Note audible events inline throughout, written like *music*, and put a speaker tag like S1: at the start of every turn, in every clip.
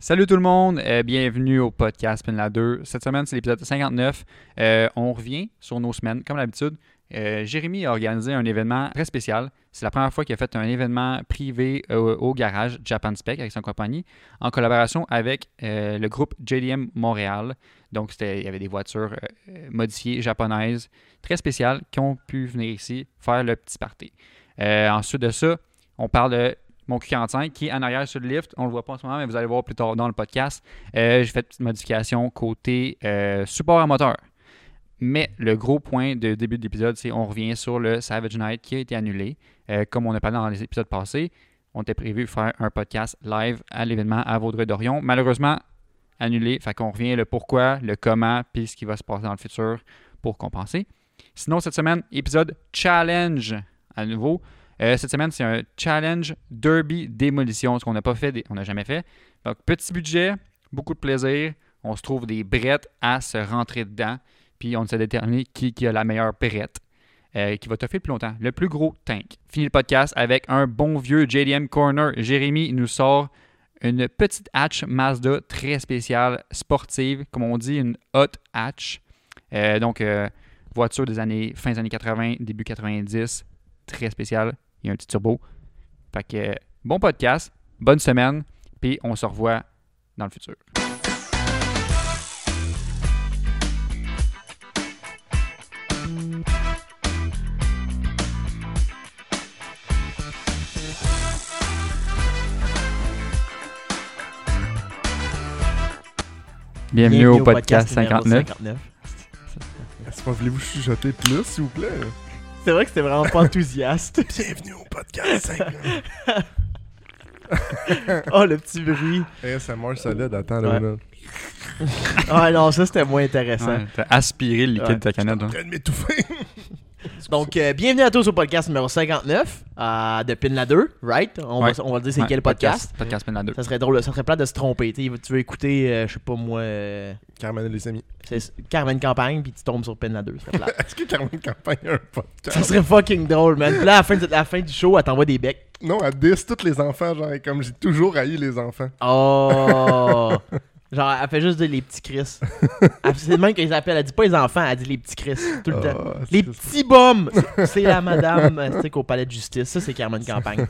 S1: Salut tout le monde, euh, bienvenue au podcast Spin 2. Cette semaine, c'est l'épisode 59. Euh, on revient sur nos semaines, comme d'habitude. Euh, Jérémy a organisé un événement très spécial. C'est la première fois qu'il a fait un événement privé au, au garage Japan Spec avec sa compagnie, en collaboration avec euh, le groupe JDM Montréal. Donc, c'était- il y avait des voitures euh, modifiées japonaises très spéciales qui ont pu venir ici faire le petit party. Euh, ensuite de ça, on parle de mon Q45 qui est en arrière sur le lift. On ne le voit pas en ce moment, mais vous allez le voir plus tard dans le podcast. Euh, J'ai fait une petite modification côté euh, support à moteur. Mais le gros point de début de l'épisode, c'est on revient sur le Savage Night qui a été annulé. Euh, comme on a parlé dans les épisodes passés, on était prévu de faire un podcast live à l'événement à Vaudreuil-Dorion. Malheureusement, annulé. Fait qu'on revient le pourquoi, le comment, puis ce qui va se passer dans le futur pour compenser. Sinon, cette semaine, épisode challenge à nouveau. Euh, cette semaine, c'est un challenge derby démolition, ce qu'on n'a pas fait, des- on n'a jamais fait. Donc, petit budget, beaucoup de plaisir. On se trouve des brettes à se rentrer dedans. Puis, on s'est déterminé qui, qui a la meilleure brette euh, qui va te faire le plus longtemps. Le plus gros tank. Fini le podcast avec un bon vieux JDM Corner. Jérémy nous sort une petite hatch Mazda très spéciale, sportive, comme on dit, une hot hatch. Euh, donc, euh, voiture des années, fin des années 80, début 90, très spéciale. Il y a un petit turbo. Fait que, euh, bon podcast, bonne semaine, puis on se revoit dans le futur. Bienvenue, au podcast,
S2: numéro
S1: 59.
S2: 59.
S3: Est-ce que voulez-vous chuchoter plus, s'il vous plaît?
S2: C'est vrai que c'était vraiment
S1: *laughs*
S2: pas enthousiaste.
S3: Bienvenue au podcast *laughs* 59.
S2: oh, le petit bruit.
S3: Eh, ça marche solide, attends là.
S2: Ouais. Ah non, ça c'était moins intéressant.
S1: Ouais, T'as aspiré le liquide
S2: Ouais.
S1: de ta canette. hein.
S3: train de *laughs* m'étouffer.
S2: Donc, euh, bienvenue à tous au podcast numéro 59 euh, de Pin la 2, right? On,
S1: Ouais.
S2: va, on va dire c'est
S1: Ouais,
S2: quel podcast.
S1: Podcast Spin la 2.
S2: Ça serait drôle, ça serait plat de se tromper. Tu sais, tu veux écouter, euh, je sais pas moi, euh,
S3: Carmen et les amis.
S2: c'est Carmen Campagne, puis tu tombes sur Pin la 2, ça serait
S1: *laughs*
S2: plate.
S3: Est-ce que Carmen Campagne a un
S2: ça
S3: podcast?
S2: serait fucking drôle, man. Puis Là, à la fin, de- à la fin du show, elle t'envoie des becs.
S3: Non, à 10, tous les enfants, genre, et comme j'ai toujours haï les enfants.
S2: *laughs* Oh! Genre, elle fait juste dire les petits Chris. Elle- C'est le même qu'ils appellent. Elle dit pas les enfants, elle dit les petits Chris. Tout le
S3: Ah,
S2: temps.
S3: c'est-
S2: Les petits bombes! C'est la madame euh, c'est qu'au palais de justice. Ça, c'est Carmen *laughs* Campagne.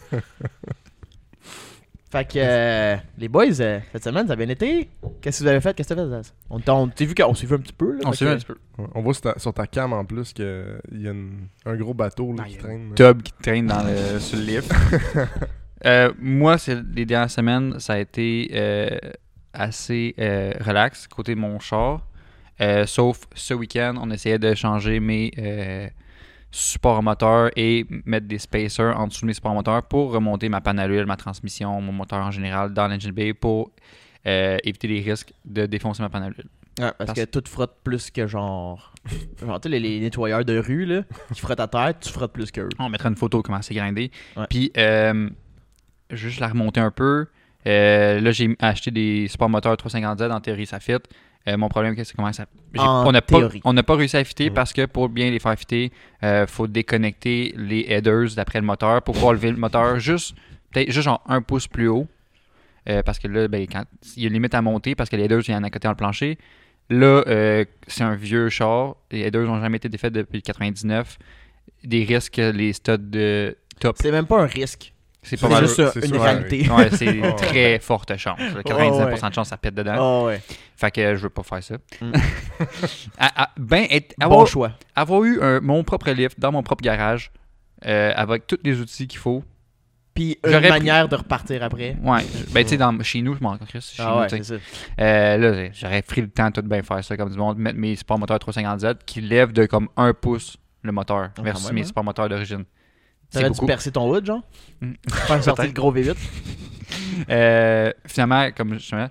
S2: Fait que, euh, les boys, euh, cette semaine, ça a bien été. Qu'est-ce que vous avez fait? Qu'est-ce que t'as fait, Zaz? On, t'a- on- t'as vu qu'on s'est vu un petit peu? Là,
S1: On
S2: fait
S1: s'est vu
S2: que-
S1: un petit peu.
S3: Ouais, On voit sur ta, sur ta cam en plus qu'il y a une- un gros bateau là,
S2: Ah,
S3: qui
S2: il y a
S3: traîne.
S1: Tob qui traîne dans le, *laughs* sur le
S2: *laughs*
S1: lift. Euh, moi, c'est- les dernières semaines, ça a été euh, assez euh, relax côté de mon char. Euh, sauf ce week-end, on essayait de changer mes euh, supports moteurs et mettre des spacers en dessous de mes supports moteurs pour remonter ma panne à l'huile, ma transmission, mon moteur en général dans l'engine bay pour euh, éviter les risques de défoncer ma panne à l'huile.
S2: Ouais, parce que tout frotte plus que genre. *laughs* Genre, tu sais, les, les nettoyeurs de rue, là, qui frottent à terre, tu frottes plus qu'eux.
S1: On mettra une photo de comment c'est grindé.
S2: Ouais.
S1: Puis, euh, juste la remonter un peu. Euh, là, j'ai acheté des supports moteurs 350Z en théorie, ça fit. Euh, mon problème, c'est comment ça. j'ai-
S2: En
S1: on n'a pas,
S2: théorie.
S1: on n'a pas réussi à fitter
S3: Mhm.
S1: parce que pour bien les faire fitter, il faut déconnecter les headers d'après le moteur pour pouvoir lever le moteur juste, peut-être juste genre un pouce plus haut. Euh, parce que là, ben, quand, il y a une limite à monter parce que les headers, il y en a à côté dans le plancher. Là, euh, c'est un vieux char. Les headers n'ont jamais été défaits depuis 99. Des risques, que les studs de top.
S2: C'est même pas un risque.
S1: C'est pas
S2: C'est
S1: mal.
S2: juste euh,
S3: c'est
S2: une
S3: sûr,
S2: réalité.
S1: Ouais, c'est
S2: *laughs*
S1: une
S3: Oh.
S1: très forte chance. là. 99% de chance, ça pète dedans.
S2: Ah ouais.
S1: Fait que euh, je veux pas faire ça. *laughs*
S2: Mm.
S1: À- à- ben, être-
S2: Ah, Bon
S1: avoir,
S2: choix.
S1: avoir eu un- mon propre lift dans mon propre garage euh, avec tous les outils qu'il faut.
S2: Puis une
S1: J'aurais pu-
S2: manière de repartir après.
S1: Ouais. Ben, tu sais, dans- chez nous, je m'en crisse, chez
S2: Ah
S1: nous,
S2: ouais,
S1: tu sais.
S2: c'est ça.
S1: Euh, là, j'aurais pris le temps tout de bien faire ça comme du monde, mettre mes supports moteurs 350Z qui lèvent de comme un pouce le moteur
S2: quand
S1: versus
S2: même,
S1: mes
S2: hein.
S1: supports moteurs d'origine. C'est
S2: T'aurais dû
S1: beaucoup.
S2: percer ton hood, genre.
S1: Mm.
S2: *laughs* Faire sortir le gros V8.
S1: Euh, finalement, comme justement,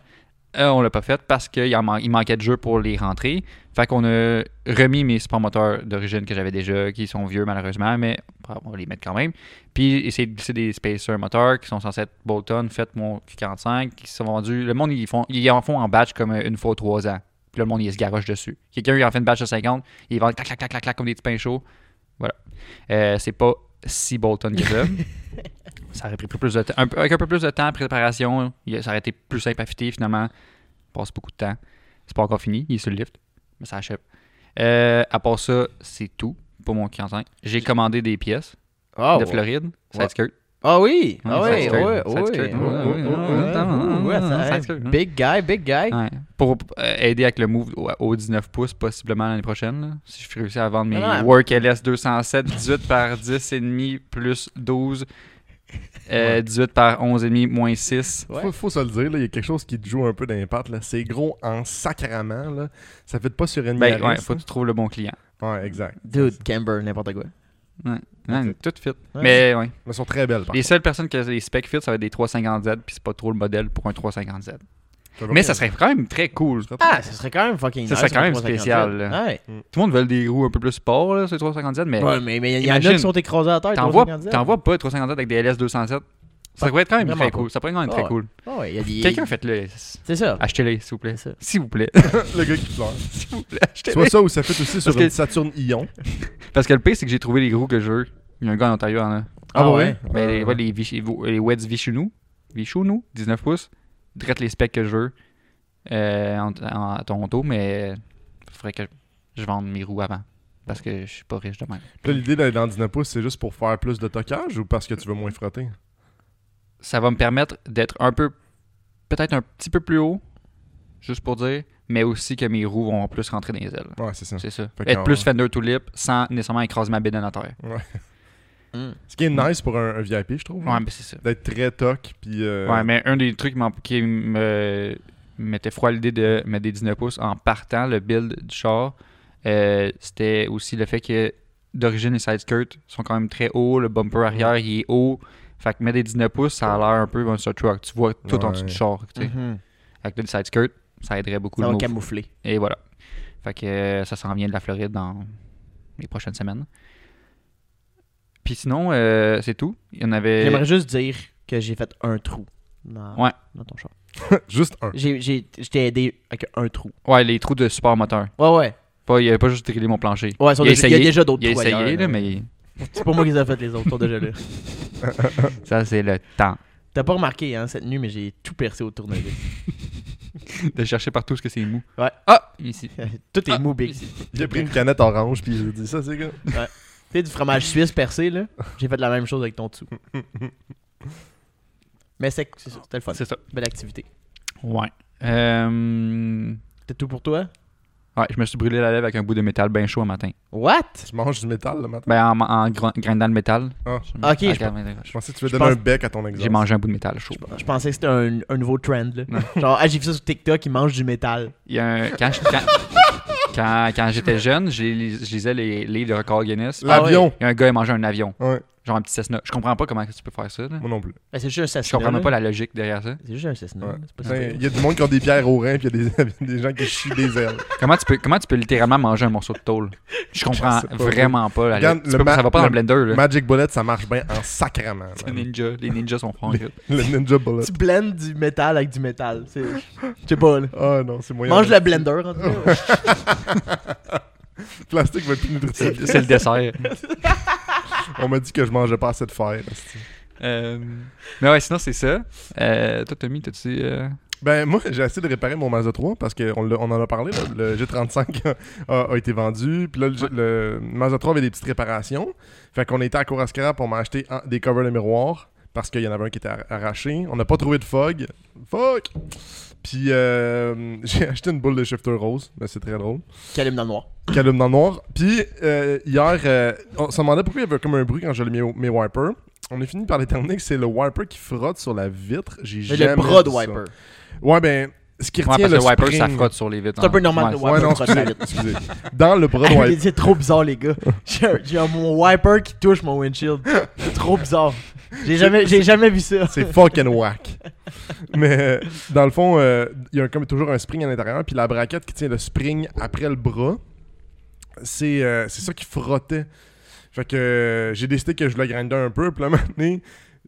S1: euh, on l'a pas fait parce qu'il en man- il manquait de jeu pour les rentrées. Fait qu'on a remis mes supports moteurs d'origine que j'avais déjà, qui sont vieux malheureusement, mais on va les mettre quand même. Puis essayer de glisser des spacers moteurs qui sont censés être Bolton, fait mon Q45, qui sont vendus. Le monde, ils, font, ils en font en batch comme euh, une fois ou trois ans. Puis là, le monde, il se garoche dessus. Quelqu'un, il en fait une batch de 50, il vend clac, clac, clac, clac, clac, comme des petits pains chauds. Voilà. Euh, c'est pas si Bolton que ça. ça aurait pris plus de temps. Un peu- avec un peu plus de temps, préparation, il y a- ça aurait été plus simple à fitter finalement. On passe beaucoup de temps. C'est pas encore fini, il est sur le lift, mais ça achève. Euh, à part ça, c'est tout pour mon 45. J'ai commandé des pièces
S2: Ah
S1: de
S2: ouais.
S1: Floride,
S2: Ouais.
S1: sideskirt.
S2: Ah oui! Ah
S1: Ouais,
S2: oui,
S1: side
S2: oui,
S1: skirt.
S2: oui.
S1: Side skirt. Ouais, ouais, ouais, ouais, ouais, side skirt, ouais.
S2: Big guy, big guy.
S1: Ouais. Pour euh, aider avec le move au, au 19 pouces, possiblement l'année prochaine. là. si je réussis à vendre mes
S2: Ah non,
S1: Work LS 207, 18 par 10,5 plus 12, euh, 18 par 11,5 moins 6.
S2: Ouais.
S3: Faut, faut se le dire, là, il y a quelque chose qui te joue un peu d'impact. là. C'est gros en sacrament. Là. Ça fait pas sur une
S1: Ben,
S3: Yaris,
S1: ouais, faut que
S3: là.
S1: tu trouves le bon client.
S3: Ouais, exact.
S2: Dude, Camber, n'importe quoi.
S1: Man,
S3: Ouais.
S1: tout fit.
S2: Ouais.
S1: Mais ouais.
S3: Mais elles sont très belles, par
S1: Les seules personnes qui ont les specs fit, ça va être des 350Z, puis c'est pas trop le modèle pour un 350Z.
S3: contre.
S1: Mais ça serait quand même très cool. Tout
S2: Ah, ce serait quand même fucking
S1: Ça
S2: nice,
S1: serait quand
S2: un
S1: même
S2: 357.
S1: spécial, là.
S2: Ouais.
S1: le monde veut des roues un peu plus sport, là, sur les 350Z, mais
S2: Ouais, mais mais il y en a
S1: Imagine.
S2: qui sont écrasés à terre.
S1: t'en
S2: les
S1: vois,
S2: 357.
S1: t'en vois pas les 350Z avec des LS 207. Ça
S2: Pas-
S1: pourrait être quand même
S2: vraiment
S1: très
S2: pas.
S1: cool. Ça pourrait être quand même très
S2: Ouais.
S1: cool.
S2: Ah ouais, il y a des.
S1: Quelqu'un faites-le.
S2: C'est ça.
S1: Achetez-les, s'il vous plaît.
S2: C'est ça.
S1: S'il vous plaît. *laughs*
S3: le gars qui pleure.
S1: s'il vous plaît,
S3: Soit
S1: achetez-les.
S3: ça ou ça fait aussi sur
S1: Parce que-
S3: une Saturn Ion.
S1: Parce que le pire, c'est que j'ai trouvé les roues que je veux. Il y a un gars en Ontario, en a.
S2: Ah ouais?
S1: Ben,
S3: Euh,
S1: les, ouais, les, Vichy- les Weds Vichounou, Vichounou, 19 pouces, drette les specs que je veux euh, en, en- à Toronto, mais il faudrait que je vende mes roues avant parce que je suis pas riche de même.
S3: Puis là, l'idée d'aller dans 19 pouces, c'est juste pour faire plus de toquage ou parce que tu veux moins frotter?
S1: Ça va me permettre d'être un peu, peut-être un petit peu plus haut, juste pour dire, mais aussi que mes roues vont plus rentrer dans les ailes.
S3: Ouais, c'est ça.
S1: C'est ça.
S3: Fait
S1: Être
S3: qu'on-
S1: plus Fender Tulip sans nécessairement écraser ma bédaine à terre.
S2: Hmm.
S3: Ce qui est nice pour un, un VIP, je trouve.
S2: Mm.
S1: Ouais, mais c'est ça.
S3: D'être très toc, puis... euh,
S1: Ouais, mais un des trucs m'en- qui me mettait froid à l'idée de mettre des 19 pouces en partant, le build du char, euh, c'était aussi le fait que d'origine, les side skirts sont quand même très hauts, le bumper arrière, il est haut. Fait que mettre des 19 pouces, ça a l'air un peu comme sur le truck. Tu vois tout en dessous
S3: Ouais.
S1: du char. tu sais.
S2: Mhm.
S1: Fait que là, des side skirts, ça aiderait beaucoup
S2: Ça
S1: le
S2: va
S1: move.
S2: camoufler.
S1: Et voilà. Fait que euh, ça s'en vient de la Floride dans les prochaines semaines. Puis sinon, euh, c'est tout. Il y en avait.
S2: J'aimerais juste dire que j'ai fait un trou dans,
S1: Ouais.
S2: dans ton char.
S3: *laughs* Juste un.
S2: J'ai, j'ai, je t'ai aidé avec un trou.
S1: Ouais, les trous de support moteur.
S2: Ouais, ouais.
S1: Pas, il avait pas juste drillé mon plancher.
S2: Ouais, ils sont
S1: Il a
S2: déjà- il y a
S1: essayé.
S2: déjà d'autres
S1: Il a
S2: trous
S1: essayé,
S2: ailleurs,
S1: là,
S2: là.
S1: mais
S2: C'est pas moi qui les ai fait, les autres. Ils sont déjà là. *laughs*
S1: ça, c'est le temps
S2: T'as pas remarqué, hein, cette nuit, mais j'ai tout percé au tournevis.
S1: de chercher partout ce que c'est mou.
S2: Ouais.
S1: Ah, ici.
S2: *laughs* tout est
S1: Ah,
S2: mou, big.
S1: ici.
S3: Il a pris une canette orange, puis il a dit ça, c'est gars.
S2: Tu sais, du fromage suisse percé, là. J'ai fait la même chose avec
S1: *laughs*
S2: ton dessous. Mais c'est, c'est ça, c'était le fun.
S1: C'est ça.
S2: Belle activité.
S1: Ouais. Euh,
S2: T'as tout pour toi?
S1: Ouais, je me suis brûlé la lèvre avec un bout de métal bien chaud un matin.
S2: What?
S3: Tu manges du métal le matin?
S1: Ben, en, en gr- grindant le métal.
S3: Ah.
S1: Je-
S2: Ah, ok, je
S1: regarde,
S3: Je
S1: je-
S3: pensais que tu veux
S2: Je
S3: donner
S2: pense-
S3: un bec à ton exhaust.
S1: J'ai mangé un bout de métal chaud.
S2: Je pensais que c'était un, un nouveau trend, là. Genre, ah, j'ai vu ça sur TikTok, ils mangent du métal.
S1: Il y a un- quand je- quand,
S2: *laughs*
S1: quand- quand j'étais jeune, je, lis- je lisais les livres de record Guinness.
S2: Ah ouais.
S3: L'avion!
S1: Il y a un gars qui a mangé un avion.
S3: Ouais,
S1: Genre un petit Cessna. Je comprends pas comment tu peux faire ça. là.
S3: moi non plus.
S2: Ben, c'est juste un
S1: Je
S2: Cessna.
S1: comprends même
S2: là.
S1: pas la logique derrière ça.
S2: C'est juste un Cessna.
S3: Ouais.
S2: C'est pas si
S3: Ben,
S2: pire.
S3: Il y a du monde qui ont des pierres aux reins, puis il y a des, *laughs* des gens qui chient des ailes.
S1: Comment tu peux, comment tu peux littéralement manger un morceau de tôle? Je comprends
S3: sais pas,
S1: vraiment pas. la
S3: Regarde,
S1: tu
S3: le
S1: peux-
S3: ma-
S1: ça va pas dans le
S3: le-
S1: blender. Là.
S3: Magic Bullet, ça marche bien en sacrament.
S1: C'est
S3: man.
S1: ninja. Les ninjas sont francs.
S3: Le Ninja Bullet.
S2: Tu blends du métal avec du métal. C'est... Je sais pas, là.
S3: Ah non, c'est moyen.
S2: Mange le blender, en tout cas.
S3: *laughs* Le plastique va être plus nutritif.
S1: C'est le
S3: *laughs*
S1: dessert.
S3: On m'a dit que je mangeais pas assez de fer. esti.
S1: Euh, Mais ouais, sinon, c'est ça. Euh, toi, Tommy, t'as-tu. euh,
S3: Ben, moi, j'ai essayé de réparer mon Mazda 3 parce qu'on l'a- on en a parlé. là. Le G35 *laughs* a, a été vendu. Puis là, le, G- le Mazda 3 avait des petites réparations. Fait qu'on était à Courascara pour m'acheter un- des covers de miroirs parce qu'il y en avait un qui était ar- arraché. On n'a pas trouvé de fog. Fuck! Puis euh, *laughs* j'ai acheté une boule de shifter rose. Ben, c'est très drôle.
S2: Qui allume dans le noir.
S3: qui allume dans le noir. Puis euh, hier, euh, on se demandait pourquoi il y avait comme un bruit quand je mis mes wipers. On est fini par déterminer que c'est le wiper qui frotte sur la vitre. J'ai
S2: Mais
S3: jamais
S2: le bras de
S3: vu ça.
S2: wiper.
S3: Ouais, ben, ce qui
S1: Ouais, parce
S3: retient
S1: que
S3: le
S1: le wiper,
S3: spring-
S1: ça frotte sur les vitres.
S2: C'est un
S1: hein.
S2: peu normal, le
S1: Ouais,
S2: wiper.
S3: Ouais, non,
S2: frotte la
S3: excusez,
S2: vitre.
S3: excusez. Dans
S2: *laughs*
S3: le bras de
S2: Ah, mais
S3: wiper.
S2: C'est trop bizarre, les
S3: *laughs*
S2: gars. J'ai un- J'ai un- mon wiper qui touche mon windshield. C'est trop bizarre. J'ai jamais, j'ai jamais vu ça.
S3: C'est fucking whack. Mais euh, dans le fond, euh, il y a comme toujours un spring à l'intérieur, puis la braquette qui tient le spring après le bras, c'est euh, c'est ça qui frottait. Fait que euh, j'ai décidé que je voulais grinder un peu, puis là *laughs* maintenant,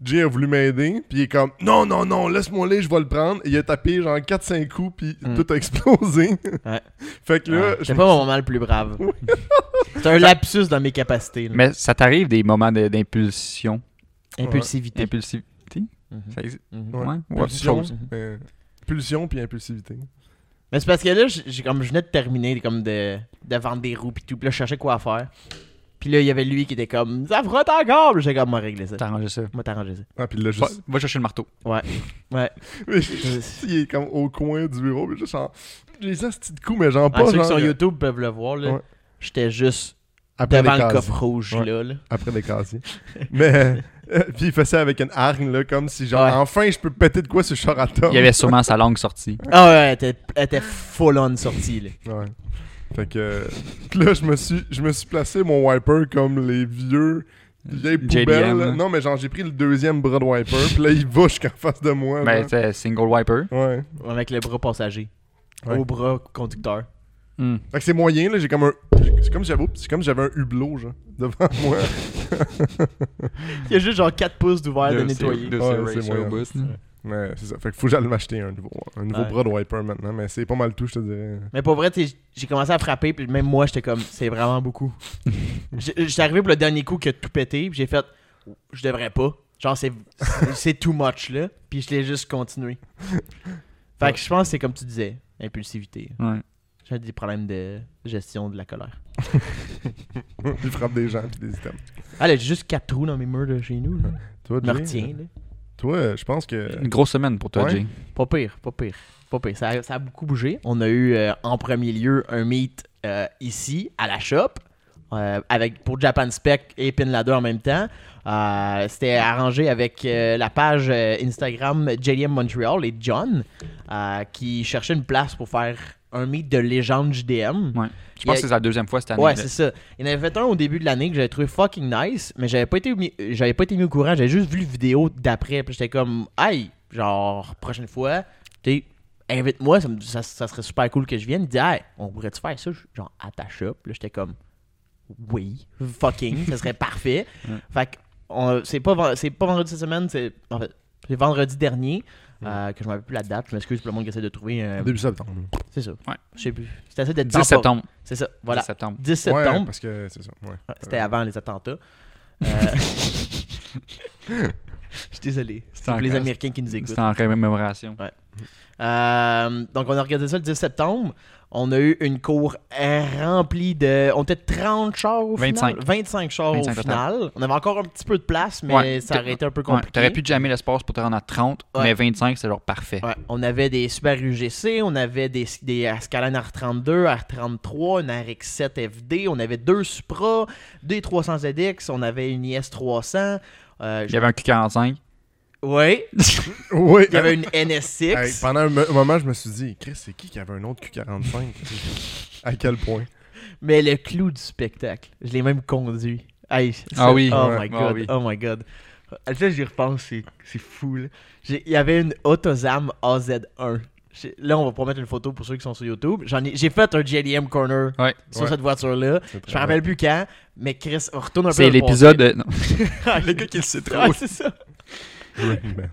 S3: Jay a voulu m'aider, puis il est comme non, non, non, laisse-moi aller, je vais le prendre. Et il a tapé genre 4-5 coups, puis
S2: Mm.
S3: tout a explosé.
S2: Ouais.
S3: *laughs* Fait que là,
S2: Ouais.
S3: je
S2: C'est pas mon moment le plus brave. C'est un lapsus dans mes capacités. là.
S1: Mais ça t'arrive des moments de- d'impulsion.
S2: Impulsivité.
S1: Impulsivité.
S2: Mhm.
S1: Ça existe.
S2: Mhm.
S1: Ouais.
S3: Ouais.
S1: Ou autre
S3: Pulsion.
S1: chose.
S3: Euh, pulsion puis impulsivité.
S2: Mais c'est parce que là, j'ai j'ai comme je venais de terminer comme de, de vendre des roues pis tout, pis là je cherchais quoi faire. Puis là, il y avait lui qui était comme ça frotte encore, Puis j'étais comme moi régler ça.
S1: T'as arrangé ça.
S2: Moi t'arranger
S3: *laughs*
S2: ça.
S3: Ah, puis là,
S1: Va,
S3: juste.
S1: va chercher le marteau.
S3: Mais juste, il est comme au coin du bureau, mais juste en. Les astis de coups, mais genre
S2: Ah,
S3: pas.
S2: ceux
S3: genre, euh,
S2: qui sont YouTube peuvent le voir là.
S3: Ouais.
S2: J'étais juste
S3: après
S2: devant
S3: les
S2: le
S3: casiers.
S2: coffre rouge
S3: Ouais.
S2: là, là.
S3: Après les casiers. mais. euh, *laughs* puis il fait ça avec une hargne, là, comme si genre,
S2: Ouais.
S3: enfin, je peux péter de quoi ce char à Tom.
S1: Il y avait sûrement sa langue
S3: *laughs*
S1: sortie.
S2: Ah ouais, elle était, elle était full on sortie là.
S3: Ouais. Fait que euh, *laughs* là, je me suis, je me suis placé mon wiper comme les vieux vieilles
S1: JDM,
S3: poubelles. là.
S1: hein.
S3: Non, mais genre, j'ai pris le deuxième bras de wiper, puis là, il va jusqu'en face de moi.
S1: Ben,
S3: là.
S1: c'était single wiper.
S3: ouais.
S2: Avec le bras passager.
S3: Ouais.
S2: Au bras conducteur.
S1: Hmm.
S3: Fait que c'est moyen, là, j'ai comme un. C'est comme si j'avais, c'est comme si j'avais un hublot, genre, devant
S2: *laughs*
S3: moi.
S2: Il y a juste genre 4 pouces d'ouvert de
S1: Deux,
S2: nettoyer.
S1: c'est- deux,
S3: Ouais,
S1: c'est
S3: c'est
S1: racer au
S3: moyen.
S1: bout, là.
S3: Mais c'est ça. Fait que faut que j'aille m'acheter un nouveau, un nouveau
S2: Ouais.
S3: bras de wiper maintenant, mais c'est pas mal tout, je te dirais. *laughs*
S2: Mais pour vrai, tu sais, j'ai commencé à frapper, puis même moi, j'étais comme, c'est vraiment beaucoup. J'ai- J'étais arrivé pour le dernier coup qui a tout pété, puis j'ai fait, je devrais pas. Genre, c'est *laughs* c'est too much, là. Puis je l'ai juste continué. Fait que je pense que c'est comme tu disais, impulsivité.
S1: Ouais.
S2: J'ai des problèmes de gestion de la colère.
S3: il frappe des gens, puis des items.
S2: Allez, j'ai juste 4 trous dans mes murs de chez nous, là.
S3: Toi,
S2: Je me
S3: Jay,
S2: retiens, là.
S3: Toi, euh, je pense que.
S1: Une grosse semaine pour toi,
S3: Ouais.
S1: Jay.
S2: Pas pire, pas pire. Pas pire. Ça, a- ça a beaucoup bougé. On a eu euh, en premier lieu un meet euh, ici, à la shop, euh, avec, pour Japan Spec et Pin Ladder en même temps. Euh, C'était arrangé avec euh, la page euh, Instagram JDM Montreal et John, euh, qui cherchaient une place pour faire un meet de légende JDM.
S1: Ouais. Je pense
S2: Il y a-
S1: que c'est la deuxième fois cette année.
S2: Ouais,
S1: là.
S2: c'est ça. Il y en avait fait un au début de l'année que j'avais trouvé fucking nice, mais j'avais pas été mis, euh, j'avais pas été mis au courant, j'avais juste vu la vidéo d'après, puis j'étais comme hey, genre prochaine fois, tu sais, invite-moi, ça, me- ça- ça serait super cool que je vienne. Il dit hey, on pourrait tu faire ça genre à ta shop. Là, j'étais comme oui, fucking, ça serait parfait.
S1: *laughs* Ouais.
S2: Fait que on- c'est pas ven- c'est pas vendredi cette semaine, c'est en fait, c'est vendredi dernier. euh, que je m'avais plus la date, je m'excuse pour le monde qui essaie de trouver. euh,
S3: Début septembre.
S2: c'est ça.
S1: Ouais.
S2: Je sais plus. C'était ça d'être
S1: 10
S2: tempo-
S1: septembre.
S2: C'est ça, voilà.
S1: 10 septembre.
S2: 10
S3: Ouais,
S2: septembre.
S3: parce que c'est ça. Ouais.
S2: Ouais, C'était avant les attentats. *laughs* Euh, Je suis désolé. C'est pour les
S1: encore-
S2: Américains qui nous écoutent.
S1: C'était en commémoration.
S2: Euh, donc, on a organisé ça le 10 septembre. On a eu une cour euh, remplie de. On était 30 chars au
S1: 25.
S2: final. 25 chars
S1: 25
S2: au
S1: total.
S2: final. On avait encore un petit peu de place, mais
S1: Ouais.
S2: ça aurait été un peu
S1: Ouais,
S2: compliqué.
S1: T'aurais pu jammer l'espace pour te rendre à 30,
S2: Ouais.
S1: mais 25, c'est genre parfait.
S2: Ouais, on avait des Super UGC, on avait des, des Ascalane R32, R33, une RX7 FD, on avait deux Supra, des 300ZX, on avait une IS300. euh,
S1: Il y avait un Q45.
S2: Oui,
S3: Oui,
S2: il y avait une
S3: Hey,
S2: NS6.
S3: pendant un mo- moment, je me suis dit, Chris, c'est qui qui avait un autre Q45 *laughs* À quel point
S2: Mais le clou du spectacle, je l'ai même conduit. Hey,
S1: Ah
S2: ça-
S1: oui,
S2: Oh
S3: ouais,
S2: my
S1: ah
S2: god.
S1: oui.
S2: Oh my god. Ah, Ça, j'y repense, c'est c'est fou. là. J'ai- Il y avait une Autozam AZ1. J'ai- Là, on va pas mettre une photo pour ceux qui sont sur YouTube. J'en ai- J'ai fait un JDM Corner
S1: Ouais.
S2: sur
S3: Ouais.
S2: cette voiture-là. Je
S3: C'est très
S2: me rappelle plus quand, mais Chris, on retourne un peu.
S1: C'est
S2: dans le
S1: l'épisode. de- non.
S2: passé. *laughs* le gars qui le sait trop. c'est ça.
S3: vrai. Rain Man.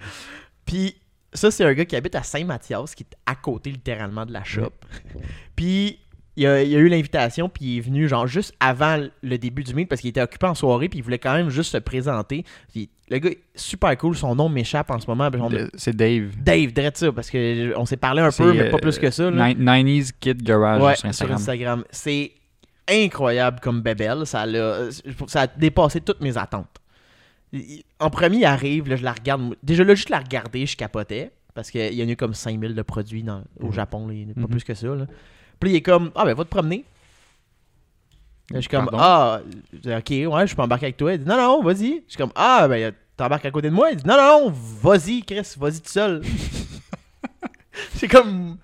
S2: Puis ça, c'est un gars qui habite à Saint-Mathias, qui est à côté littéralement de la shop. puis il a, il a eu l'invitation, puis il est venu genre juste avant le début du meet parce qu'il était occupé en soirée, puis il voulait quand même juste se présenter. Puis le gars, super cool, son nom m'échappe en ce moment. puis on-
S1: de- C'est Dave.
S2: Dave, drette ça, parce que on s'est parlé un
S1: C'est,
S2: peu, mais pas
S1: euh,
S2: plus que ça. là.
S1: Nin- 90s Kid Garage
S2: Ouais,
S1: sur Instagram.
S2: C'est incroyable comme bébelle. Ça, l'a- ça a dépassé toutes mes attentes. Il- il- En premier, il arrive, là, je la regarde. Déjà, là, juste la regarder, je capotais. Parce qu'il y en a eu comme 5000 de produits dans- au
S3: Mhm.
S2: Japon, là, il y en a pas
S1: Mhm.
S2: plus que ça. là. Puis il est comme Ah, ben, va te promener. Là, je suis comme
S1: Pardon?
S2: Ah, ok, ouais, je peux embarquer avec toi. Il dit Non, non, vas-y. Je suis comme Ah, ben, t'embarques à côté de moi. Il dit Non, non, non, vas-y, Chris, vas-y tout seul. C'est comme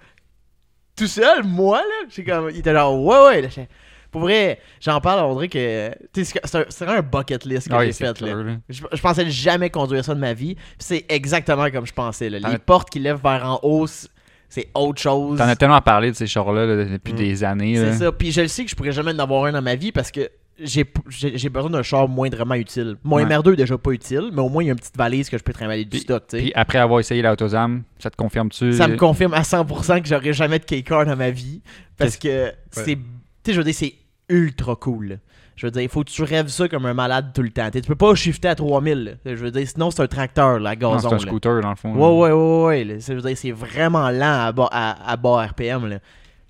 S2: tout seul, moi, là. J'ai comme, il était genre, ouais, ouais. Là, j'ai- pour vrai, j'en parle, on dirait que. tu sais, C'est un- c'est vraiment un bucket list que
S1: Ah oui,
S2: j'ai
S1: c'est
S2: fait, là.
S1: clair, là.
S2: Je, je pensais jamais conduire ça de ma vie. Puis C'est exactement comme je pensais, là. Les
S1: T'en as-
S2: portes qui lèvent vers en haut, c'est- c'est autre chose.
S1: T'en as hein. tellement parlé de ces chars-là là, depuis des années.
S2: C'est
S1: là.
S2: ça. Puis je le sais que je pourrais jamais en avoir un dans ma vie parce que j'ai j'ai j'ai besoin d'un char moindrement utile. Mon
S1: Ouais.
S2: MR2 est déjà pas utile, mais au moins il y a une petite valise que je peux trimballer du
S1: Puis-
S2: stock, tu sais.
S1: Puis après avoir essayé l'Autozam, ça te confirme-tu? euh,
S2: Ça me confirme à 100% que j'aurai jamais de K-Car dans ma vie. Parce que c'est. Tu sais, je veux dire, c'est ultra cool. Je Je veux dire, il faut que tu rêves ça comme un malade tout le temps. Tu sais, tu peux pas shifter à 3000. là. Je veux dire, sinon c'est un tracteur, la
S1: Non,
S2: gazon.
S1: c'est un
S2: là.
S1: scooter, dans le fond. là.
S2: Ouais, ouais, ouais, ouais. là. C'est- je veux dire, c'est vraiment lent à bas, à, à bas RPM. Là.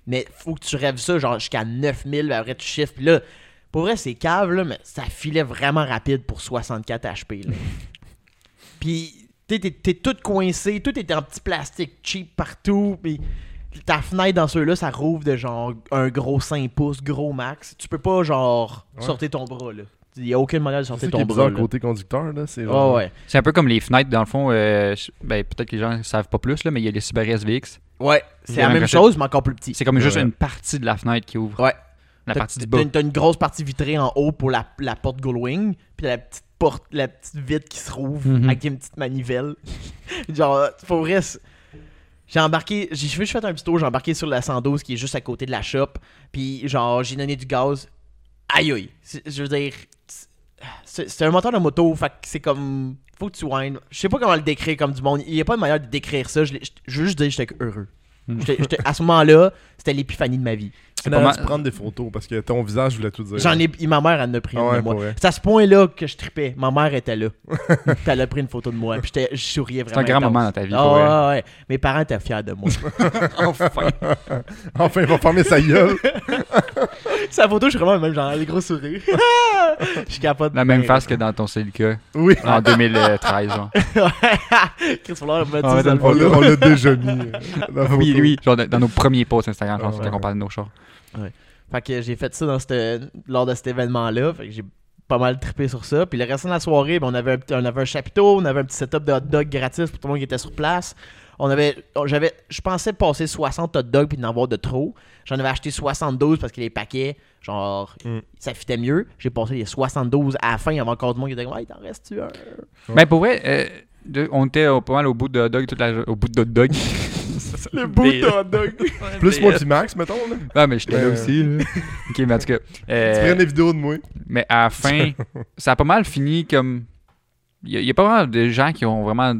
S2: Mais faut que tu rêves ça, genre jusqu'à 9000, puis après tu chiffres. Puis là, pour vrai, c'est cave, là, mais ça filait vraiment rapide pour 64 HP.
S3: *laughs*
S2: Là. puis, t'es, t'es, t'es tout coincé, tout est en petit plastique cheap partout. Puis, ta fenêtre dans ceux-là, ça rouvre de genre un gros 5 pouces, gros max. Tu peux pas, genre,
S3: Ouais.
S2: sortir ton bras, là. Il n'y a aucune manière de
S3: C'est
S2: sortir
S3: ça qui
S2: ton
S3: est bizarre
S2: bras. là.
S3: côté conducteur, là. C'est
S2: Ouais,
S3: genre-
S2: ouais.
S1: C'est un peu comme les fenêtres, dans le fond. euh, je- ben, Peut-être que les gens ne savent pas plus, là, mais il y a les Super SVX.
S2: Ouais, c'est
S1: J'ai
S2: la même
S1: l'impression-
S2: chose, mais encore plus petit.
S1: C'est comme
S3: Ouais,
S1: juste
S3: ouais.
S1: une partie de la fenêtre qui ouvre.
S2: Ouais.
S1: La
S2: T'as-
S1: partie du
S2: t'as
S1: bas.
S2: une- T'as une grosse partie vitrée en haut pour la, la porte Gullwing, puis la petite porte, la petite vitre qui se rouvre
S1: Mhm.
S2: avec une petite manivelle. *laughs* Genre, pour vrai, c'est- j'ai embarqué, j'ai juste fait un petit tour, j'ai embarqué sur la 112 qui est juste à côté de la shop, puis genre, j'ai donné du gaz. Aïe aïe! C'est- Je veux dire, c'est c'est un moteur de moto, fait que c'est comme. Faut que tu windes. Je sais pas comment le décrire comme du monde. Il n'y a pas de manière de décrire ça. Je, l'ai- je- je veux juste dire que j'étais heureux.
S1: Mm.
S2: J'étais- j'étais- à ce moment-là, c'était l'épiphanie de ma vie.
S3: C'est
S1: pas
S3: pas mal.
S1: mal-
S3: prendre des photos parce que ton visage voulait tout dire.
S2: J'en ai. et Ma mère, elle en a pris
S3: Ah
S2: une
S3: ouais,
S2: de moi.
S3: pour vrai.
S2: C'est à ce point-là que je tripais. Ma mère était
S3: *laughs*
S2: là. Puis elle a pris une photo de moi. Puis j'étais- je souriais
S1: C'est un
S2: vraiment.
S1: grand
S2: intense.
S1: moment dans ta vie.
S2: Ah
S1: pour vrai.
S2: ouais, ouais. Mes parents étaient fiers de
S3: *laughs*
S2: moi.
S1: Enfin.
S3: Enfin, il va fermer sa gueule.
S2: Sa photo, je suis vraiment le même genre, les gros sourires. *laughs* je capote.
S1: *laughs* La même
S2: Ben,
S1: face que dans ton Celica
S3: Oui.
S2: Ah,
S1: en 2013. genre.
S2: *laughs* ouais. Chris Fuller m'a dit
S1: Ah ouais,
S2: ça
S1: dans
S2: le
S1: le
S2: photo.
S3: On l'a on l'a déjà mis. euh, la photo.
S1: Oui, oui. Genre de- dans nos premiers posts Instagram, je pense,
S3: Ah ouais.
S1: quand on parlait de nos chars.
S2: Fait que j'ai fait ça dans cette- lors de cet événement-là. Fait que j'ai pas mal trippé sur ça. Puis le restant de la soirée, ben, on, avait un, petit- on avait un chapiteau, on avait un petit setup de hot dog gratis pour tout le monde qui était sur place. On avait, on- j'avais, je pensais passer 60 hot dogs puis d'en avoir de trop. J'en avais acheté 72 parce que les paquets, genre,
S3: Mm.
S2: ça fitait mieux. J'ai passé les 72 à la fin. Il y avait encore du monde qui était comme, ouais, t'en restes-tu un?
S1: Ben, pour vrai, euh, de- on était au- pas mal au bout de hot dog toute la jo- Au bout de hot dog.
S2: Le bout de hot *laughs* dog.
S3: Plus moi puis Max, mettons. là.
S1: Non, mais j'étais là
S3: Euh.
S1: aussi. là. Ok, mais en tout cas.
S3: Tu
S1: euh,
S3: prennes des vidéos de moi.
S1: Mais *laughs* à la fin, ça a pas mal fini comme. Il n'y a, pas vraiment de gens qui ont vraiment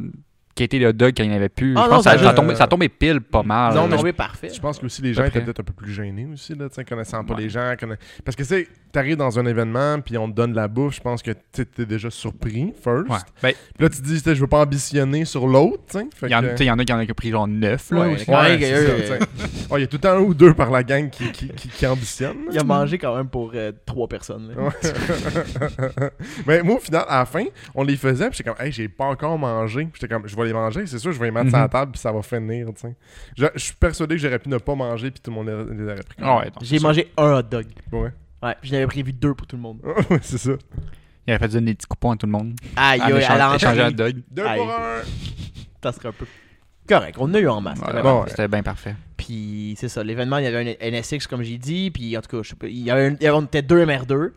S1: quitté le dog quand il n'y en avait plus.
S2: Ah
S1: je
S2: non,
S1: pense que ça,
S2: ben,
S1: ça a
S3: je-
S1: tombé, ça a tombé pile pas mal.
S2: non,
S1: là.
S2: mais tombé parfait.
S3: Ah, Je pense que aussi les
S1: euh, peu
S3: gens étaient
S1: près.
S3: peut-être un peu plus gênés aussi, là, tu sais, connaissant pas
S1: Ouais.
S3: les gens. conna- Parce que, tu sais, t'arrives dans un événement, puis on te donne de la bouffe, je pense que tu sais, t'es déjà surpris, first.
S1: Ouais. Ben,
S3: Puis là, tu te dis, tu sais, je veux pas ambitionner sur l'autre, tu sais. Fait
S1: il y, en,
S3: que-
S1: tu sais, il y en a qui en ont pris genre 9. Là,
S2: Ouais,
S1: aussi.
S2: quand même,
S3: Ouais, c'est
S2: il y a eu-
S3: ça, tu sais. Ouais, il y a tout le temps un ou deux par la gang qui, qui, qui, qui ambitionne.
S2: Il a mangé quand même pour euh, trois personnes. là.
S3: Ouais. *laughs* Mais moi, au final, à la fin, on les faisait, puis j'étais comme, hey, j'ai pas encore mangé. Puis j'étais comme, je vais les manger, c'est sûr, je vais les mettre sur la
S1: Mhm.
S3: table, puis ça va finir, tu sais. Je, je suis persuadé que j'aurais pu ne pas manger, puis tout le monde les les aurait pris.
S1: Ah ouais, non,
S2: J'ai
S1: c'est
S2: mangé un hot dog.
S3: Ouais. *laughs*
S2: Ouais, puis j'en avais prévu deux pour tout le monde.
S3: Ouais, c'est ça.
S1: sûr. Il aurait fait donner des petits coupons à tout le monde.
S3: Ah,
S2: Aïe,
S1: En
S2: aïe,
S1: échange-
S2: à
S1: échanger un
S2: l'entrée,
S1: dog.
S3: Deux
S2: Aïe.
S3: pour un.
S2: ça serait un peu... Correct, on a eu en masse.
S1: Ouais,
S2: c'était vraiment-
S3: bon, ouais.
S1: C'était bien parfait.
S2: Puis c'est ça, l'événement, il y avait un NSX comme j'ai dit, puis en tout cas, je sais pas, il y avait, un- il y avait- on était deux MR2,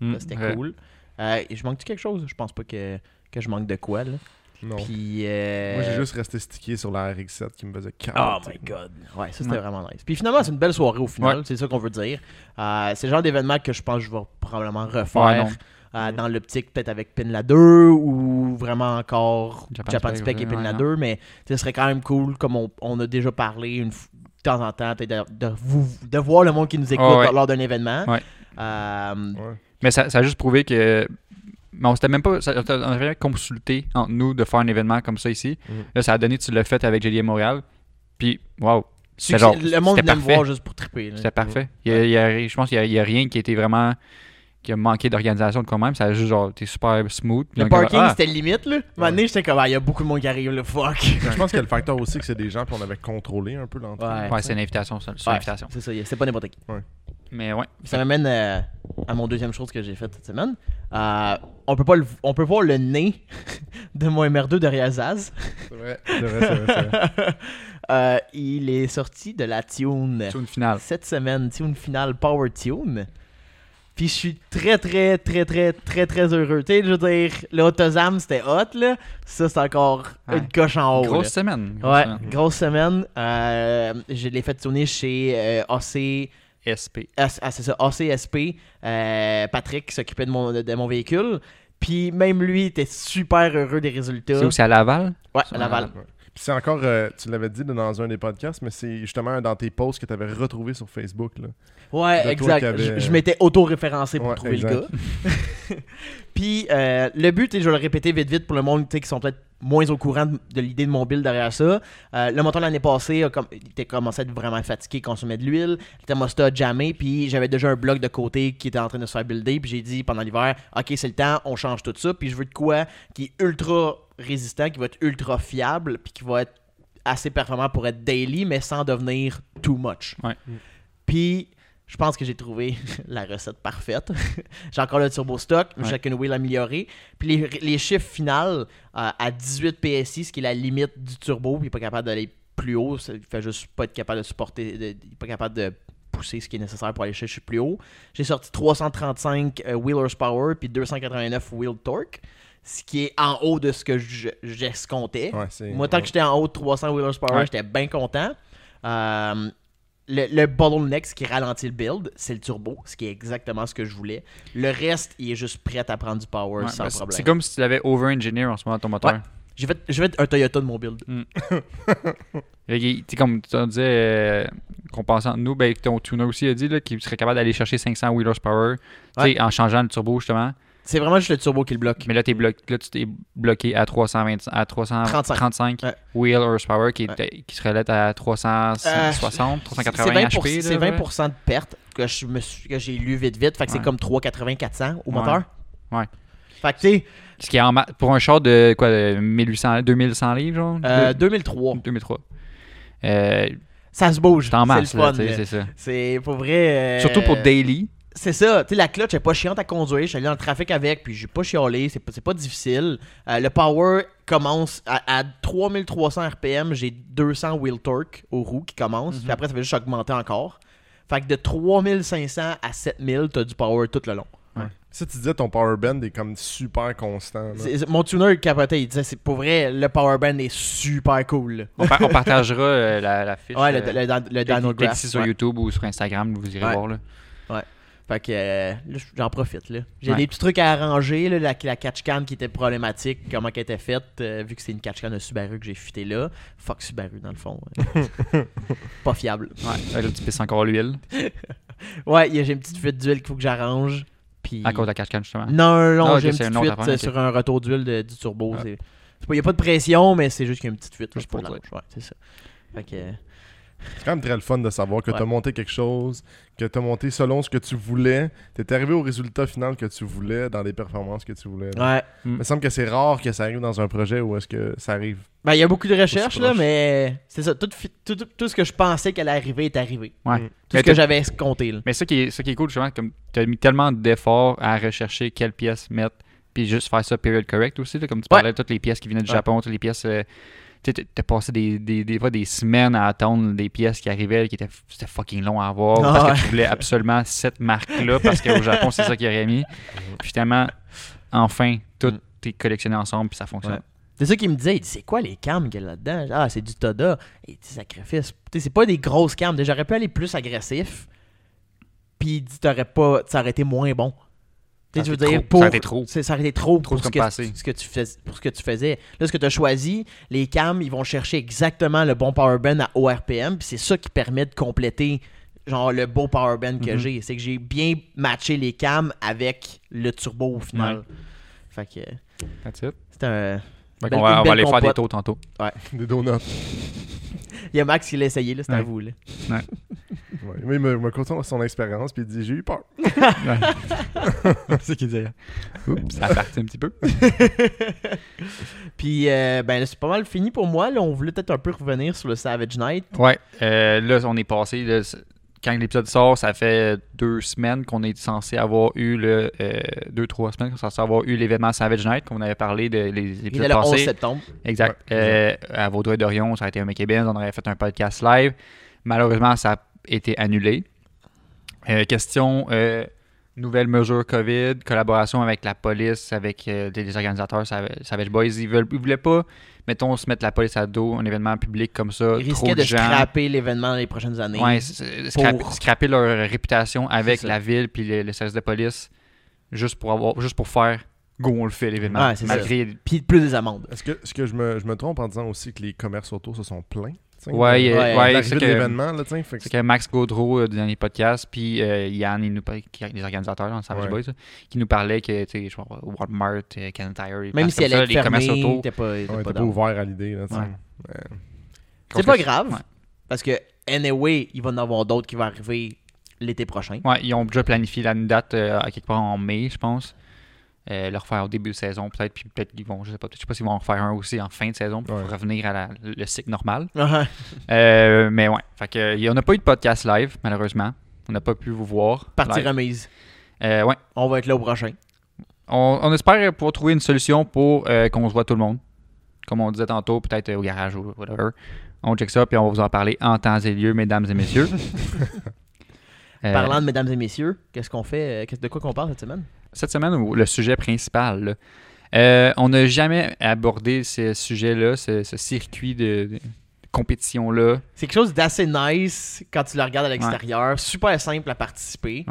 S1: Mm,
S2: ça, c'était
S1: ouais.
S2: cool. Euh, et je manque-tu quelque chose? Je pense pas que, que je manque de quoi, là.
S3: Non.
S2: Puis... euh,
S3: Moi, j'ai juste resté stické sur la RX7 qui me faisait
S2: Oh
S3: capoter.
S2: my god. Ouais, ça c'était
S1: Ouais.
S2: vraiment nice. Puis finalement, c'est une belle soirée au final,
S1: Ouais.
S2: c'est ça qu'on veut dire. Euh, c'est le genre d'événement que je pense que je vais probablement
S1: Ouais,
S2: refaire
S1: non.
S2: euh,
S1: Mhm.
S2: dans l'optique peut-être avec Pinla 2 ou vraiment encore
S1: Japan
S2: Japan,
S1: Spec,
S2: Spec et
S1: ouais,
S2: Pinla
S1: non.
S2: 2, mais tu sais, ce serait quand même cool, comme on, on a déjà parlé une f- de temps en temps, peut-être de, de vous, de voir le monde qui nous écoute
S1: Ah ouais.
S2: lors d'un événement.
S1: Ouais.
S2: Euh,
S3: Ouais.
S1: Mais ça, ça a juste prouvé que. Mais on s'était même pas. ça- on avait jamais consulté entre nous de faire un événement comme ça ici.
S2: Mm.
S3: Mhm.
S1: Là, ça a donné, tu l'as fait avec JDM Montréal. Puis, waouh,
S2: succès-
S1: genre-
S2: le monde
S1: c'était
S2: venait me
S1: parfait.
S2: voir juste pour triper. là.
S1: c'était parfait. Il y a- il y a- je pense qu'il n'y a, rien qui était vraiment. qui a manqué d'organisation de quand même. Ça a juste genre. T'es super smooth.
S2: Le
S1: Donc,
S2: parking,
S1: ah,
S2: c'était limite, là. Un moment donné, j'étais comme, Ah, il y a beaucoup de monde qui arrive, le fuck.
S3: Je pense que le facteur aussi, que c'est des gens, puis on avait contrôlé un peu l'entrée.
S2: Ouais.
S1: ah, Ouais, c'est une invitation. C'est c'est une
S2: Ouais,
S1: invitation.
S2: C'est ça, c'est pas n'importe qui.
S1: Mais ouais.
S2: Ça m'amène euh, à mon deuxième chose que j'ai faite cette semaine. Euh, on, peut pas le- on peut voir le nez *laughs* de mon MR2 derrière Zaz.
S3: C'est vrai, c'est vrai, c'est vrai. c'est vrai.
S2: *laughs* Euh, il est sorti de la tune
S1: C'est une finale.
S2: cette semaine, tune finale Power Tune. Puis je suis très, très, très, très, très, très heureux. Tu sais, je veux dire, l'autosam, c'était hot, là. Ça, c'est encore
S1: Ouais.
S2: une coche en haut.
S1: Grosse
S2: là.
S1: semaine. grosse
S2: Ouais,
S1: semaine.
S2: grosse semaine. Euh, je l'ai fait tourner chez euh, AC
S1: SP.
S2: ah, c'est ah, c'est ça, ACSP, euh, Patrick qui s'occupait de mon, de, de mon véhicule. Puis même lui était super heureux des résultats.
S1: C'est où C'est à Laval
S2: Ouais,
S1: C'est
S2: à Laval.
S1: à
S3: Puis c'est encore, euh, tu l'avais dit dans un des podcasts, mais c'est justement dans tes posts que tu avais retrouvé sur Facebook. Là.
S2: Ouais,
S3: De toi
S2: exact.
S3: qui avait-
S2: Je, je m'étais auto-référencé pour
S3: Ouais,
S2: trouver le
S3: exact.
S2: gars. *laughs* Puis euh, le but, et je vais le répéter vite vite pour le monde tu sais, qui sont peut-être moins au courant de, de l'idée de mon build derrière ça. Euh, le moteur l'année passée, a com- il était commencé à être vraiment fatigué, consommait de l'huile. Le thermostat a jammé, puis j'avais déjà un bloc de côté qui était en train de se faire builder. Puis j'ai dit pendant l'hiver, OK, c'est le temps, on change tout ça. Puis je veux de quoi qui est ultra résistant, qui va être ultra fiable, puis qui va être assez performant pour être daily, mais sans devenir too much.
S1: Ouais.
S3: Mm.
S2: Puis, je pense que j'ai trouvé *laughs* la recette parfaite. *laughs* j'ai encore le turbo stock,
S1: Ouais.
S2: chacune wheel améliorée. Puis les, les chiffres finales euh, à 18 PSI, ce qui est la limite du turbo, puis il est pas capable d'aller plus haut, ça, il fait juste pas être capable de supporter, de- il est pas capable de pousser ce qui est nécessaire pour aller chercher plus haut. J'ai sorti 335 euh, wheel horsepower puis 289 wheel torque, ce qui est en haut de ce que je- j'escomptais.
S3: Ouais, c'est-
S2: Moi, tant que j'étais en haut de 300 wheelers per hour,
S1: Ouais.
S2: j'étais bien content. Euh, le, le bottleneck, ce qui ralentit le build, c'est le turbo, ce qui est exactement ce que je voulais. Le reste, il est juste prêt à prendre du power
S1: Ouais,
S2: sans
S1: ben, c'est-
S2: problème.
S1: c'est comme si tu l'avais over-engineer en ce moment, ton moteur.
S2: Ouais. J'ai fait, j'ai fait un Toyota de mon build.
S1: Fait que, tu sais, comme tu en disais, euh, qu'on pensait entre nous, ben, ton tuner aussi a dit là, qu'il serait capable d'aller chercher 500 wheelers power
S2: Ouais.
S1: en changeant le turbo justement.
S2: C'est vraiment juste le turbo qui le bloque.
S1: Mais là, t'es bloqué, là tu t'es bloqué à 320, à 335
S2: Ouais.
S1: wheel horsepower qui,
S2: Ouais. Euh,
S1: était- qui se relève à 360,
S2: C'est
S1: 380
S2: pour-
S1: HP.
S2: C'est
S1: là,
S2: 20 de perte que je me suis- que j'ai lu vite vite. Fait que
S1: Ouais.
S2: c'est comme 380-400 au
S1: Ouais.
S2: moteur.
S1: Ouais.
S2: Fait que tu sais,
S1: Ce qui est en ma- pour un char de quoi, de 1800, 2100 livres, genre
S2: euh,
S1: Deux-
S2: 2003,
S1: 2003. Euh,
S2: ça se bouge.
S1: T'en masse,
S2: C'est le
S1: là,
S2: fun.
S1: tu sais,
S2: là.
S1: c'est ça.
S2: C'est pour vrai. euh,
S1: Surtout pour daily.
S2: C'est ça, tu sais, la clutch est pas chiante à conduire. Je suis allé dans le trafic avec, puis j'ai pas chialé, c'est pas, c'est pas difficile. Euh, le power commence à, à 3300 RPM, j'ai 200 wheel torque aux roues qui commencent, puis après ça fait juste augmenter encore. Fait que de 3500 à 7000, t'as du power tout le long.
S3: Ça, tu disais ton power band est comme super constant. là.
S2: C'est- c'est- mon tuner il capotait, il disait, c'est pour vrai, le power band est super cool.
S1: On, par- on
S2: *laughs*
S1: partagera euh, la, la fiche.
S2: Ouais, le,
S1: euh,
S2: le, le, dan- le
S1: Peut-être
S2: Dano Graph,
S1: ici sur
S2: ouais.
S1: YouTube ou sur Instagram, vous irez
S2: Ouais.
S1: voir. Là.
S2: Fait que euh, là, j'en profite. là. J'ai
S1: Ouais.
S2: des petits trucs à arranger. Là, la, la catch can qui était problématique, comment qu'elle était faite, euh, vu que c'est une catch can de Subaru que j'ai fité là. Fuck Subaru, dans le fond.
S1: *laughs*
S2: ouais. Pas fiable.
S1: Ouais, Euh, là, tu pisses encore l'huile
S2: Ouais, il y a- j'ai une petite fuite d'huile qu'il faut que j'arrange. Puis...
S1: à cause de la catch justement.
S2: Non, non,
S1: Ah, ok,
S2: j'ai une
S1: c'est
S2: petite
S1: une autre
S2: fuite
S1: affaire,
S2: euh,
S1: ok.
S2: sur un retour d'huile de- du turbo.
S1: Ah.
S2: c'est- c'est pas- Il n'y a pas de pression, mais c'est juste qu'il y a une petite fuite. là,
S1: Juste
S2: je peux
S1: pour
S2: l'arranger. Ouais, c'est ça. Fait que, euh,
S3: C'est quand même très le fun de savoir que
S2: Ouais.
S3: tu as monté quelque chose, que tu as monté selon ce que tu voulais, tu es arrivé au résultat final que tu voulais dans les performances que tu voulais. là.
S2: ouais.
S3: Il me semble que c'est rare que ça arrive dans un projet où est-ce que ça arrive. *laughs*
S2: Ben, il y a beaucoup de recherches,
S3: Aussi
S2: là,
S3: proche.
S2: mais c'est ça. Tout, fi- tout, tout- tout ce que je pensais qu'elle allait arriver est arrivé.
S1: Ouais.
S2: Tout
S3: Mm.
S1: Mais
S2: ce que
S1: t'as-
S2: j'avais compté, là.
S1: Mais ça qui est, ça qui est cool, justement, comme tu as mis tellement d'efforts à rechercher quelles pièces mettre, puis juste faire ça period correct aussi, là, comme tu
S2: Ouais.
S1: parlais, toutes les pièces qui venaient du
S2: Ouais.
S1: Japon, toutes les pièces. euh, tu sais, t'as passé des, des, des fois des semaines à attendre des pièces qui arrivaient, qui étaient c'était fucking long à avoir,
S2: Ah
S1: parce que
S2: ouais.
S1: tu voulais
S2: *laughs*
S1: absolument cette marque-là, parce qu'au Japon, c'est ça qu'ils auraient mis. Puis finalement, enfin, tout
S2: Mm.
S1: est collectionné ensemble, puis ça fonctionne.
S2: Ouais. C'est ça qu'il me disait. Il dit C'est quoi les cams qu'il y a là-dedans Ah, c'est du Toda. Et petit sacrifice. Tu sais, c'est pas des grosses cams. J'aurais pu aller plus agressif. Puis il dit T'aurais pas. Ça aurait été moins bon. Tu sais,
S1: Ça
S2: je veux
S1: aurait été trop-
S2: dire, pour.
S1: ça aurait été trop.
S2: c'est- Ça aurait été trop,
S1: Trop
S2: pour, ce
S1: comme
S2: que,
S1: passé.
S2: ce que tu fais- pour ce que tu faisais. Là, ce que tu as choisi, les cams, ils vont chercher exactement le bon power band à ORPM. Puis c'est ça qui permet de compléter. Genre le beau power band que
S1: Mhm.
S2: j'ai, c'est que j'ai bien matché les cams avec le turbo au final. Fait que
S1: That's it.
S2: c'est un,
S1: Fait
S2: Belle-
S1: qu'on va,
S2: une
S1: on va
S2: belle
S1: aller faire des
S2: compote.
S1: taux tantôt.
S3: Des donuts.
S2: Il y a Max qui l'a essayé, là, c'est à
S1: Ouais.
S2: vous. Là.
S3: Ouais. Mais il me, me conte son expérience puis il dit J'ai eu peur.
S1: *laughs* c'est ce qu'il disait. Oups, ça partit un petit peu.
S2: *laughs* Puis, euh, ben, là, c'est pas mal fini pour moi. Là, on voulait peut-être un peu revenir sur le Savage Night.
S1: Ouais, euh, là, on est passé. là, c- quand l'épisode sort, ça fait euh, deux semaines qu'on est censé avoir eu le. euh, deux, trois semaines qu'on est censé avoir eu l'événement Savage Night, qu'on avait parlé de les
S2: Il est
S1: épisodes
S2: le 11
S1: passés.
S2: septembre.
S1: Exact.
S3: Ouais,
S1: Euh, à Vaudreuil d'Orion, ça a été un McKebben's, on aurait fait un podcast live. Malheureusement, ça a été annulé. Euh, question euh, nouvelles mesures COVID, collaboration avec la police, avec euh, des les organisateurs Sav- Savage Boys. Ils, veulent, ils voulaient pas, mettons, se mettre la police à dos, un événement public comme ça.
S2: Il
S1: trop
S2: risquait de
S1: gens.
S2: scraper l'événement dans les prochaines années.
S1: Ouais, c'est- c'est- scrap-
S2: pour-
S1: scraper leur réputation avec
S2: C'est ça.
S1: la ville puis le, le service de police juste pour avoir juste pour faire go, on le fait l'événement.
S2: Ouais, c'est ça.
S1: malgré.
S2: Puis plus des amendes.
S3: Est-ce que, est-ce que je, me, je me trompe en disant aussi que les commerces auto se sont plaints? tu sais,
S1: Ouais,
S3: de-
S1: euh,
S2: Ouais,
S1: ouais,
S3: l'arrivée
S1: c'est
S3: de
S1: que-
S3: l'événement, là, tu sais, fait que-
S1: C'est que Max Gaudreau euh, du dernier podcast, puis euh, Yann, il nous par- qui- les organisateurs, là, on s'en va
S3: Ouais.
S1: du boys, là, qui nous parlaient que, tu sais, je sais pas, Walmart, euh, Canadian Tire, ils
S2: Même
S1: passent
S2: si
S1: comme
S2: elle
S1: ça,
S2: est
S1: les commerces
S2: fermée,
S1: auto.
S2: t'es pas, t'es
S3: Ouais,
S2: pas
S3: t'es pas
S2: down.
S3: ouvert à l'idée. là, tu sais.
S1: Ouais.
S3: Ouais.
S2: C'est pas grave,
S1: Ouais.
S2: parce que, anyway, il va en avoir d'autres qui vont arriver l'été prochain.
S1: Ouais, ils ont déjà planifié la date euh, à quelque part en mai, je pense. Euh, le refaire au début de saison, peut-être, puis peut-être qu'ils vont, je sais pas, je sais pas s'ils vont en refaire un aussi en fin de saison pour
S3: Ouais.
S1: revenir à la- le cycle normal.
S2: Ah,
S1: Euh, mais ouais, fait que, euh, on n'a pas eu de podcast live, malheureusement. On n'a pas pu vous voir.
S2: Partie
S1: live.
S2: remise.
S1: Euh, ouais.
S2: On va être là au prochain.
S1: On, on espère pouvoir trouver une solution pour euh, qu'on se voit tout le monde. Comme on disait tantôt, peut-être euh, au garage ou whatever. On check ça, puis on va vous en parler en temps et lieu, mesdames et messieurs. Euh,
S2: Parlant de mesdames et messieurs, qu'est-ce qu'on fait euh, qu'est-ce- De quoi qu'on parle cette semaine
S1: cette semaine, ou le sujet principal, là, euh, on n'a jamais abordé ce sujet-là, ce, ce circuit de, de compétition-là.
S2: C'est quelque chose d'assez nice quand tu le regardes à l'extérieur. Super simple à participer.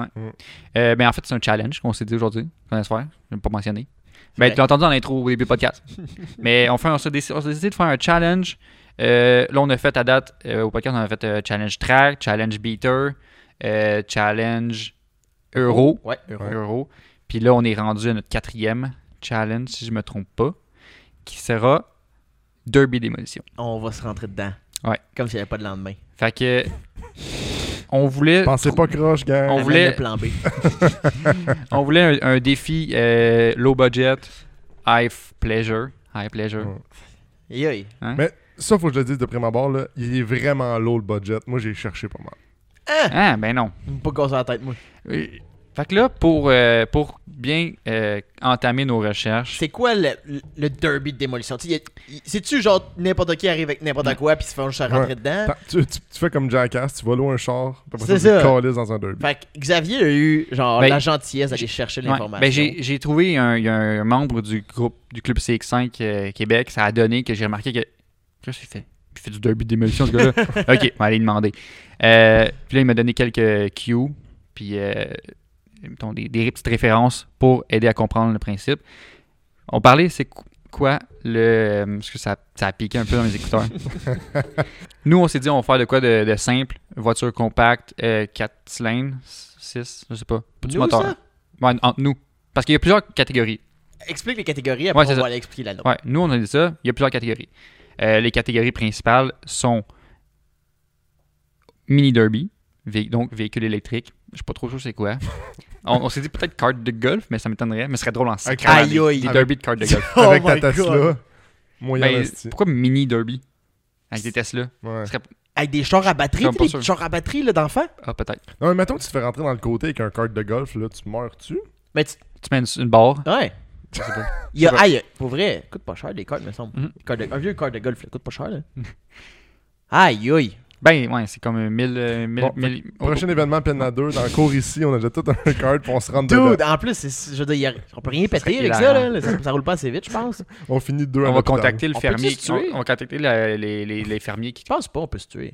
S1: Euh, ben, en fait, c'est un challenge qu'on s'est dit aujourd'hui, qu'on allait se faire. Je ne pas mentionner.
S2: C'est
S1: Ben,
S2: vrai.
S1: tu l'as entendu dans l'intro au début du podcast.
S2: *laughs*
S1: Mais on, fait, on s'est décidé, on s'est décidé de faire un challenge. Euh, là, on a fait à date, euh, au podcast, on a fait euh, challenge track, challenge beater, euh, challenge euro.
S2: Ouais.
S1: Euro. Puis là, on est rendu à notre quatrième challenge, si je me trompe pas, qui sera Derby Démolition.
S2: On va se rentrer dedans.
S1: Ouais.
S2: Comme s'il n'y avait pas de lendemain.
S1: Fait que. On voulait,
S3: Pensez pas croche, gang.
S1: On
S2: Amène
S1: voulait- *laughs*
S2: le plan B.
S1: on voulait un, un défi euh, low budget, high f- pleasure. High pleasure.
S3: Ouais.
S2: Aïe, aïe.
S3: Ça, faut que je le dise de prime abord, là, il est vraiment low le budget. Moi, j'ai cherché pas mal.
S1: Ah, ben non.
S2: Pas de casser la tête, moi.
S1: Euh, Fait que là, pour, euh, pour bien euh, entamer nos recherches,
S2: C'est quoi le, le derby de démolition Tu sais, y a- y- C'est-tu genre n'importe qui arrive avec n'importe quoi puis se fait juste rentrer
S3: Ouais.
S2: dedans
S3: T'as- Tu, tu- tu fais comme Jackass, tu vas louer un char, puis après
S2: Euh, C'est
S3: ça, tu
S2: ça.
S3: te calisses dans un derby.
S2: Fait que Xavier a eu genre
S1: Ben,
S2: la gentillesse d'aller chercher
S1: Ouais,
S2: l'information.
S1: ben j'ai j'ai trouvé un, il y a un membre du groupe du club CX5 euh, Québec. Ça a donné que j'ai remarqué que. Qu'est-ce qu'il fait Il fait du derby de démolition, ce gars-là.
S2: *laughs*
S1: ok, on va aller lui demander. Euh, puis là, il m'a donné quelques cues, puis euh, mettons, des, des petites références pour aider à comprendre le principe. On parlait, c'est qu- quoi le. euh, Parce que ça, ça a piqué un peu dans mes
S2: *laughs*
S1: écouteurs. Nous, on s'est dit, on va faire de quoi de, de simple voiture compacte, 4 cylindres, 6, je sais pas. Petit
S2: Nous,
S1: moteur.
S2: ça?
S1: Ouais, entre nous. Parce qu'il y a plusieurs catégories.
S2: Explique les catégories, après
S1: Ouais, c'est
S2: on va
S1: ça.
S2: aller expliquer la nôtre.
S1: Ouais, nous, on a dit ça. Il y a plusieurs catégories. Euh, les catégories principales sont mini derby, vé- donc véhicule électrique. Je sais pas trop sûr c'est quoi. on on s'est dit peut-être carte de golf, mais ça m'étonnerait. Mais ce serait drôle en sacre.
S2: Aïe,
S1: Des-
S2: aïe.
S1: Des derbies de carte de
S3: *laughs*
S1: golf.
S2: Oh
S3: Avec ta
S2: my
S3: Tesla,
S2: God.
S3: moyen
S1: Ben,
S3: investi.
S1: pourquoi mini derby Avec des Tesla
S3: Ouais.
S2: Avec des chars à batterie,
S1: Comme
S2: tu
S1: pas
S2: sais,
S1: sûr.
S2: des chars à batterie là, d'enfant.
S1: Ah, peut-être.
S3: Non, mais mettons que tu te fais rentrer dans le côté avec un kart de golf, là, tu meurs-tu?
S2: Mais tu...
S1: Tu mets une, une barre.
S2: Ouais. Il y a, aïe, pour vrai, coûte pas cher des cartes, me semble.
S1: Mhm.
S2: Des cartes de- un vieux carte de golf, là, coûte pas cher, là. aïe, aïe.
S1: Ben, ouais, c'est comme 1000. euh, 1000
S3: Bon,
S1: 1000
S2: Oh.
S3: Prochain événement, Penna 2, dans le cours ici, on a déjà tout un *laughs* kart, puis on se rentre dedans.
S2: Dude, en plus, c'est- je veux dire, il y a- on peut rien péter avec ça,
S1: hilarant.
S2: là, là, ça, ça roule pas assez vite, je pense. Je
S3: On finit deux à
S1: On va
S3: l'hôpital.
S1: contacter le
S2: On peut-tu
S1: fermier.
S2: se
S1: qui- On,
S2: tuer?
S1: on va contacter la- les, les- les fermiers qui. Ah,
S2: pense pas, on peut se tuer.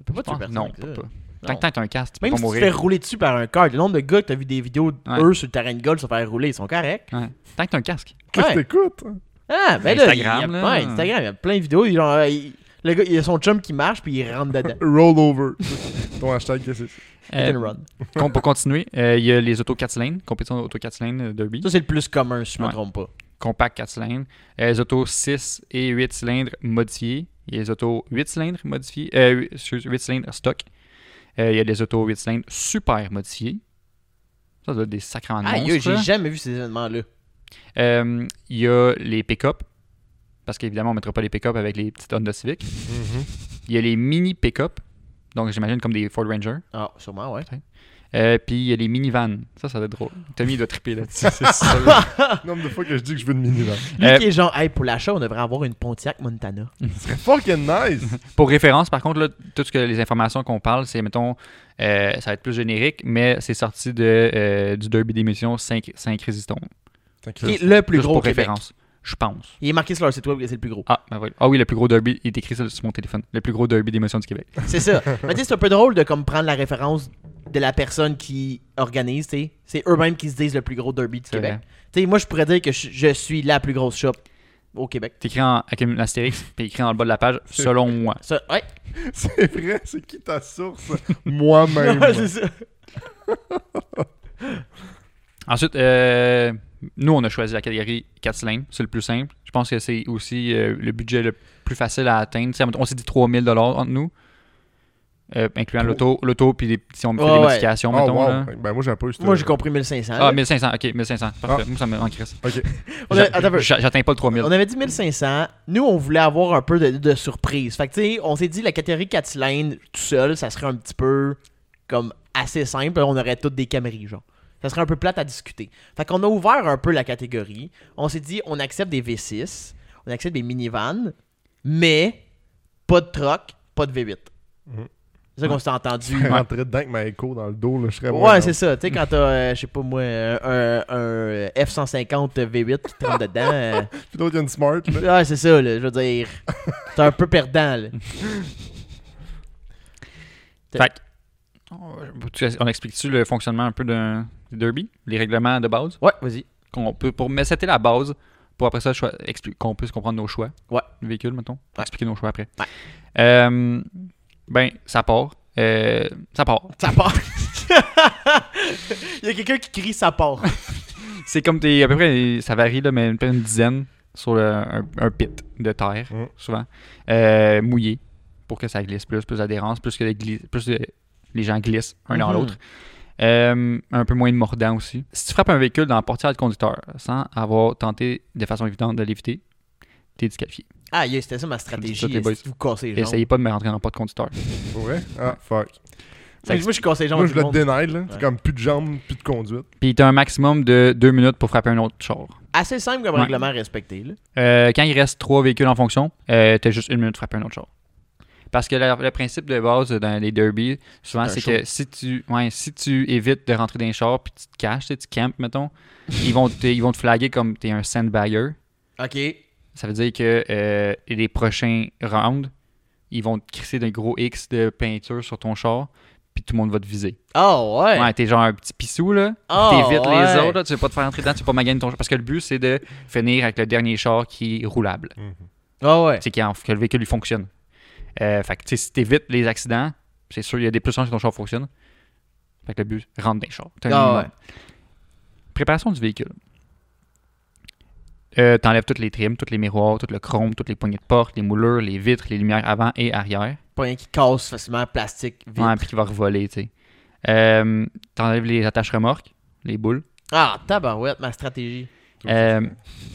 S2: On peut pas tuer personne.
S1: non,
S2: avec ça.
S1: on peut pas.
S2: Non.
S1: Tant que t'as un casque, tu peux
S2: Même
S1: pas
S2: si tu te
S1: mourir.
S2: fais rouler dessus par un cart, le nombre de gars que t'as vu des vidéos
S1: Ouais.
S2: d'eux sur le terrain de golf se faire rouler, ils sont corrects.
S1: Ouais. Tant que t'as un casque.
S3: Qu'est-ce que
S2: Ouais.
S3: t'écoutes?
S2: Ah, ben là, il y a-
S1: Instagram, là.
S2: ouais, Instagram, il y a plein de vidéos. il- genre, il- le gars, il y a son chum qui marche, puis il rentre dedans.
S3: Roll over. Ton hashtag, qu'est-ce que c'est?
S1: Euh,
S2: *laughs* Hit
S1: *laughs*
S2: and run.
S1: con- pour continuer, euh, il y a les autos 4 cylindres, compétition d'auto 4 cylindres euh, derby,
S2: Ça, c'est le plus commun, si je me
S1: Ouais.
S2: trompe pas.
S1: compact 4 cylindres, Euh, les autos 6 et 8 cylindres modifiés, il y a les autos 8 cylindres modifiés, euh, huit- excuse, 8 cylindres stock, Euh, il y a les autos 8 cylindres super modifiés. Ça, ça doit être des sacrements de
S2: Ah, yo,
S1: monstres,
S2: j'ai
S1: là.
S2: jamais vu ces événements-là.
S1: Euh, Il y a les pick-up, parce qu'évidemment, on ne mettra pas les pick-up avec les petites Honda Civic. Il y a les mini pick-up, donc j'imagine comme des Ford Ranger.
S2: Ah, sûrement, ouais.
S1: Euh, Puis il y a les minivans. Ça, ça doit être drôle. Tommy, il doit triper là-dessus.
S2: *laughs* Ah,
S3: Nombre de fois que je dis que je veux une minivan.
S2: Lui
S1: Euh,
S2: qui est genre, hey, pour l'achat, on devrait avoir une Pontiac Montana.
S3: C'est
S1: *laughs*
S3: fucking nice!
S1: Pour référence, par contre, là, toutes les informations qu'on parle, c'est, mettons, euh, ça va être plus générique, mais c'est sorti de, euh, du derby d'émission 5, 5 résistons.
S3: T'inquiète.
S2: Qui est le plus
S1: Juste
S2: gros au
S1: pour
S2: Québec.
S1: référence, je pense.
S2: Il est marqué sur leur site web que c'est le plus gros.
S1: Ah, ben voilà. Ah oui, le plus gros derby, il est écrit sur, sur mon téléphone. Le plus gros derby d'émission du Québec.
S2: C'est ça. Mais tu sais, c'est un peu drôle de comme prendre la référence de la personne qui organise, tu sais. C'est eux-mêmes qui se disent le plus gros derby du
S1: C'est
S2: Québec.
S1: vrai.
S2: Tu sais, moi, je pourrais dire que je, je suis la plus grosse shop au Québec.
S1: T'écris en, avec une astérix, puis écrit dans le bas de la page, selon moi.
S2: Ça, ouais.
S3: C'est vrai, c'est qui ta source Moi-même.
S2: Ouais, *laughs* c'est ça.
S1: Ensuite, euh, nous, on a choisi la catégorie 4 cylindres. C'est le plus simple. Je pense que c'est aussi euh, le budget le plus facile à atteindre. Tu sais, on s'est dit 3000 entre nous, euh, incluant
S3: Pour-
S1: l'auto, l'auto, puis des- si on fait
S2: Ouais,
S1: des
S2: Ah ouais.
S1: modifications,
S3: Oh,
S1: mettons.
S3: wow.
S1: là.
S3: Ben, moi, j'ai pas eu cette-
S2: Moi, j'ai compris 1500.
S1: Ah,
S2: là.
S1: 1500, ok, 1500, parfait. Moi, ça me en crise.
S3: Ok.
S2: Ah. On a- attends un peu.
S1: J'a- J'atteins pas le 3000.
S2: On avait dit 1500. Nous, on voulait avoir un peu de, de surprise. Fait que, tu sais, on s'est dit la catégorie 4 cylindres, tout seul, ça serait un petit peu comme assez simple. On aurait toutes des Camry, genre. Ça serait un peu plate à discuter. Fait qu'on a ouvert un peu la catégorie. On s'est dit, on accepte des V6, on accepte des minivans, mais pas de troc, pas de V8.
S3: Mhm.
S2: C'est ça qu'on s'est entendu.
S3: *laughs* Je rentrais dedans avec ma écho dans le dos, là, je serais
S2: Ouais,
S3: moins-
S2: c'est ça. Tu sais, quand t'as, euh, je sais pas moi, un, un F-150 V8 qui te rentre dedans. euh,
S3: Puis d'autres, il y a une smart, là.
S2: Ouais, c'est ça, là, je veux dire. T'es un peu perdant, là.
S1: Fait que, on- Oh, tu- on explique-tu le fonctionnement un peu d'un du derby, les règlements de base
S2: Ouais, vas-y.
S1: qu'on peut pour mais c'était la base pour après ça choi- expli- qu'on puisse comprendre nos choix
S2: Ouais.
S1: de véhicule mettons
S2: Ouais.
S1: expliquer nos choix après
S2: Ouais.
S1: Euh, ben ça part Euh, ça part
S2: Ça part. *laughs* Il y a quelqu'un qui crie ça part.
S1: c'est comme t'es à peu près ça varie là mais à peu près une dizaine sur le- un, un pit de terre
S3: Mm.
S1: souvent Euh, mouillé pour que ça glisse plus plus d'adhérence plus que les, gli- plus de- les gens glissent un dans
S2: Mhm.
S1: l'autre Euh, un peu moins de mordant aussi. Si tu frappes un véhicule dans la portière de conducteur sans avoir tenté de façon évidente de l'éviter, t'es disqualifié.
S2: Ah, yeah, c'était ça ma stratégie.
S1: Je dis ça, tes boys.
S2: est-ce que Vous cassez les
S1: Et
S2: jambes.
S1: Essayez pas de me rentrer dans le pas de conducteur.
S2: *laughs*
S3: Pour vrai? Ah, fuck.
S2: Moi, je- moi, je casse les jambes.
S3: Moi,
S2: à
S3: je
S2: tout le
S3: le
S2: monde.
S3: deny, là. C'est
S2: Ouais.
S3: comme plus de jambes, plus de conduite.
S1: Puis t'as un maximum de deux minutes pour frapper un autre char.
S2: Assez simple comme
S1: Ouais.
S2: règlement respecté, là.
S1: Euh, quand il reste trois véhicules en fonction, euh, t'as juste une minute pour frapper un autre char. Parce que la- le principe de base dans les derbies, souvent,
S2: C'est un
S1: c'est que si tu, ouais, si tu évites de rentrer dans les chars puis tu te caches, tu sais, tu campes, mettons, ils vont te, ils vont te flaguer comme t'es un sandbagger.
S2: Ok.
S1: Ça veut dire que euh, les prochains rounds, ils vont te crisser d'un gros X de peinture sur ton char, puis tout le monde va te viser.
S2: Oh, ouais.
S1: Ouais, t'es genre un petit pissou, là.
S2: Ah,
S1: T'évites
S2: ouais.
S1: les autres, là. tu veux pas te faire entrer dedans, tu veux pas maganer ton char. Parce que le but, c'est de finir avec le dernier char qui est roulable.
S2: Ah, ouais.
S1: C'est qu'il y a- que le véhicule il fonctionne. Euh, fait que, tu sais, si t'évites les accidents, c'est sûr, il y a des plus de chances que ton char fonctionne. Fait que le but, rentre dans les chars. T'as un
S2: Ah,
S1: minimum. Préparation du véhicule. Euh, T'enlèves toutes les trims, tous les miroirs, tout le chrome, toutes les poignées de porte, les moulures, les vitres, les lumières avant et arrière.
S2: Pas rien qui casse facilement, plastique, vite.
S1: Ouais, puis qui va revoler, tu sais. Euh, T'enlèves les attaches remorques, les boules.
S2: Ah, tabarouette, ma stratégie.
S1: Euh,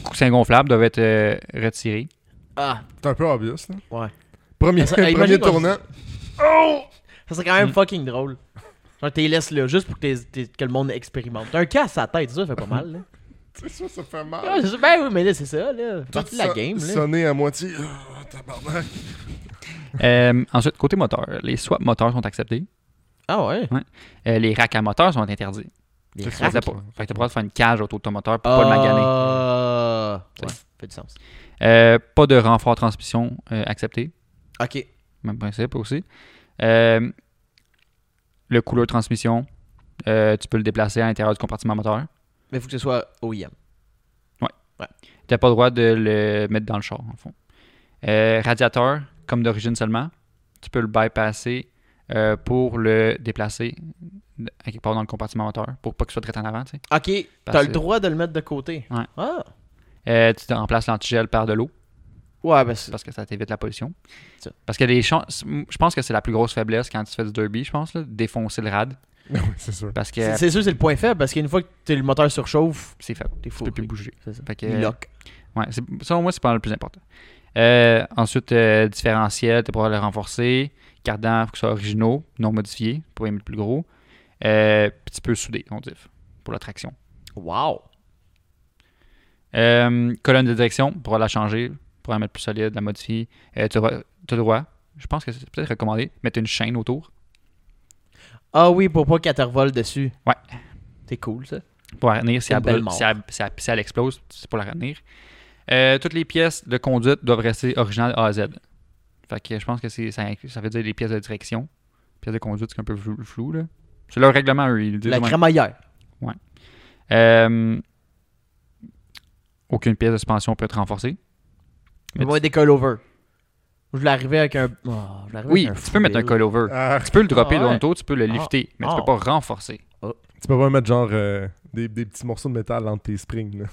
S1: coussins gonflables doivent être euh, retirés.
S2: Ah,
S3: C'est un peu obvious, là.
S2: ouais.
S3: Premier,
S2: Mais Ah, ça- hey,
S3: premier
S2: imagine qu'on-
S3: tournant.
S2: Ça serait quand même
S1: Mm.
S2: fucking drôle. Genre, t'es laisse là, juste pour que, t'es- t'es- que le monde expérimente. T'as un cas à sa tête, ça fait pas mal, là.
S3: Tu sais, ça, ça fait
S2: Ah,
S3: mal.
S2: c'est ça. ben oui, mais là, c'est ça, là. C'est partie de la
S3: son-
S2: game, là.
S3: Sonner à moitié. Ah, tabarnak. *laughs*
S1: Euh, ensuite, côté moteur, les swaps moteurs sont acceptés.
S2: Ah ouais?
S1: Euh, les racks à moteur sont interdits.
S2: Les
S1: Tu faisais
S2: racks.
S1: pas. Fait que t'as pas le droit de faire une cage autour de ton moteur pour pas le maganer.
S2: Ah,
S1: Tu
S2: ouais,
S1: sais.
S2: fait du sens.
S1: Euh, pas de renfort transmission euh, accepté.
S2: Ok.
S1: Même principe aussi. Euh, le couleur transmission, euh, tu peux le déplacer à l'intérieur du compartiment moteur.
S2: Mais faut que ce soit OEM.
S1: T'as pas le droit de le mettre dans le char, en fond. Euh, radiateur, comme d'origine seulement, tu peux le bypasser euh, pour le déplacer à quelque part dans le compartiment moteur pour pas qu'il soit traité en avant. tu sais.
S2: Ok, t'as
S1: Parce-
S2: le droit de le mettre de côté.
S1: Ouais.
S2: Ah.
S1: Euh, tu te remplaces l'antigel par de l'eau
S2: Ouais, ben c'est.
S1: parce que ça t'évite la pollution.
S2: Ça.
S1: Parce que les chances, je pense que c'est la plus grosse faiblesse quand tu fais du derby, je pense, là, défoncer le rad.
S3: Oui, c'est sûr.
S1: Parce que
S2: c'est- C'est sûr, c'est le point faible parce qu'une fois que t'es- le moteur surchauffe,
S1: c'est faible.
S2: t'es fou.
S1: Tu peux plus bouger.
S2: C'est ça.
S1: Fait que-
S2: Il lock.
S1: Ouais, c'est- selon moi, c'est pas le plus important. Euh, ensuite, euh, différentiel, tu pourras le renforcer. Cardant, il faut que ce soit originaux, non modifié, pour aimer le plus gros. Euh, puis tu peux souder ton diff pour la traction.
S2: Wow.
S1: Euh, colonne de direction, pour la changer, pour la mettre plus solide, la modifier. Euh, tu as le droit, je pense que c'est peut-être recommandé, mettre une chaîne autour
S2: Ah oui, pour pas qu'elle te revole dessus.
S1: Ouais.
S2: C'est cool, ça.
S1: pour la retenir si
S2: Une
S1: elle,
S2: belle
S1: brûle,
S2: mort.
S1: si elle- si elle- si elle explose, c'est pour la retenir. Euh, toutes les pièces de conduite doivent rester originales A à Z. Fait que je pense que c'est, ça, inclut- ça veut dire les pièces de direction. Pièces de conduite, c'est un peu flou, flou, là. C'est leur règlement, eux. Ils le disent
S2: La
S1: de même.
S2: crémaillère.
S1: Euh, aucune pièce de suspension peut être renforcée. Mais
S2: Moi, des over Je l'arrivais avec un. Oh, je l'arrivais
S1: Oui,
S2: avec
S1: tu peux mettre un
S2: foil.
S1: coll-over.
S3: Ah,
S1: Tu peux le dropper
S2: Ah
S1: dans
S2: ouais.
S1: le tour, tu peux le
S2: Ah.
S1: lifter, mais tu
S2: Ah.
S1: peux pas renforcer.
S3: tu peux pas mettre genre euh, des, des petits morceaux de métal entre tes springs. là.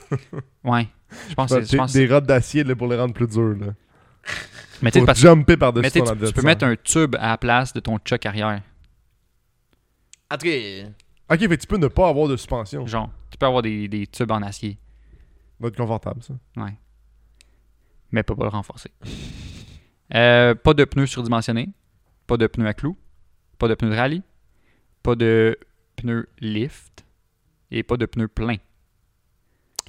S1: Ouais. Je pense que Ah, c'est- je
S3: Des-
S1: pense que
S3: des rods d'acier là, pour les rendre plus durs. Là.
S1: c'est- Mais tu sais,
S3: Pour
S1: parce-
S3: jumper par-dessus
S1: mais tu
S3: ton
S1: sais, tu- tu peux
S3: adversaire.
S1: mettre un tube à la place de ton choc arrière.
S2: En tout cas,
S3: Ok, fait que tu peux ne pas avoir de
S2: Oh.
S3: suspension.
S1: Genre, tu peux avoir des, des tubes en acier,
S3: Ça va être confortable, ça.
S1: mais tu peux pas le
S2: *laughs*
S1: renforcer. Euh, pas de pneus surdimensionnés, pas de pneus à clous, pas de pneus de rallye, pas de pneus lift et pas de pneus pleins.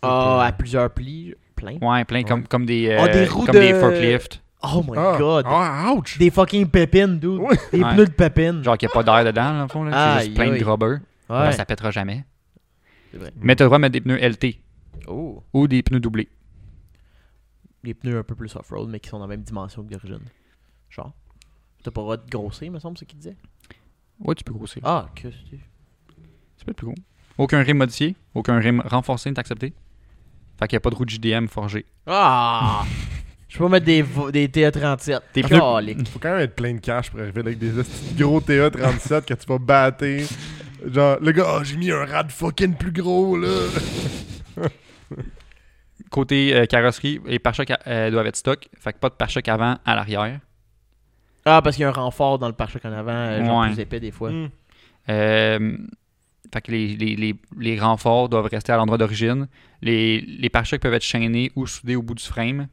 S2: ah, à plusieurs plis. Plein.
S1: Ouais, plein comme, comme des,
S2: Ah, des
S1: euh,
S2: roues
S1: comme des
S2: de-
S1: forklifts.
S2: Oh my
S3: ah,
S2: god.
S3: Ah, ouch!
S2: Des fucking pépines, dude.
S3: Oui.
S2: Des
S1: Ouais.
S2: pneus de pépines.
S1: Genre qu'il n'y a pas d'air dedans, là, en fond. là. C'est
S2: Hmm. Aïe,
S1: juste plein
S2: aïe.
S1: de rubber.
S2: ouais. Hmm.
S1: Ça pètera jamais.
S2: C'est vrai.
S1: Mais tu as le droit de mettre des pneus LT
S2: Oh.
S1: ou des pneus doublés.
S2: Des pneus un peu plus off-road, mais qui sont dans la même dimension que d'origine. Genre. T'as pas le droit de grossir, me semble, ce qu'il disait.
S1: Ouais, tu peux grossir.
S2: Ah, que c'est.
S1: Tu peux être plus gros. Aucun rime modifié, aucun rime renforcé n'est accepté. Fait qu'il n'y a pas de roue de JDM forgée. *laughs*
S2: Ah! Je peux mettre des, vo- des TA37.
S1: Des pneus-
S2: Calique.
S3: Faut quand même être plein de cash pour arriver avec des estis de gros TA37 que tu vas battre. Genre, le gars, Ah, j'ai mis un rad fucking plus gros, là.
S1: Côté euh, carrosserie, les pare-chocs euh, doivent être stock. Fait que pas de pare-choc avant à l'arrière.
S2: Ah, parce qu'il y a un renfort dans le pare-choc en avant, euh, genre
S1: Ouais. Mm.
S2: plus épais des fois.
S3: Hmm.
S1: Euh, fait que les, les, les- les renforts doivent rester à l'endroit d'origine. Les, les pare-chocs peuvent être chaînés ou soudés au bout du frame.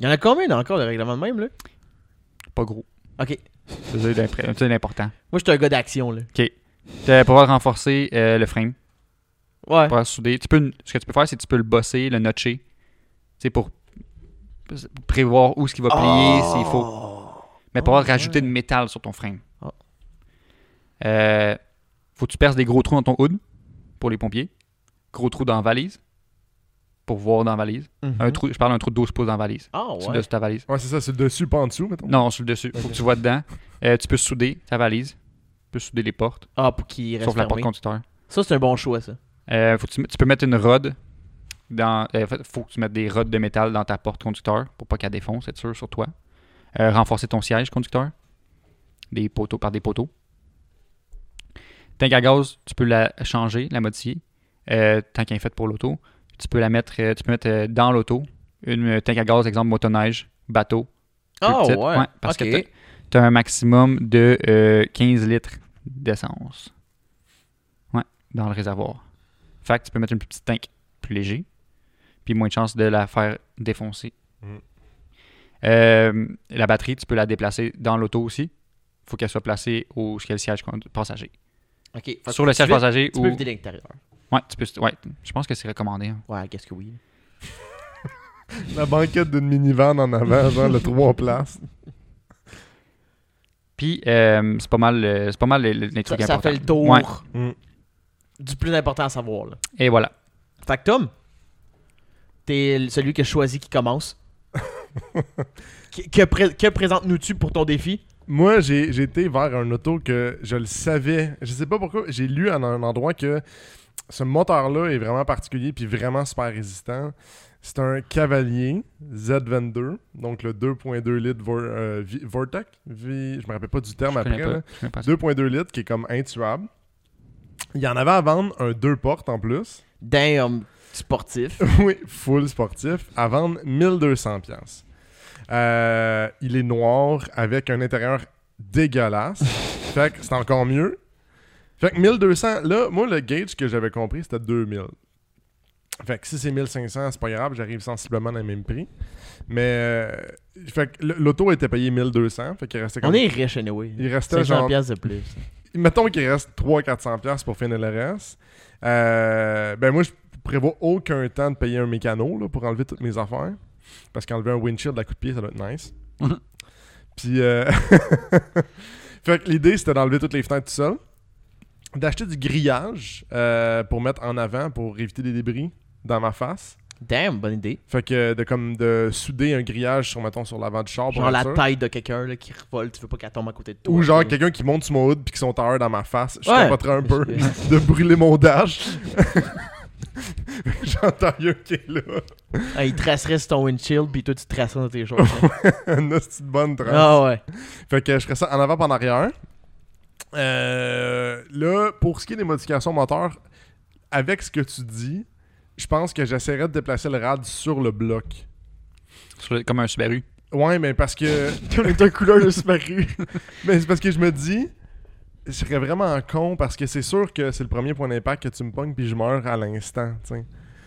S2: Il y en a combien là, encore de règlements de même, là?
S1: Pas gros.
S2: Ok.
S1: C'est ça l'impr- c'est l'important.
S2: Moi, j'étais un gars d'action, là.
S1: Euh, Pour pouvoir renforcer euh, le frame.
S2: Ouais.
S1: pour souder. Tu peux, ce que tu peux faire, c'est que tu peux le bosser, le notcher. C'est pour prévoir où ce qui va plier, s'il faut. Mais pour
S2: Ah! Oh,
S1: pouvoir rajouter
S2: ouais.
S1: de métal sur ton frame.
S2: Ah.
S1: Euh, faut que tu perces des gros trous dans ton hood pour les pompiers. Gros trous dans la valise pour voir dans la valise.
S2: Mhm.
S1: Un trou, je parle d'un trou de 12 pouces dans la valise.
S2: Ah,
S1: Sur
S2: ouais. Oh.
S1: le dessus de ta valise.
S3: Ouais, c'est ça, c'est le dessus, pas en dessous, mettons.
S1: Non, sur le dessus. Faut que tu vois dedans. Euh, tu peux souder ta valise. Tu peux souder les portes.
S2: Ah, pour qu'il reste
S1: Sauf la porte
S2: fermé.
S1: conducteur.
S2: Ça, c'est un bon choix, ça.
S1: Euh, faut que tu, tu peux mettre une rod dans. euh, fait- faut que tu mettes des rods de métal dans ta porte conducteur pour pas qu'elle défonce, être sûr sur toi. Euh, renforcer ton siège conducteur. Des poteaux par des poteaux. Tank à gaz, tu peux la changer, la modifier. Euh, tant qu'elle est faite pour l'auto. Tu peux la mettre. euh, tu peux mettre euh, dans l'auto une euh, tank à gaz, exemple motoneige, bateau. plus
S2: Ah,
S1: petite.
S2: ouais.
S1: parce
S2: Ok.
S1: que tu as un maximum de euh, 15 litres d'essence. Ouais, dans le réservoir. Fait que tu peux mettre une plus petite tank plus léger, puis moins de chance de la faire défoncer.
S3: Mm.
S1: Euh, la batterie, tu peux la déplacer dans l'auto aussi. faut qu'elle soit placée au ce qu'est le siège con- passager.
S2: Ok. Fait que
S1: Sur le
S2: tu
S1: siège
S2: veux-
S1: passager
S2: Tu
S1: ou.
S2: peux vider l'intérieur.
S1: Ouais, tu peux. Ouais, je pense que c'est recommandé. hein.
S2: Ouais, qu'est-ce que oui.
S3: La banquette d'une minivan en avant, genre le 3 places.
S1: Puis euh, c'est pas mal, euh, c'est pas mal les, les- les
S2: Ça,
S1: trucs
S2: ça
S1: importants.
S2: fait le tour
S1: Ouais.
S3: Mm.
S2: du plus important à savoir, là.
S1: Et voilà.
S2: Fait que Tom, t'es le- celui que je choisis qui
S3: *laughs*
S2: commence. que que pré- que présentes-nous-tu pour ton défi?
S3: Moi, j'ai j'ai été vers un auto que je le savais. Je sais pas pourquoi. J'ai lu à un endroit que ce moteur-là est vraiment particulier puis vraiment super résistant. C'est un Cavalier Z22, donc le 2.2 litres Vor- euh, Vi- Vortec. Vi- je me rappelle pas du terme
S1: Je connais
S3: après.
S1: pas,
S3: là.
S1: je connais pas ça.
S3: 2.2 litres qui est comme intuable. Il y en avait à vendre un deux portes en plus.
S2: Damn, sportif.
S3: *laughs* Oui, full sportif, à vendre 1200 pièces. Euh, il est noir avec un intérieur
S2: *laughs*
S3: dégueulasse. fait que c'est encore mieux. Fait que 1200, là, moi, le gauge que j'avais compris, c'était 2000. Fait que si c'est 1500, c'est pas grave, j'arrive sensiblement dans le même prix. Mais, euh, fait que l- l'auto était payée 1200, fait qu'il restait comme...
S2: On est riche, anyway.
S3: Il restait
S2: 500
S3: genre
S2: piastres de plus.
S3: mettons qu'il reste 300-400$ piastres pour finir le reste, euh, ben moi, je prévois aucun temps de payer un mécano là, pour enlever toutes mes affaires. Parce qu'enlever un windshield à coup de pied, ça doit
S2: *laughs*
S3: être nice. Puis, euh, *laughs* fait que l'idée, c'était d'enlever toutes les fenêtres tout seul. D'acheter du grillage euh, pour mettre en avant pour éviter des débris dans ma face.
S2: Damn, bonne idée.
S3: Fait que de comme de souder un grillage sur mettons sur l'avant du char pour
S2: Genre
S3: être
S2: la
S3: sûr.
S2: taille de quelqu'un là, qui revole, tu veux pas qu'elle tombe à côté de toi.
S3: Ou genre
S2: tu sais.
S3: quelqu'un qui monte sur mon hood puis qui sont tailleur dans ma face. Je
S2: Ouais.
S3: capoterais un peu *laughs* de brûler mon dash. *laughs* J'entends un qui est là. *laughs*
S2: Ah, il tracerait sur ton windshield, puis toi tu tracerais
S3: *laughs*
S2: dans tes choses. hein.
S3: Une hostie de bonne trace.
S2: ah ouais.
S3: Fait que je ferais ça en avant, pas en arrière. Euh, là, pour ce qui est des modifications moteur, avec ce que tu dis, je pense que j'essaierais de déplacer le rad sur le bloc.
S1: Sur le- comme un Subaru.
S3: Ouais, mais parce
S2: *laughs*
S3: que.
S2: On est un couleur de Subaru.
S3: *laughs* mais c'est parce que je me dis. Je serais vraiment con parce que c'est sûr que c'est le premier point d'impact que tu me pognes puis je meurs à l'instant. tu sais.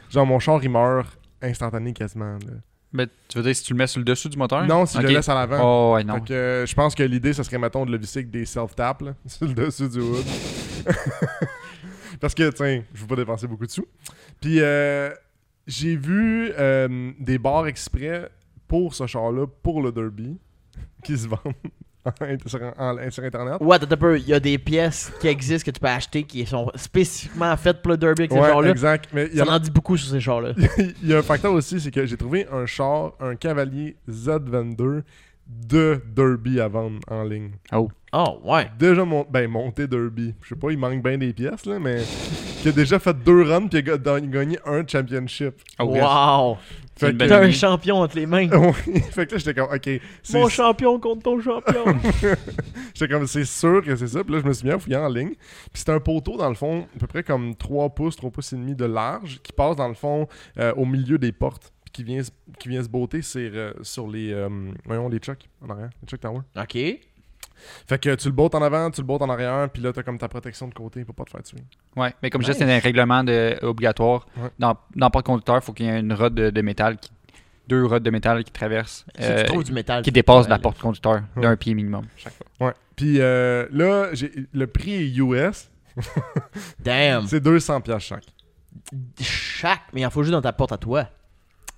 S3: Genre, mon char, il meurt instantané quasiment. là.
S1: Ben, tu veux dire si tu le mets sur le dessus du moteur
S3: Non, si
S1: Ok.
S3: je le laisse à l'avant.
S1: Oh, ouais, non.
S3: Fait que, euh, je pense que l'idée, ce serait, mettons, de le visser avec des self-taps, là, *laughs* sur le dessus du hood. *laughs* Parce que, tiens, je veux pas dépenser beaucoup de sous. Puis, euh, j'ai vu euh, des bars exprès pour ce char-là, pour le derby, *laughs* qui se vendent *laughs* en- sur, en- sur Internet.
S2: Ouais, t'as un peu. Il y a des pièces qui existent que tu peux acheter qui sont spécifiquement faites pour le derby avec ces
S3: Ouais,
S2: chars-là.
S3: exact. Mais il y,
S2: Ça
S3: en
S2: en
S3: a-
S2: dit beaucoup sur ces chars-là.
S3: *laughs* il y a un facteur aussi, c'est que j'ai trouvé un char, un cavalier Z22 de derby à vendre en ligne.
S2: Oh ouais.
S3: déjà mon- ben, monté Derby. Je sais pas, il manque bien des pièces, là, mais qui a déjà fait deux runs puis il a ga- gagné un championship.
S1: Oh, yes.
S2: wow.
S1: C'est
S3: Fait
S1: une
S3: que,
S1: belle
S2: T'as un
S1: idée.
S2: champion entre les
S3: *laughs*
S2: mains.
S3: Oui, fait que là, j'étais comme, ok, c'est-
S2: Mon champion contre ton
S3: *laughs*
S2: champion.
S3: j'étais comme, c'est sûr que c'est ça. Puis là, je me suis mis à fouiller en ligne. Puis c'était un poteau, dans le fond, à peu près comme 3 pouces, 3 pouces et demi de large, qui passe, dans le fond, euh, au milieu des portes, puis qui vient, se- qui vient se botter sur, euh, sur les, euh, voyons, les chucks en arrière, les chucks tower.
S2: ok.
S3: Fait que tu le bottes en avant, tu le bottes en arrière, puis là, t'as comme ta protection de côté pour pas te faire tuer.
S1: Ouais, mais comme je
S2: Nice.
S1: disais, c'est un règlement de- obligatoire.
S3: Ouais.
S1: Dans, dans Port Conducteur, il faut qu'il y ait une rod de, de métal, qui, deux rods de métal qui traversent,
S2: Si
S1: euh,
S2: tu trouves du métal.
S1: qui
S2: tu
S1: dépassent
S2: peux
S1: la
S2: aller.
S1: porte conducteur d'un pied minimum. chaque fois.
S3: Ouais. Puis euh, là, j'ai- le prix est US.
S2: Damn.
S3: C'est 200 pièces chaque.
S2: Chaque. Mais il en faut juste dans ta porte à toi.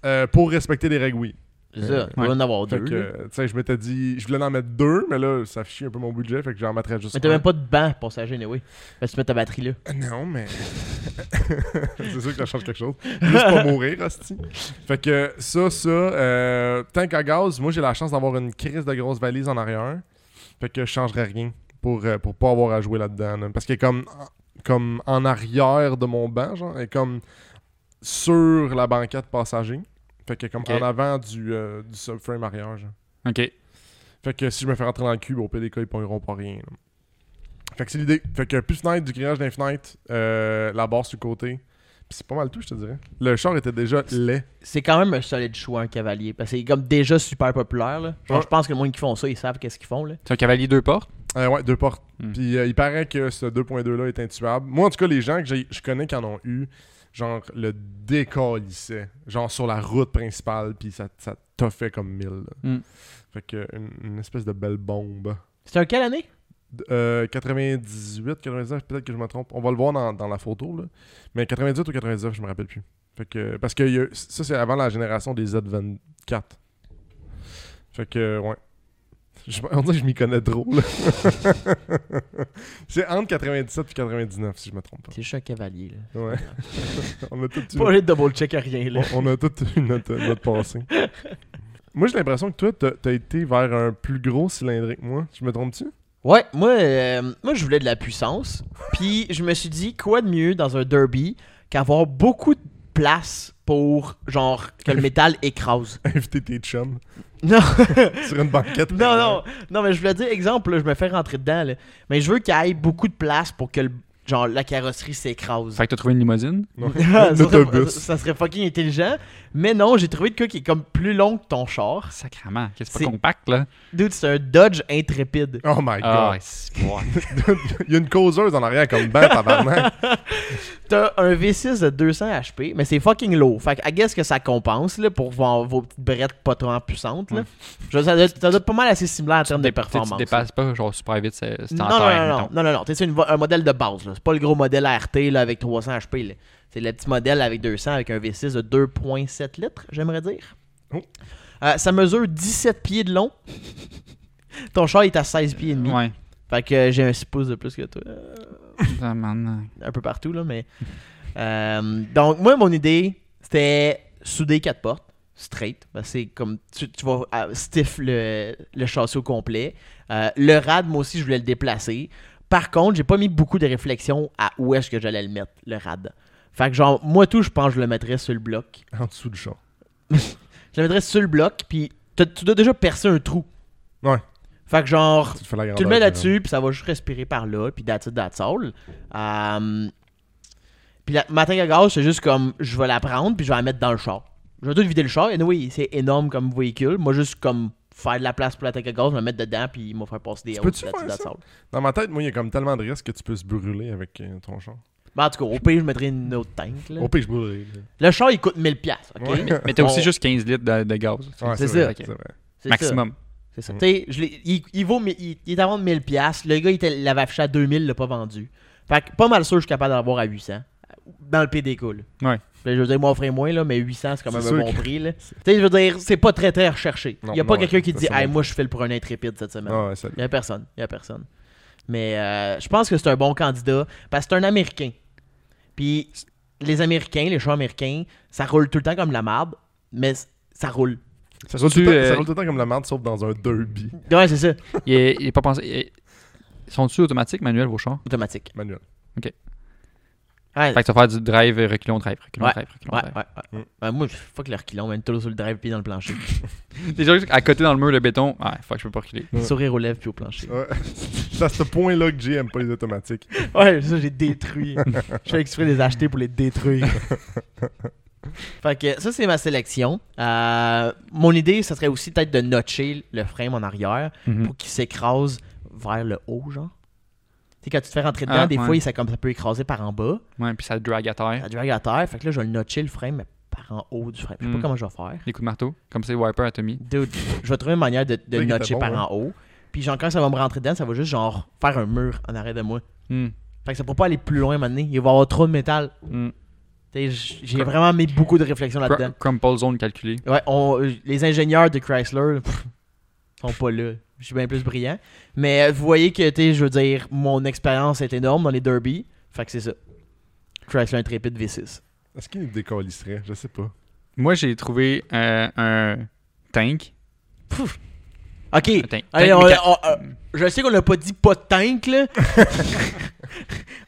S3: Euh, pour respecter les règles, oui.
S2: C'est ça. Il
S1: Ouais.
S2: va en avoir
S3: Euh, Fait
S2: deux.
S3: que,
S2: là.
S3: euh, tu sais, je m'étais dit, je voulais en mettre deux, mais là, ça fichait un peu mon budget, fait que j'en mettrais juste
S2: Mais t'as
S3: un.
S2: même pas de banc passager, anyway. Parce que tu mets ta batterie là.
S3: Euh, Non, mais. *laughs* c'est sûr que ça change quelque chose. Juste pour mourir, hostie. Fait que ça, ça, euh, tank à gaz, moi, j'ai la chance d'avoir une crise de grosse valise en arrière. Fait que je changerais rien pour, euh, pour pas avoir à jouer là-dedans. là. Parce que comme, comme en arrière de mon banc, genre, et comme sur la banquette passager. Fait que comme
S1: Ok.
S3: en avant du, euh, du subframe arrière, genre.
S1: OK.
S3: Fait que si je me fais rentrer dans le cube, au PDK, ils pourront pas rien. là. Fait que c'est l'idée. Fait que plus fenêtre, du grillage d'infinite, la barre sur le côté. Puis c'est pas mal tout, je te dirais. Le char était déjà laid.
S2: C'est quand même un solide choix, un cavalier. Parce que c'est comme déjà super populaire. Là. Genre,
S3: Ouais.
S2: je pense que le monde qui font ça, ils savent qu'est-ce qu'ils font. Là.
S1: C'est un cavalier deux portes.
S3: Euh, ouais, deux portes.
S1: Hmm.
S3: Puis euh, il paraît que ce 2.2-là est intuable. Moi, en tout cas, les gens que j'ai- je connais qui en ont eu, genre, le décalissait. Genre sur la route principale, puis ça, ça toffait comme mille. là.
S1: Hmm.
S3: Fait que une, une espèce de belle bombe.
S2: C'est un quelle année
S3: D- euh, 98, 99, peut-être que je me trompe. On va le voir dans, dans la photo, là. Mais 98 ou 99, je me rappelle plus. Fait que, parce que il y a- ça, c'est avant la génération des Z24. Fait que, ouais. Je, on dirait que je m'y connais trop, là. *laughs* c'est entre 97 et 99, si je me trompe pas.
S2: C'est juste un cavalier. Là.
S3: Ouais. *laughs* on a tout
S2: Pas aller double-check à rien. Là.
S3: on, on a tout eu notre, notre passé. Moi, j'ai l'impression que toi, t'as t'as été vers un plus gros cylindrique que moi. Je me trompe-tu? *laughs*
S2: Ouais, moi, euh, moi, je voulais de la puissance. Puis je me suis dit, quoi de mieux dans un derby qu'avoir beaucoup de place pour, genre, que le
S3: *laughs*
S2: métal écrase.
S3: Inviter tes chums
S2: Non, *laughs*
S3: sur une banquette.
S2: non, non, non, mais je voulais dire, exemple, là, je me fais rentrer dedans, là. mais je veux qu'il y ait beaucoup de place pour que, le, genre, la carrosserie s'écrase.
S1: Fait que t'as trouvé une limousine.
S3: Non.
S2: *laughs* ça, serait,
S3: L'autobus.
S2: ça serait fucking intelligent. Mais non, j'ai trouvé de quoi qui est comme plus long que ton char.
S1: Sacrement. Qu'est-ce que c'est
S2: C'est-
S1: pas compact, là?
S2: Dude, c'est un Dodge intrépide.
S3: Oh my
S1: Ah,
S3: god.
S1: ouais, c'est- ouais.
S3: Il y a une causeuse en arrière comme
S2: *laughs*
S3: ben tabarnak.
S2: T'as un V6 de 200 HP, mais c'est fucking low. Fait que, I guess que ça compense, là, pour vos, vos petites brettes pas trop puissantes, là.
S1: Ouais.
S2: Je veux dire, ça, doit, ça doit être pas mal assez similaire en termes de
S1: Tu sais, tu
S2: performance.
S1: dépasses pas, genre, super vite, c'est c'est
S2: Non,
S1: en
S2: non,
S1: terre,
S2: non, non,
S1: mettons.
S2: non, non, non. T'sais, C'est une vo- un modèle de base. là. C'est pas le gros modèle RT là, avec 300 HP. là. C'est le petit modèle avec 200 avec un V6 de 2,7 litres, j'aimerais dire.
S3: Oh.
S2: Euh, ça mesure 17 pieds de long. Ton char est à 16 pieds et demi.
S1: Ouais. *laughs*
S2: Fait que euh, j'ai un 6 pouces de plus que toi. euh,
S1: Ah, man.
S2: *laughs* Un peu partout, là, mais. Euh, donc, moi, mon idée, c'était soudé quatre portes, straight. Ben, c'est comme tu, tu vas ah, stiff le, le châssis au complet. Euh, le rad, moi aussi, je voulais le déplacer. Par contre, j'ai pas mis beaucoup de réflexion à où est-ce que j'allais le mettre, le rad. Fait que genre, moi tout, je pense que je le mettrais sur le bloc.
S3: En dessous du champ.
S2: Je le mettrais sur le bloc, puis t'as- tu dois déjà percer un trou.
S3: Ouais.
S2: Fait que genre,
S3: Tu te fais la
S2: tu le
S3: grandeur,
S2: mets
S3: là.
S2: là-dessus, puis ça va juste respirer par là, puis that's it, that's all. Euh, puis la, ma tank à gaz, c'est juste comme, je vais la prendre, puis je vais la mettre dans le char. Je vais tout vider le char, et oui, c'est énorme comme véhicule. Moi, juste comme faire de la place pour la tank à gaz, me mettre dedans, puis il m'a faire passer des
S3: Tu
S2: hauts,
S3: peux-tu
S2: that's it,
S3: faire
S2: that's
S3: ça?
S2: all.
S3: Dans ma tête, moi, il y a comme tellement de risques que tu peux se brûler avec euh, ton char.
S2: Mais Ben, en tout cas, au pire, je mettrais une autre tank. Là.
S3: Au pire, je brûlerais. là.
S2: Le char, il coûte 1000$, ok?
S3: Ouais.
S1: Mais, mais t'as aussi
S2: On-
S1: juste 15 litres de, de gaz. tu sais.
S3: Ouais,
S2: c'est
S3: vrai,
S2: ça.
S3: c'est vrai.
S2: C'est ça.
S1: Maximum.
S2: C'est ça.
S3: Mm.
S2: Tu sais, je l'ai- il, il vaut, mais il, il est à vendre 1000 pièces. Le gars, il était- l'avait affiché à 2000, il l'a pas vendu. Fait que pas mal sûr, que je suis capable d'en avoir à 800. Dans le PD cool.
S1: Ouais.
S2: Je veux dire, moi, offrez moins, là, mais 800, c'est quand même
S3: C'est
S2: un
S3: sûr
S2: bon
S3: que-
S2: prix, là. Tu sais, je veux dire, c'est pas très, très recherché. Il
S3: Non,
S2: y a pas
S3: non,
S2: quelqu'un
S3: ouais,
S2: qui
S3: ça,
S2: dit,
S3: ça
S2: hey,
S3: va.
S2: moi, je fais le pour un intrépide cette semaine.
S3: Ah ouais, salut.
S2: Il y a personne. Il y a personne. Mais euh, je pense que c'est un bon candidat parce que c'est un Américain. Puis les Américains, les chars américains, ça roule tout le temps comme la marde, mais c- ça roule.
S3: Ça roule, tout
S1: Tu,
S3: le temps,
S1: euh,
S3: ça roule tout le temps comme la merde, sauf dans un derby
S2: Ouais, c'est ça.
S1: Il est, il est pas pensé. il- Sont-tu automatiques, manuel, vos chars?
S2: Automatique.
S3: manuel.
S2: Ouais,
S1: Fait que tu vas faire du drive, reculon, drive, reculon, drive, reculon,
S2: Ouais,
S1: drive.
S2: ouais, ouais. Ouais, moi, je fuck leur kilon, même tout sur le drive puis dans le plancher.
S1: Déjà, à côté dans le mur, le béton, ouais, fuck, je peux pas reculer.
S3: Ouais.
S2: Sourire aux lèvres puis au plancher.
S3: Ouais. *laughs* C'est à ce point-là que j'ai aime pas les automatiques.
S2: Ouais, ça, j'ai détruit. Je fais exprès de les acheter pour les détruire. fait que ça, c'est ma sélection. Euh, mon idée, ça serait aussi peut-être de notcher le frame en arrière
S1: Mhm.
S2: pour qu'il s'écrase vers le haut, genre. Tu sais, quand tu te fais rentrer dedans,
S1: Ah,
S2: des
S1: ouais.
S2: fois, ça, comme, ça peut écraser par en bas.
S1: Ouais, puis ça drag à terre.
S2: Ça drag à terre. Fait que là, je vais le notcher, le frame, mais par en haut du frame. Je sais
S1: Mm.
S2: pas comment je vais faire.
S1: Les coups de marteau, comme c'est Wiper à Tommy.
S2: Dude, je vais trouver une manière de, de
S3: Ça, il était
S2: notcher
S3: bon,
S2: par
S3: hein.
S2: en haut. Puis genre, quand ça va me rentrer dedans, ça va juste genre faire un mur en arrêt de moi.
S1: Hmm,
S2: Fait que ça pourra pas aller plus loin maintenant. Il va y avoir trop de métal.
S1: hmm.
S2: T'sais, j- J'ai
S1: Crum-
S2: vraiment mis beaucoup de réflexion
S1: Cru-
S2: là-dedans.
S1: crumple zone calculée.
S2: Ouais, on- euh, les ingénieurs de Chrysler pff, sont pas là. Je suis bien plus brillant. Mais euh, vous voyez que, t'sais, je veux dire, mon expérience est énorme dans les derbies. Fait que c'est ça. Chrysler Intrépide V6.
S3: Est-ce qu'il nous décalisserait Je sais pas.
S1: Moi, j'ai trouvé euh, un tank.
S2: Ok.
S1: Un tank.
S2: Allez,
S1: Tank
S2: on-
S1: méca- Hmm.
S2: on- euh, je sais qu'on n'a pas dit pas de tank, *laughs* là.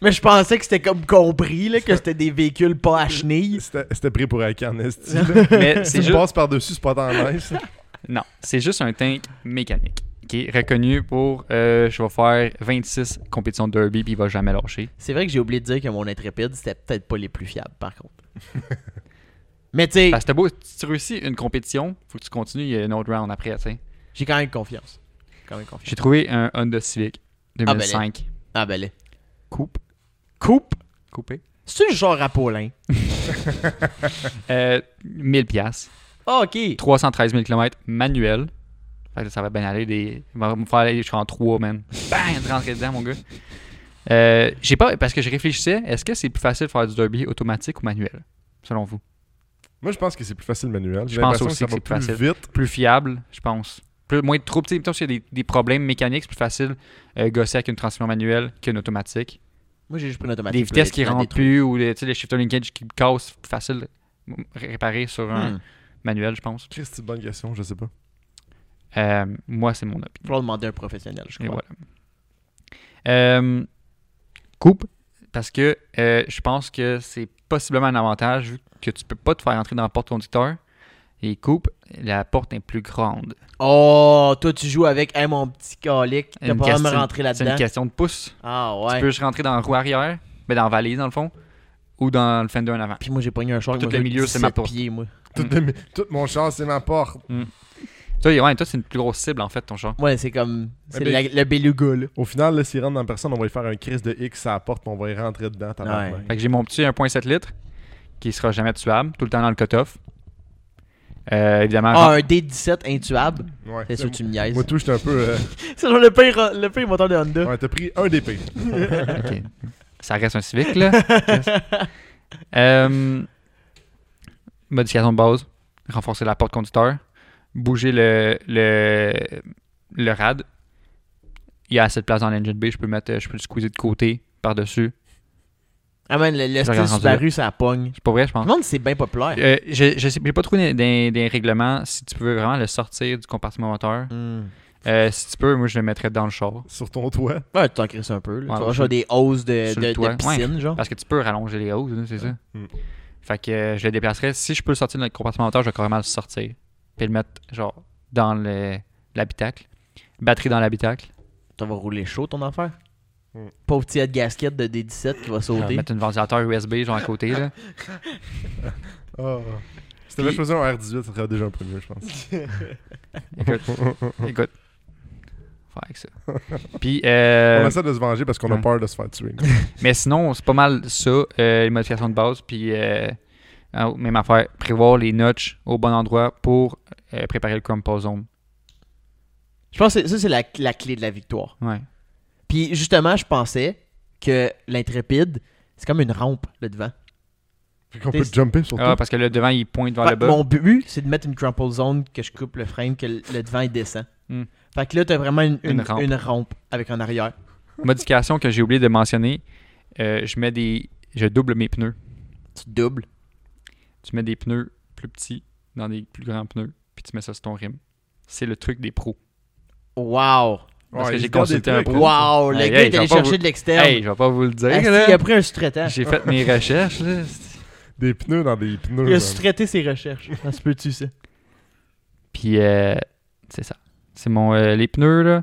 S2: mais je pensais que c'était comme compris, là, que c'était des véhicules pas à chenilles.
S3: C'était c'était pris pour hacker en
S2: *laughs*
S3: esti, là.
S1: Mais
S3: Si
S1: c'est
S3: tu
S1: juste...
S3: passes par-dessus, c'est pas tant nice.
S1: Non, c'est juste un tank mécanique qui est reconnu pour, euh, je vais faire 26 compétitions de derby, puis il va jamais lâcher.
S2: C'est vrai que j'ai oublié de dire que mon intrépide, c'était peut-être pas les plus fiables, par contre. *laughs* mais tu sais,
S1: Parce que t'as beau, si tu réussis une compétition, faut que tu continues, il y a une autre round après, tu sais.
S2: j'ai quand même confiance. J'ai Quand même confiance.
S1: J'ai trouvé un Honda Civic
S2: ben,
S1: 2005.
S2: Ah, ben là.
S1: Coupe.
S2: Coupe.
S1: Coupé.
S2: C'est-tu le genre à Paulin?
S1: Euh, 1000 piastres.
S2: Ah, ok.
S1: 313 000 km manuel. Fait que ça va bien aller. Des... Il va me faire aller jusqu'en 3, man. Bang! de Rentrer dedans, mon gars. Euh, j'ai pas, parce que je réfléchissais, est-ce que c'est plus facile de faire du derby automatique ou manuel, selon vous?
S3: Moi, je pense que c'est plus facile manuel. J'ai
S1: Je pense
S3: l'impression
S1: aussi
S3: que ça
S1: que
S3: va
S1: c'est
S3: plus
S1: plus
S3: vite.
S1: Plus fiable, je pense. Plus, moins de troubles. Tu sais, mettons, s'il y a des, des problèmes mécaniques, c'est plus facile euh, gosser avec une transmission manuelle qu'une automatique.
S2: Moi, j'ai juste pris une automatique.
S1: Des
S2: puis
S1: vitesses qui
S2: la
S1: rentrent
S2: détruire.
S1: plus ou les, tu sais, les shifter linkage qui cassent, c'est plus facile de réparer sur un
S2: Hmm.
S1: manuel, je pense.
S3: Chris, c'est une bonne question, je sais pas.
S1: Euh, moi, c'est mon opinion.
S2: Faudra demander à un professionnel, je
S1: Et
S2: crois.
S1: voilà. Euh, coupe, parce que euh, je pense que c'est possiblement un avantage vu que tu peux pas te faire entrer dans la porte conducteur. Et coupe, la porte est plus grande.
S2: Oh, toi, tu joues avec hey, mon petit calique. T'as
S1: Une
S2: pas à me
S1: question-
S2: rentrer
S1: C'est une
S2: là-dedans.
S1: question de pouce.
S2: Ah,
S1: Tu
S2: ouais.
S1: peux juste rentrer dans la roue arrière, mais dans la valise dans le fond, ou dans le fender en avant.
S2: Puis moi, j'ai pogné un short.
S1: Tout le milieu, c'est ma porte.
S2: pieds, moi.
S3: Tout,
S1: Mm.
S3: de mes- tout mon char, c'est ma porte.
S1: Toi, ouais, toi c'est une plus grosse cible en fait, ton char.
S2: Ouais, c'est comme. C'est
S3: mais-
S2: la- le beluga, là.
S3: Au final, là, s'il rentre dans la personne, on va lui faire un Chris de X à la porte, puis on va y rentrer dedans. tabarnak.
S2: Ouais.
S1: Fait que j'ai mon petit 1.7 litres qui sera jamais tuable, tout le temps dans le cut-off. Euh, évidemment,
S2: Ah, un D17 intuable.
S3: Ouais.
S2: C'est sûr que tu me niaises.
S3: Moi, tout, j'étais un peu. euh,
S2: C'est genre le pire, le pire moteur de Honda.
S3: ouais, t'as pris un DP.
S1: Ok. *laughs* Ça reste un Civic, là. *laughs* Euh, modification de base. Renforcer la porte conducteur. Bouger le, le, le rad. Il y a assez de place dans l'engine B. Je peux mettre, euh, je peux le squeezer de côté, par-dessus.
S2: Ah, man, le, le style
S1: regarde rendu Ah.
S2: Subaru, ça pogne.
S1: C'est pas vrai, je
S2: Je me
S1: pense.
S2: demande si c'est bien populaire.
S1: Euh, je je sais- j'ai pas trouvé des, des règlements si tu peux vraiment le sortir du compartiment moteur.
S2: Hmm.
S1: Euh, si tu peux, moi je le mettrais dans le char.
S3: Sur ton toit.
S2: Ouais, tu t'en crisses un peu. là.
S1: Ouais,
S2: tu
S1: moi,
S2: vas genre des hausses de,
S1: sur
S2: de-
S1: le
S2: de
S1: toit.
S2: piscine, genre.
S1: Parce que tu peux rallonger les hausses, hein, c'est ça.
S3: Mm.
S1: Fait que euh, je le déplacerais. Si je peux le sortir dans le compartiment moteur, je vais carrément le sortir. Puis le mettre genre dans le- l'habitacle. Batterie dans l'habitacle.
S2: Tu vas rouler chaud ton affaire.
S3: Hmm.
S2: Pauvre petite gasket de D17 qui va
S1: Je vais
S2: sauter.
S1: mettre un ventilateur USB genre à côté.
S3: *laughs*
S1: Là.
S3: Ah. Si t'avais
S1: Puis-
S3: choisi un R18, ça serait déjà un premier, je pense.
S1: Écoute. écoute. Faut Faire avec
S3: *laughs*
S1: ça. Puis, euh,
S3: on essaie de se venger parce qu'on a
S1: ouais.
S3: peur de se faire tuer.
S1: mais sinon, c'est pas mal ça, euh, les modifications de base. Puis, euh, ah, même affaire, prévoir les notches au bon endroit pour euh, préparer le crumple zone.
S2: Je pense que c'est- ça, c'est la, la clé de la victoire.
S1: Ouais.
S2: Puis justement, je pensais que l'intrépide, c'est comme une rampe, le devant.
S3: Fait qu'on
S2: T'es-
S3: peut jumper sur
S1: Ah,
S3: toi.
S1: parce que le devant, il pointe vers
S2: Fait
S1: le
S2: que
S1: bas.
S2: Mon but, c'est de mettre une crumple zone que je coupe le frame, que le le devant il descend.
S1: Hmm.
S2: Fait que là, t'as vraiment une, une,
S1: Une rampe.
S2: une rampe avec un arrière.
S1: Modification que j'ai oublié de mentionner, euh, je mets des. Je double mes pneus.
S2: Tu doubles.
S1: Tu mets des pneus plus petits dans des plus grands pneus, puis tu mets ça sur ton rim. C'est le truc des pros.
S2: Wow!
S1: parce
S3: Ouais,
S1: que
S3: il
S1: j'ai
S3: se garde des
S1: consulté un
S3: trucs,
S1: pro.
S3: hein.
S2: Wow! Le
S1: Hey,
S2: gars
S1: hey,
S2: est
S1: j'en
S2: allé
S1: parle-
S2: chercher de l'externe.
S1: Hey, je vais pas vous le dire.
S2: Asti,
S1: là.
S2: il a pris un sous-traitant.
S1: J'ai fait mes recherches. Là.
S3: Des pneus dans des pneus.
S2: Il a
S3: man.
S2: sous-traité ses
S1: *laughs*
S2: recherches. Ça se peut-tu, ça?
S1: Puis euh, c'est ça. C'est mon euh, les pneus là.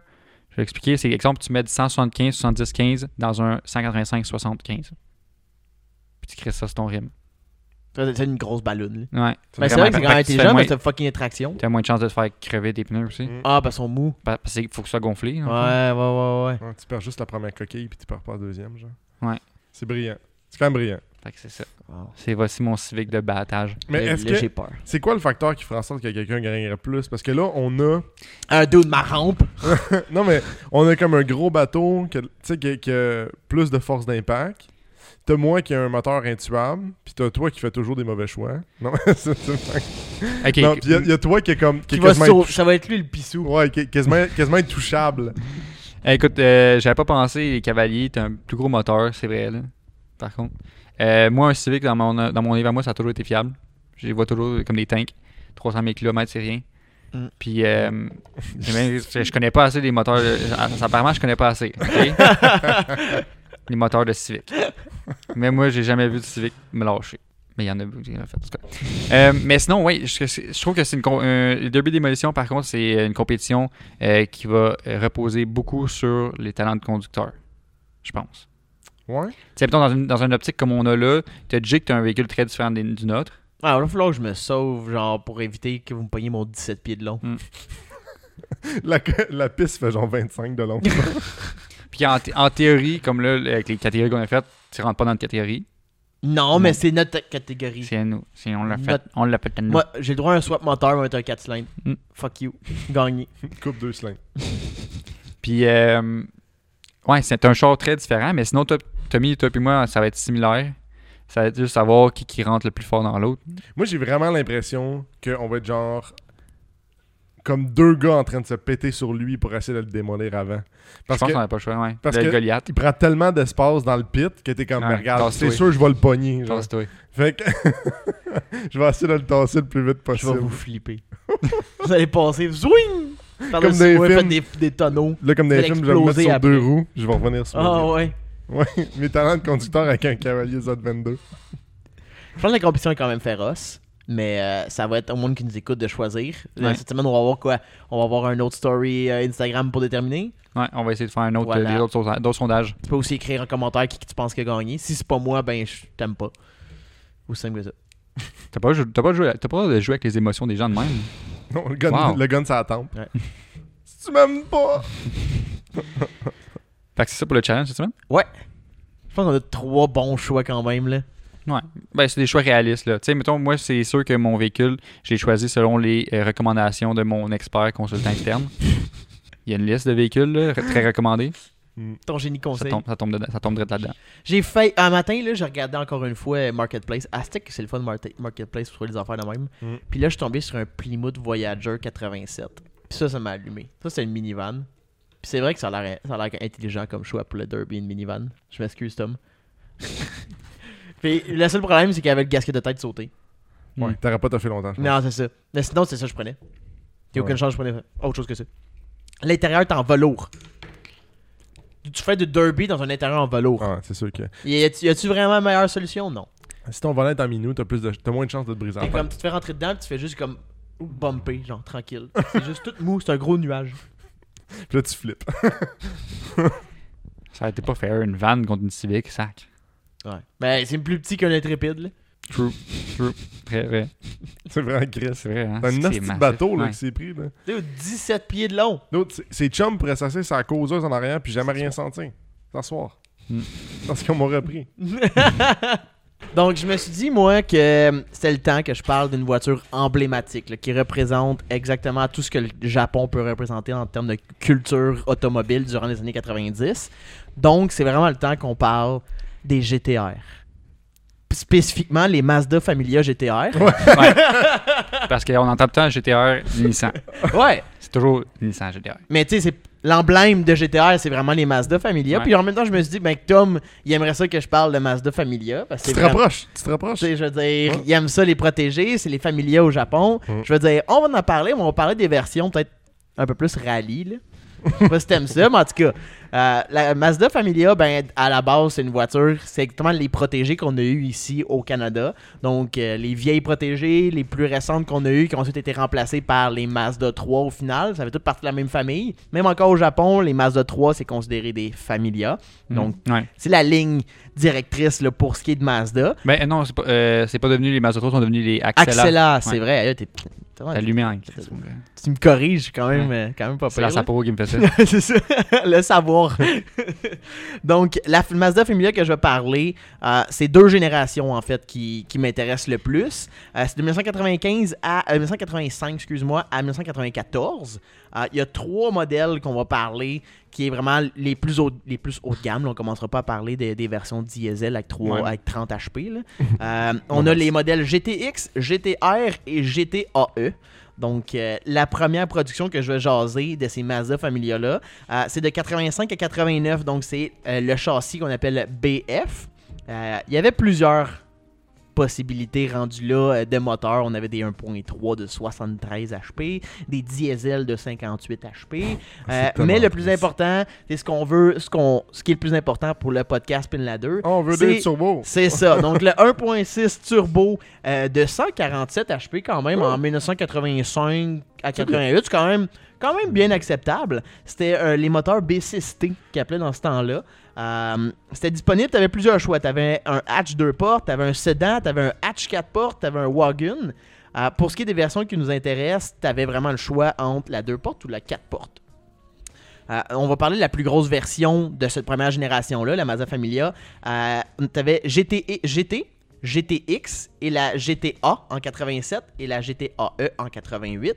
S1: Je vais expliquer. C'est exemple, tu mets du 175 70 15 dans un 185 75. Puis tu crées ça sur ton rim.
S2: Ça, C'est une grosse ballonne. là.
S1: Ouais.
S2: Mais c'est
S1: Vraiment,
S2: vrai que c'est
S1: fait que
S2: quand même
S1: tu fais
S2: intelligent,
S1: moins-
S2: mais t'as fucking attraction.
S1: T'as moins de chances de te faire crever des pneus aussi.
S3: Mm.
S2: Ah, parce qu'on mou.
S1: Pa- Parce qu'il faut que ça soit gonflé.
S2: Ouais,
S1: en fait.
S2: ouais, ouais, ouais.
S3: Ouais, tu perds juste la première coquille puis tu perds pas la deuxième, genre.
S1: Ouais.
S3: C'est brillant. C'est quand même brillant.
S1: Fait que c'est ça.
S2: Wow.
S1: C'est voici mon civique de battage.
S3: Mais
S2: Là-
S3: est-ce
S2: là,
S3: que.
S2: j'ai peur.
S3: C'est quoi le facteur qui ferait en sorte que quelqu'un gagnerait plus? Parce que là, on a.
S2: Un dos de ma rampe.
S3: non, mais on a comme un gros bateau que- tu sais, qui, a- qui a plus de force d'impact. T'as moi qui a un moteur intuable, puis t'as toi qui fait toujours des mauvais choix. Non, *laughs* c'est- c'est-
S1: Ok.
S3: non puis il y, a- il y a toi qui est comme. Qui
S2: Qui
S3: est
S2: va
S3: quasiment,
S2: se sauver. Ça va être lui le pissou.
S3: ouais, qui est quasiment, quasiment intouchable.
S1: Eh, écoute, euh, j'avais pas pensé, les cavaliers, t'as un plus gros moteur, c'est vrai, là. Par contre. Euh, moi, un Civic, dans mon, dans mon livre à moi, ça a toujours été fiable. Je les vois toujours comme des tanks. 300 000 km, c'est rien.
S2: Mm.
S1: Puis, euh, j'ai même- je, je connais pas assez les moteurs. de- ah, ça- apparemment, je connais pas assez. ok? les moteurs de Civic. Mais moi, j'ai jamais vu de Civic me lâcher. Mais il y en a beaucoup qui l'ont fait, en tout cas. Euh, mais sinon, oui, je, je trouve que c'est une. com- un- le Derby Démolition, par contre, c'est une compétition euh, qui va euh, reposer beaucoup sur les talents de conducteur, je pense.
S3: Ouais.
S1: Tu sais, mettons, dans une, dans une optique comme on a là, tu as Jake, tu as un véhicule très différent des- du nôtre.
S2: Ah, il va falloir que je me sauve, genre, pour éviter que vous me payiez mon 17 pieds de long.
S3: La, la piste fait genre 25 de long. *laughs*
S1: Puis en, thé- en théorie, comme là, avec les catégories qu'on a faites, tu rentres pas dans notre catégorie.
S2: Non, mais
S1: Non.
S2: c'est notre catégorie.
S1: C'est à nous. C'est- on l'a fait.
S2: Notre-
S1: On l'a fait à nous.
S2: Moi, j'ai le droit à un swap moteur, mais un 4 cylindres.
S1: Mm.
S2: Fuck you. Gagné.
S3: Coupe deux cylindres.
S1: Puis, euh, ouais, c'est un char très différent, mais sinon, toi- Tommy, toi et moi, ça va être similaire. Ça va être juste savoir qui, qui rentre le plus fort dans l'autre.
S3: Moi, j'ai vraiment l'impression qu'on va être genre comme deux gars en train de se péter sur lui pour essayer de le démolir avant.
S1: Je
S3: Parce
S1: pense
S3: que
S1: qu'on n'a pas le choix, ouais.
S3: parce
S1: le
S3: que-
S1: Goliath.
S3: il prend tellement d'espace dans le pit que t'es comme,
S1: Ouais,
S3: Mais regarde,
S1: tasse-toi.
S3: c'est sûr je vais le pogner. genre.
S1: Pense-toi.
S3: Fait que *laughs* je vais essayer de le tasser le plus vite
S2: Je vais
S3: possible.
S2: vous flipper. *laughs* vous allez passer, zwing! Par
S3: Comme
S2: le
S3: dans les
S2: sous- ouais,
S3: films.
S2: faites des, des tonneaux.
S3: Là, comme dans
S2: Je
S3: les
S2: vais
S3: films, je vais le mettre sur
S2: l'exploser
S3: deux
S2: après.
S3: roues, je vais revenir sur
S2: Ah
S3: moi.
S2: ouais.
S3: ouais. Mes talents de conducteur avec un cavalier Z22.
S2: Je pense que la compétition est quand même féroce. Mais euh, ça va être au monde qui nous écoute de choisir. Là,
S1: Ouais.
S2: Cette semaine, on va voir quoi On va avoir un autre story euh, Instagram pour déterminer.
S1: Ouais, on va essayer de faire un autre,
S2: Voilà.
S1: des autres sonda- d'autres sondages.
S2: Tu peux aussi écrire en commentaire qui, qui tu penses qui a gagné. Si c'est pas moi, ben je t'aime pas. Ou simple que ça.
S1: T'as pas, jou- t'as pas, joué- t'as pas joué avec les émotions des gens de même.
S3: Non, le gun,
S1: Wow.
S3: le gun ça attend.
S2: Ouais.
S3: si tu m'aimes pas.
S1: Fait que c'est ça pour le challenge cette semaine?
S2: Je pense qu'on a trois bons choix quand même. là.
S1: Ouais. Ben, c'est des choix réalistes, là. Tu sais, mettons, moi, c'est sûr que mon véhicule, j'ai choisi selon les euh, recommandations de mon expert consultant externe. Il y a une liste de véhicules, là, re- très recommandés.
S2: Ton génie
S1: Ça
S2: conseil.
S1: tombe, ça tombe, dedans- ça tombe direct là-dedans.
S2: J'ai fait un matin là, j'ai regardé encore une fois euh, Marketplace. Aztec, c'est le fun Mar- Marketplace pour trouver des affaires de même.
S3: Mm.
S2: Puis là, je suis tombé sur un Plymouth Voyager 87. Puis ça, ça m'a allumé. Ça, c'est une minivan. Puis c'est vrai que ça a l'air ça a l'air intelligent comme choix pour le derby une minivan. Je m'excuse Tom. *laughs* Puis le seul problème, c'est qu'il y avait le gasket de tête sauté.
S1: Ouais.
S3: T'aurais pas toffé longtemps. je pense.
S2: Non, c'est ça. Mais sinon, c'est ça que je prenais. Il a aucune
S3: Ouais.
S2: chance, je prenais autre chose que ça. L'intérieur est en velours. Tu fais du derby dans un intérieur en velours.
S3: Ouais, Ah, c'est sûr que.
S2: Y a-tu y a-tu vraiment meilleure solution? Non.
S3: Si ton volant est en minou, t'as plus de... t'as moins de chances de te briser en
S2: Fait que
S3: tête.
S2: comme tu te fais rentrer dedans, puis tu fais juste comme bumper, genre tranquille. C'est juste tout mou, c'est un gros nuage.
S3: Puis là, tu flippes. *laughs*
S1: Ça aurait été pas faire une vanne contre une Civic, sac.
S2: Ouais. Mais Ben, c'est plus petit qu'un intrépide. Là.
S1: True, true. Très vrai.
S3: c'est vraiment gris.
S1: C'est vrai, hein?
S3: C'est un
S1: c'est
S3: nasty
S1: massif.
S3: bateau là,
S1: Ouais.
S3: qui s'est pris. Là.
S2: Tu sais, 17 pieds de long.
S3: L'autre, c'est- ses chums pourraient s'asseoir sa causeuse en arrière puis jamais rien sentir. S'asseoir.
S1: Hmm.
S3: Parce qu'on m'aurait pris.
S2: Donc, je me suis dit, moi, que c'était le temps que je parle d'une voiture emblématique là, qui représente exactement tout ce que le Japon peut représenter en termes de culture automobile durant les années 90. Donc, c'est vraiment le temps qu'on parle des GTR. Spécifiquement, les Mazda Familia GTR.
S3: *laughs*
S1: Parce qu'on entend tout le temps GTR Nissan.
S2: Ouais.
S1: C'est toujours Nissan GTR.
S2: Mais tu sais, c'est- l'emblème de GTR, c'est vraiment les Mazda Familia.
S1: Ouais.
S2: Puis en même temps, je me suis dit, ben, que Tom, il aimerait ça que je parle de Mazda Familia. Parce que
S3: Tu
S2: c'est
S3: te
S2: vraiment-
S3: rapproches. Tu te rapproches.
S2: Tu sais, je veux dire,
S3: Ouais.
S2: ils aiment ça les protéger, c'est les familiers au Japon.
S3: Mm.
S2: Je veux dire, on va en parler, mais on va parler des versions peut-être un peu plus rallye. Là. Je sais pas si t'aimes ça, mais en tout cas, euh, la Mazda Familia, ben, à la base, c'est une voiture, c'est exactement les protégées qu'on a eues ici au Canada. Donc, euh, les vieilles protégées, les plus récentes qu'on a eues, qui ont ensuite été remplacées par les Mazda 3 au final. Ça fait toute partie de la même famille. Même encore au Japon, les Mazda 3, c'est considéré des Familia. Donc,
S1: Mm. ouais.
S2: c'est la ligne directrice là, pour ce qui est de Mazda.
S1: Ben non, c'est pas, euh, c'est pas devenu les Mazda 3, sont devenus les Axela.
S2: Axela, c'est
S1: Ouais.
S2: vrai. Aïe, t'es- t'es-
S1: La lumière. en crise.
S2: Tu me corriges quand même, euh, quand même pas
S1: C'est
S2: pire.
S1: la
S2: là.
S1: Sapporo qui me fait ça.
S2: *laughs*
S1: *laughs*
S2: C'est ça, le savoir. *laughs* Donc, la F- Mazda Familia que je vais parler, euh, c'est deux générations en fait qui, qui m'intéressent le plus. Euh, c'est de 1995 à euh, 1985, excuse-moi, à 1994. Euh, Il y a trois modèles qu'on va parler qui est vraiment les plus haut, les plus haut de gamme. là. on commencera pas à parler des, des versions diesel avec, trois-
S3: Ouais.
S2: avec 30 HP. là. Euh, on a les modèles GTX, GTR et GTAE. E. Donc, euh, la première production que je vais jaser de ces Mazda Familia-là, euh, c'est de 85 à 89. Donc, c'est euh, le châssis qu'on appelle BF. Euh, Il y avait plusieurs possibilités rendues là euh, de moteurs. On avait des 1.3 de 73 HP, des diesels de 58 HP. Euh,
S3: c'est
S2: mais
S3: tellement
S2: le plus
S3: triste.
S2: important, c'est ce qu'on veut, ce, qu'on, ce qui est le plus important pour le podcast Pinla 2.
S3: Ah, On veut
S2: C'est-
S3: des turbos.
S2: C'est ça. Donc, le 1.6 turbo euh, de 147 HP, quand même, en 1985 à 88, c'est quand même, quand même bien acceptable. C'était euh, les moteurs B6T qui appelaient dans ce temps-là. Euh, C'était disponible, tu avais plusieurs choix. Tu avais un hatch 2 portes, tu avais un sedan, tu avais un hatch 4 portes, tu avais un wagon. Euh, pour ce qui est des versions qui nous intéressent, tu avais vraiment le choix entre la 2 portes ou la 4 portes. Euh, on va parler de la plus grosse version de cette première génération-là, la Mazda Familia. Euh, tu avais GT, GT, GTX et la GTA en 87 et la GTAE E en 88.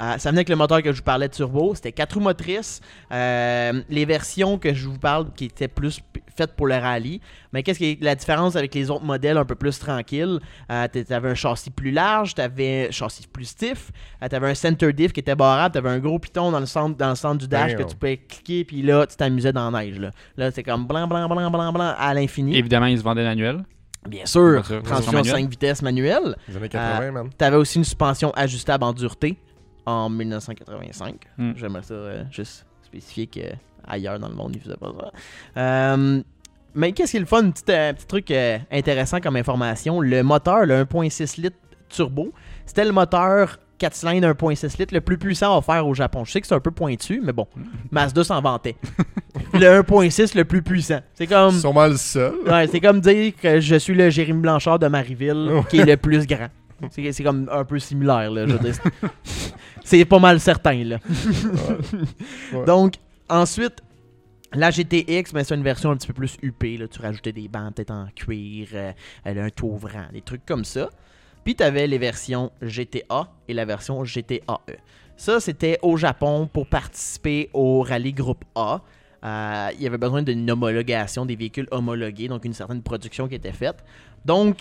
S2: Euh, ça venait avec le moteur que je vous parlais de turbo. C'était quatre roues motrices. Euh, les versions que je vous parle qui étaient plus p- faites pour le rallye. Mais qu'est-ce qui est la différence avec les autres modèles un peu plus tranquilles? Euh, t'a- t'avais un châssis plus large, t'avais un châssis plus stiff, euh, t'avais un center diff qui était barrable, t'avais un gros piton dans le centre, dans le centre du dash
S3: Damn.
S2: que tu pouvais cliquer, puis là, tu t'amusais dans la neige. Là, là c'est comme blanc, blanc, blanc, blanc, blanc à l'infini.
S1: Évidemment, ils se vendaient l'annuel.
S2: Bien sûr,
S1: Voiture- voiture
S2: transmission
S1: manuelle.
S2: 5 vitesses manuelle.
S3: Les années 80, man.
S2: Tu avais aussi une suspension ajustable en dureté en 1985.
S1: Mm.
S2: J'aimerais ça euh, juste spécifier que ailleurs dans le monde, ils faisaient pas ça. Euh, mais qu'est-ce qui est le fun? Un petit, euh, petit truc euh, intéressant comme information. Le moteur, le 1.6 litres turbo, c'était le moteur 4 cylindres 1.6 litres le plus puissant offert au Japon. Je sais que c'est un peu pointu, mais bon, Mazda s'en vantait. le 1.6 le plus puissant. C'est comme...
S3: Sûrement le seul.
S2: Ouais, c'est comme dire que je suis le Jérémy Blanchard de Marieville, qui est le plus grand. C'est c'est comme un peu similaire, là. je veux dire. c'est pas mal certain, là.
S3: Ouais.
S2: Donc, ensuite, la GTX, mais ben, c'est une version un petit peu plus huppée, là. Tu rajoutais des bandes peut-être en cuir, euh, elle a un toit ouvrant, des trucs comme ça. Puis t'avais les versions GTA et la version GTAE. E. Ça, c'était au Japon pour participer au rallye groupe A. Euh, il y avait besoin d'une homologation des véhicules homologués, donc une certaine production qui était faite. Donc,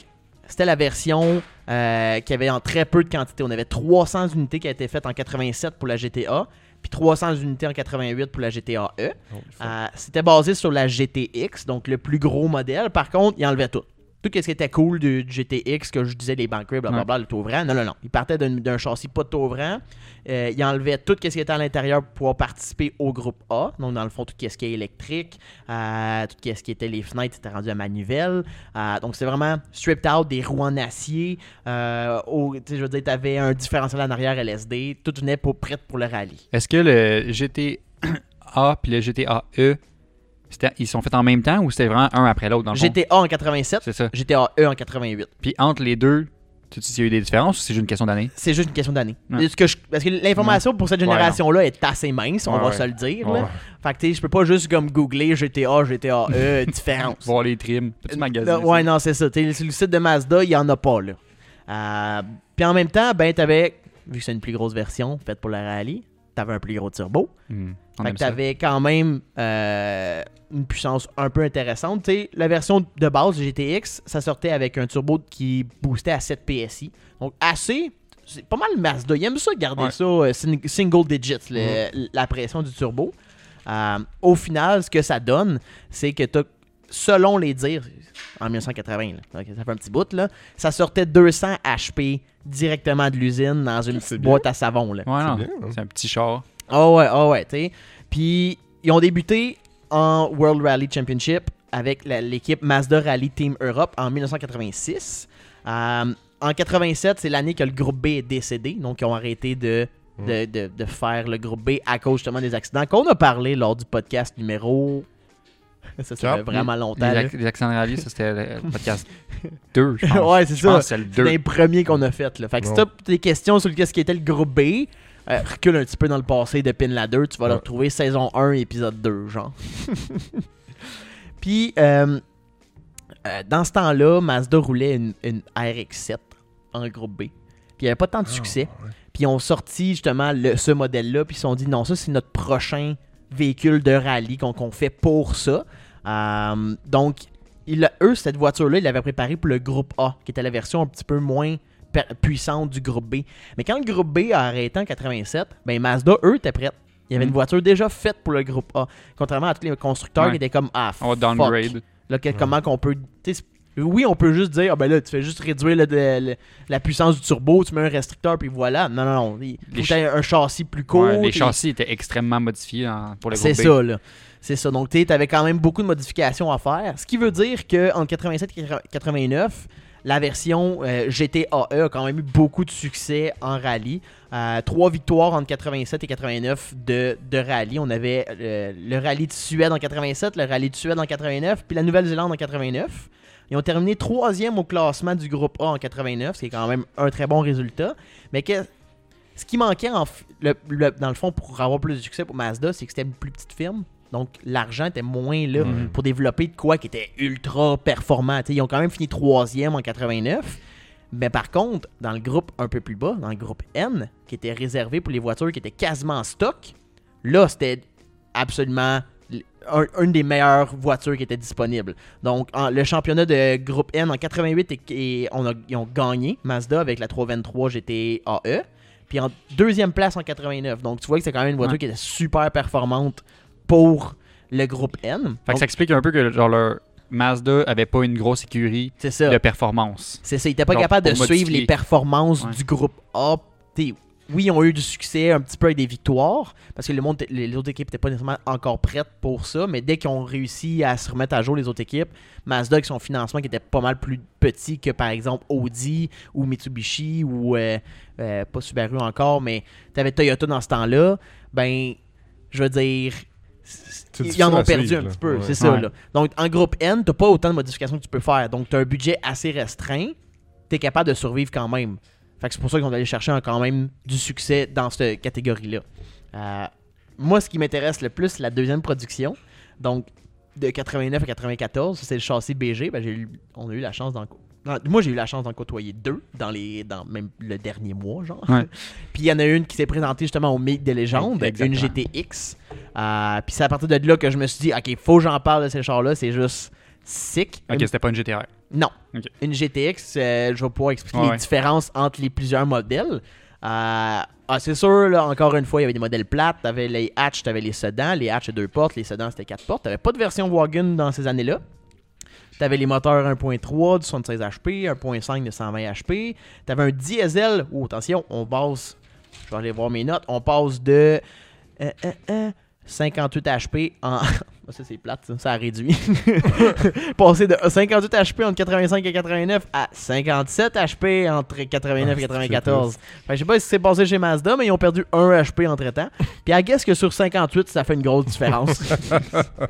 S2: c'était la version euh, qui avait en très peu de quantité. On avait 300 unités qui a été faites en 87 pour la GTA, puis 300 unités en 88 pour la GTA E.
S3: Oh, fuck.
S2: Euh, C'était basé sur la GTX, donc le plus gros modèle. Par contre, il enlevait tout. Tout ce qui était cool du, du GTX, que je disais, les banquets, blablabla, le Touvran. Non, non, non. Il partait d'un- d'un châssis pas de Touvran. Euh, il enlevait tout ce qui était à l'intérieur pour pouvoir participer au groupe A. Donc, dans le fond, tout ce qui est électrique, euh, tout ce qui était les fenêtres, c'était rendu à manivelle. Euh, donc, c'est vraiment stripped out des roues en acier. Euh, au- tu sais, je veux dire, t'avais un différentiel en arrière LSD. Tout venait pour prête pour le rallye.
S1: Est-ce que le GTA *clears throat* puis le GTAE, E, c'était- ils sont faits en même temps ou c'était vraiment un après l'autre dans le fond?
S2: GTA en 87,
S1: C'est ça.
S2: GTA E en 88.
S1: Puis entre les deux, tu dis s'il y a eu des différences ou c'est juste une question d'année?
S2: C'est juste une question d'année.
S1: Ouais.
S2: Parce que, je- parce que l'information pour cette
S1: Ouais, non.
S2: génération-là est assez mince, on
S3: Ouais,
S2: va
S3: ouais.
S2: se le dire.
S1: Ouais.
S2: là. Fait que tu sais, je peux pas juste comme googler GTA, GTA
S1: *laughs*
S2: E, différence.
S1: Voir les trims, petit magasin.
S2: Non, ouais, non, c'est ça. T'es sur le site de Mazda, il n'y en a pas, là. Euh, Puis en même temps, ben, t'avais, vu que c'est une plus grosse version faite pour la rallye, t'avais un plus gros turbo.
S1: Hmm. On
S2: Fait
S1: aime
S2: que
S1: ça.
S2: t'avais quand même euh, une puissance un peu intéressante. Tu sais, la version de base du GTX, ça sortait avec un turbo qui boostait à 7 PSI. Donc assez, c'est pas mal Mazda. Ils aiment ça garder
S1: Ouais. Mm-hmm.
S2: ça euh, sing- single digits, le- la pression du turbo. Euh, au final, ce que ça donne, c'est que t'as, selon les dires, en 1980, là, donc ça fait un petit bout, là, ça sortait 200 HP directement de l'usine dans une
S3: C'est
S2: petite
S3: bien.
S2: boîte à savon. Là.
S1: Ouais, non.
S3: bien, hein.
S1: C'est un petit char.
S2: Ah ouais, ah ouais, tu sais. Puis ils ont débuté en World Rally Championship avec la- l'équipe Mazda Rally Team Europe en 1986. Euh, en 87, c'est l'année que le groupe B est décédé, donc ils ont arrêté de,
S1: Hmm.
S2: de, de- de faire le groupe B à cause justement des accidents qu'on a parlé lors du
S1: *laughs*
S2: podcast numéro. Ça, ça fait
S3: Quatre.
S2: vraiment longtemps.
S1: Les,
S2: là. *laughs*
S1: ac- les accents de rallye, ça c'était le podcast 2, je pense.
S2: ouais, c'est
S1: Ah, Je pense
S2: ça.
S1: que c'est le
S2: C'est
S1: 2.
S2: les premiers qu'on a fait. Là. Fait que si
S3: Non.
S2: t'as des questions sur qu'est-ce qui était le groupe B, euh, recule un petit peu dans le passé de Pin Ladder, tu vas le
S3: Ouais.
S2: retrouver saison 1, épisode 2, genre. *laughs* Puis, euh, euh, dans ce temps-là, Mazda roulait une, une RX-7 en groupe B. Puis, il n'y avait pas tant de succès. Puis, ils ont sorti justement le- ce modèle-là, puis ils se sont dit, non, ça, c'est notre prochain véhicule de rallye qu'on qu'on fait pour ça. Euh, donc, il a- eux, cette voiture-là, ils l'avaient préparée pour le groupe A, qui était la version un petit peu moins pu- puissante du groupe B. Mais quand le groupe B a arrêté en 87, ben Mazda, eux, étaient prêts. Il y avait une
S1: Mm.
S2: voiture déjà faite pour le groupe A. Contrairement à tous les constructeurs
S1: Ouais.
S2: qui étaient comme Ah,
S1: On va
S2: fuck.
S1: downgrade.
S2: Là, que- Comment qu'on peut. tu sais, Oui, on peut juste dire Ah, ben là, tu fais juste réduire le- le- le- la puissance du turbo, tu mets un restricteur, puis voilà. Non, non, non. Il
S1: Les
S2: faut que t'aies un châssis plus court.
S1: Ouais, les
S2: t'es-
S1: châssis étaient extrêmement modifiés en- pour le groupe
S2: c'est
S1: B.
S2: ça, là. C'est ça. Donc, tu avais quand même beaucoup de modifications à faire. Ce qui veut dire qu'en 87 et 89, la version euh, GTAE a quand même eu beaucoup de succès en rallye. Euh, trois victoires entre 87 et 89 de, de rallye. On avait euh, le rallye de Suède en 87, le rallye de Suède en 89, puis la Nouvelle-Zélande en 89. Ils ont terminé troisième au classement du groupe A en 89, ce qui est quand même un très bon résultat. Mais que- ce qui manquait en f- le- le- dans le fond pour avoir plus de succès pour Mazda, c'est que c'était une plus petite firme. Donc l'argent était moins là
S1: Mhm.
S2: pour développer de quoi qui était ultra performant. Tu sais, ils ont quand même fini troisième en 89. Mais par contre, dans le groupe un peu plus bas, dans le groupe N, qui était réservé pour les voitures qui étaient quasiment en stock, là, c'était absolument l- un- une des meilleures voitures qui était disponible. Donc, en- le championnat de groupe N en 88, et, et on a- ils ont gagné Mazda avec la 323 GTAE. E. Puis en deuxième place en 89. Donc, tu vois que c'est quand même une voiture
S1: Ouais.
S2: qui était super performante pour le groupe N.
S1: Fait que
S2: Donc,
S1: ça explique un peu que genre, leur Mazda avait pas une grosse écurie
S2: c'est ça.
S1: de performance.
S2: C'est ça, ils n'étaient pas
S1: Donc,
S2: capables de
S1: pour
S2: suivre
S1: modifier.
S2: les performances
S1: Ouais.
S2: du groupe A. T'sais, oui, ils ont eu du succès un petit peu avec des victoires, parce que le monde, les, les autres équipes n'étaient pas nécessairement encore prêtes pour ça, mais dès qu'ils ont réussi à se remettre à jour les autres équipes, Mazda avec son financement qui était pas mal plus petit que par exemple Audi ou Mitsubishi ou euh, euh, pas Subaru encore, mais t'avais Toyota dans ce temps-là, ben je veux dire. c-
S3: C'est
S2: Ils en
S3: difficile
S2: ont
S3: à
S2: perdu
S3: suivre,
S2: un
S3: là.
S2: petit peu,
S3: Ouais.
S2: c'est ça.
S1: Ouais.
S2: Là. Donc, en groupe N, t'as pas autant de modifications que tu peux faire. Donc, t'as un budget assez restreint. T'es capable de survivre quand même. Fait que c'est pour ça qu'on allait chercher un- quand même du succès dans cette catégorie-là. Euh, moi, ce qui m'intéresse le plus, c'est la deuxième production. Donc, de 89 à 94, ça, c'est le châssis BG. Ben, j'ai eu- on a eu la chance d'en. co- non, Moi, j'ai eu la chance d'en côtoyer deux dans les dans même le dernier mois, genre.
S1: Ouais.
S2: *laughs* Puis il y en a une qui s'est présentée justement au Meet des légendes, une
S1: Exactement.
S2: GTX. Euh, puis c'est à partir de là que je me suis dit, ok, faut que j'en parle de ces chars-là, c'est juste sick.
S1: Ok,
S2: Une-
S1: c'était pas une GTR.
S2: non.
S1: Ok.
S2: Une GTX, euh, je vais pouvoir expliquer
S1: Ouais,
S2: les
S1: ouais.
S2: différences entre les plusieurs modèles. Euh, ah, c'est sûr, là, encore une fois, il y avait des modèles plates. T'avais les hatch, t'avais les sedans. Les hatch, c'est deux portes. Les sedans, c'était quatre portes. T'avais pas de version wagon dans ces années-là. T'avais les moteurs 1.3 du 76 HP, 1.5 de 120 HP. T'avais un diesel. Oh, attention, on passe. Je vais aller voir mes notes. On passe de euh, euh, euh, 58 HP en. *laughs* Ah, Ça, c'est plate, ça, ça a réduit. *laughs* Passer de 58 HP entre 85 et 89 à 57 HP entre 89 et
S3: Ah, c'est
S2: 94. Fait que je sais pas si c'est passé chez Mazda, mais ils ont perdu 1 HP entre-temps. Puis à guess que sur 58, ça fait une grosse
S3: *laughs*
S2: différence.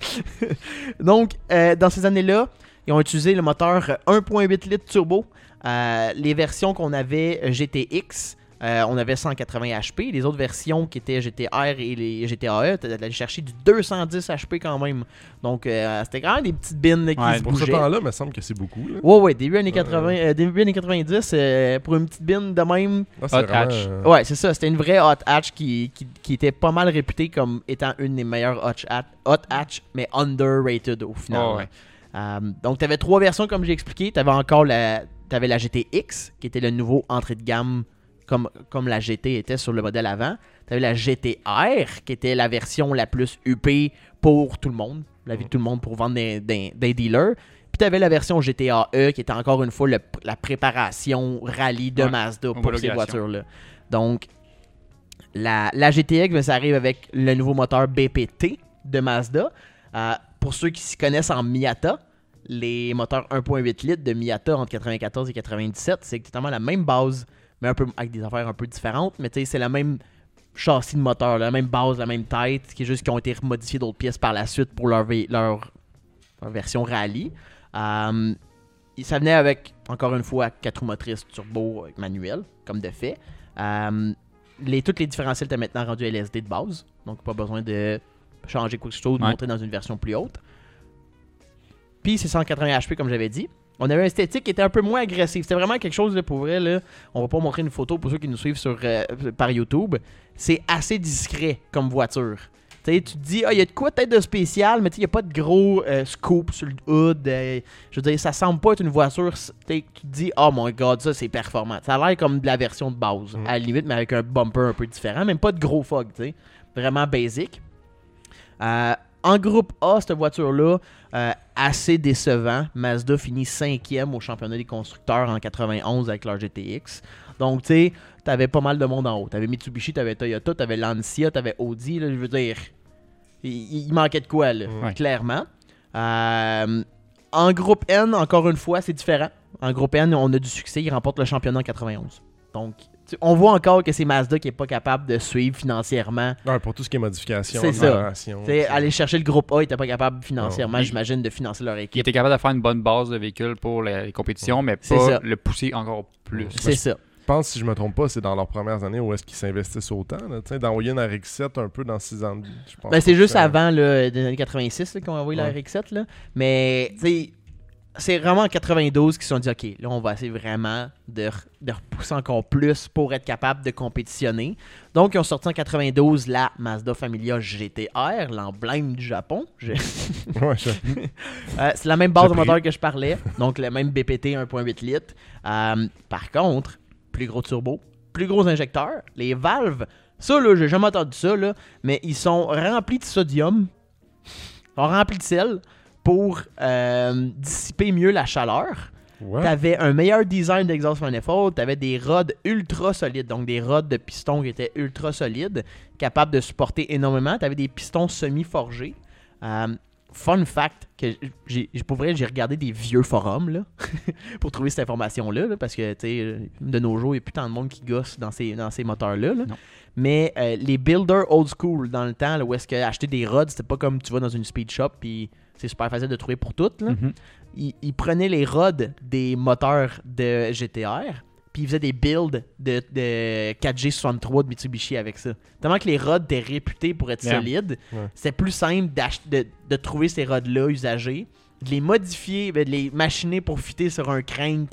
S2: *laughs* Donc, euh, dans ces années-là, ils ont utilisé le moteur 1.8 litres turbo. Euh, les versions qu'on avait GTX, euh, on avait 180 HP. Les autres versions qui étaient GTR et les GTAE, t'allais aller E, chercher du 210 HP quand même. Donc, euh, c'était quand même des petites bines là, qui
S1: Ouais,
S2: se
S1: pour
S3: Pour ce
S2: bougeaient.
S3: temps-là, il me semble que c'est beaucoup. Là.
S2: Ouais, ouais, début années, 80, euh, début années 90, euh, pour une petite bine de même,
S3: Ah, c'est
S1: Hot hatch.
S3: euh,
S2: Ouais, c'est ça. C'était une vraie hot hatch qui, qui, qui était pas mal réputée comme étant une des meilleures hot hatch, hot hatch mais underrated au final.
S1: Ah ouais.
S2: Euh, donc, tu avais trois versions, comme j'ai expliqué. Tu avais encore la, t'avais la GTX, qui était le nouveau entrée de gamme, comme, comme la GT était sur le modèle avant. Tu avais la GTR, qui était la version la plus UP pour tout le monde, la
S1: Mm.
S2: vie de tout le monde pour vendre des, des- des dealers. Puis tu avais la version GTAE, E qui était encore une fois le- la préparation rallye de
S1: Ouais,
S2: Mazda pour ces
S1: homologation.
S2: voitures-là. Donc, la, la GTX, ben, ça arrive avec le nouveau moteur BPT de Mazda. Euh, pour ceux qui s'y connaissent en Miata, les moteurs 1.8 litres de Miata entre 94 et 97, c'est exactement la même base, mais un peu avec des affaires un peu différentes. Mais tu sais, c'est la même châssis de moteur, la même base, la même tête, qui est juste qu'ils ont été modifiés d'autres pièces par la suite pour leur, vé- leur, leur version rallye. Euh, il- ça venait avec, encore une fois, quatre roues motrices turbo euh, manuel, comme de fait. Euh, les, toutes les différentiels étaient maintenant rendus LSD de base, donc pas besoin de changer quelque chose, de
S1: Ouais.
S2: monter dans une version plus haute. Puis c'est 180 HP, comme j'avais dit. On avait une esthétique qui était un peu moins agressive. C'était vraiment quelque chose de pour vrai. Là. On va pas montrer une photo pour ceux qui nous suivent sur, euh, par YouTube. C'est assez discret comme voiture. Tu sais, tu te dis, ah, il y a de quoi peut-être de spécial, mais il n'y a pas de gros euh, scoop sur le hood. euh, je veux dire, ça semble pas être une voiture. s- t'sais, que Tu te dis, oh mon god, ça c'est performant. Ça a l'air comme de la version de base,
S3: Mm.
S2: à la limite, mais avec un bumper un peu différent. Même pas de gros fog, tu sais. Vraiment basic. Euh, en groupe A, cette voiture-là, euh, assez décevant. Mazda finit cinquième au championnat des constructeurs en 91 avec leur GTX. Donc, tu sais, t'avais pas mal de monde en haut. T'avais Mitsubishi, t'avais Toyota, t'avais Lancia, t'avais Audi. là, je veux dire, il, il manquait de quoi, là,
S1: Ouais.
S2: clairement. Euh, en groupe N, encore une fois, c'est différent. En groupe N, on a du succès. Ils remportent le championnat en 91. Donc, tu- on voit encore que c'est Mazda qui est pas capable de suivre financièrement
S3: ouais, pour tout ce qui est modification,
S2: C'est ça.
S3: amélioration,
S2: T'sais,
S3: ça.
S2: aller chercher le groupe A, ils n'étaient pas capables financièrement,
S1: Non.
S2: j'imagine, de financer leur
S1: Qui
S2: équipe.
S1: était capable de faire une bonne base de véhicule pour les, les compétitions, mais
S2: C'est
S1: pas
S2: ça.
S1: le pousser encore plus.
S2: C'est ça.
S3: Je pense, si je me trompe pas, c'est dans leurs premières années où est-ce qu'ils s'investissent autant. Là, tu sais, dans Hoyen RX7, un peu dans 6 ans. de- Je pense
S2: Ben, c'est
S3: que
S2: juste
S3: ça-
S2: avant le des années 86 là, qu'on a envoyé la
S3: Ouais.
S2: RX7. Là. Mais t'sais, c'est vraiment en 92 qu'ils se sont dit OK, là, on va essayer vraiment de, re- de repousser encore plus pour être capable de compétitionner. Donc, ils ont sorti en 92 la Mazda Familia GTR, l'emblème du Japon. Je-
S3: *laughs* Ouais, je-
S2: Euh, c'est la même base
S3: J'ai
S2: de
S3: pris.
S2: moteur que je parlais, donc le même BPT 1.8 litres. Euh, par contre, plus gros turbo, plus gros injecteur, les valves, ça là, j'ai jamais entendu ça là, mais ils sont remplis de sodium, ils sont remplis de sel pour euh, dissiper mieux la chaleur.
S3: Ouais.
S2: T'avais un meilleur design d'exhaust manifold, t'avais des rods ultra solides, donc des rods de pistons qui étaient ultra solides, capables de supporter énormément. T'avais des pistons semi-forgés. Euh, fun fact, que j'ai, j'ai- pour vrai, j'ai regardé des vieux forums là, *laughs* pour trouver cette information-là, là, parce que tu sais, de nos jours, il n'y a plus tant de monde qui gosse dans ces, dans ces moteurs-là. là.
S1: Non.
S2: Mais euh, les builders old school dans le temps, là, où est-ce que acheter des rods, c'était pas comme tu vas dans une speed shop puis c'est super facile de trouver pour toutes. Là
S1: Mhm.
S2: il, il prenait les rods des moteurs de GTR, puis il faisait des builds de, de 4G63 de Mitsubishi avec ça. Tellement que les rods étaient réputés pour être
S1: Yeah.
S2: solides,
S3: Ouais.
S2: c'est plus simple d'ach- de, de trouver ces rods-là usagés, de les modifier, ben, de les machiner pour fitter sur un crank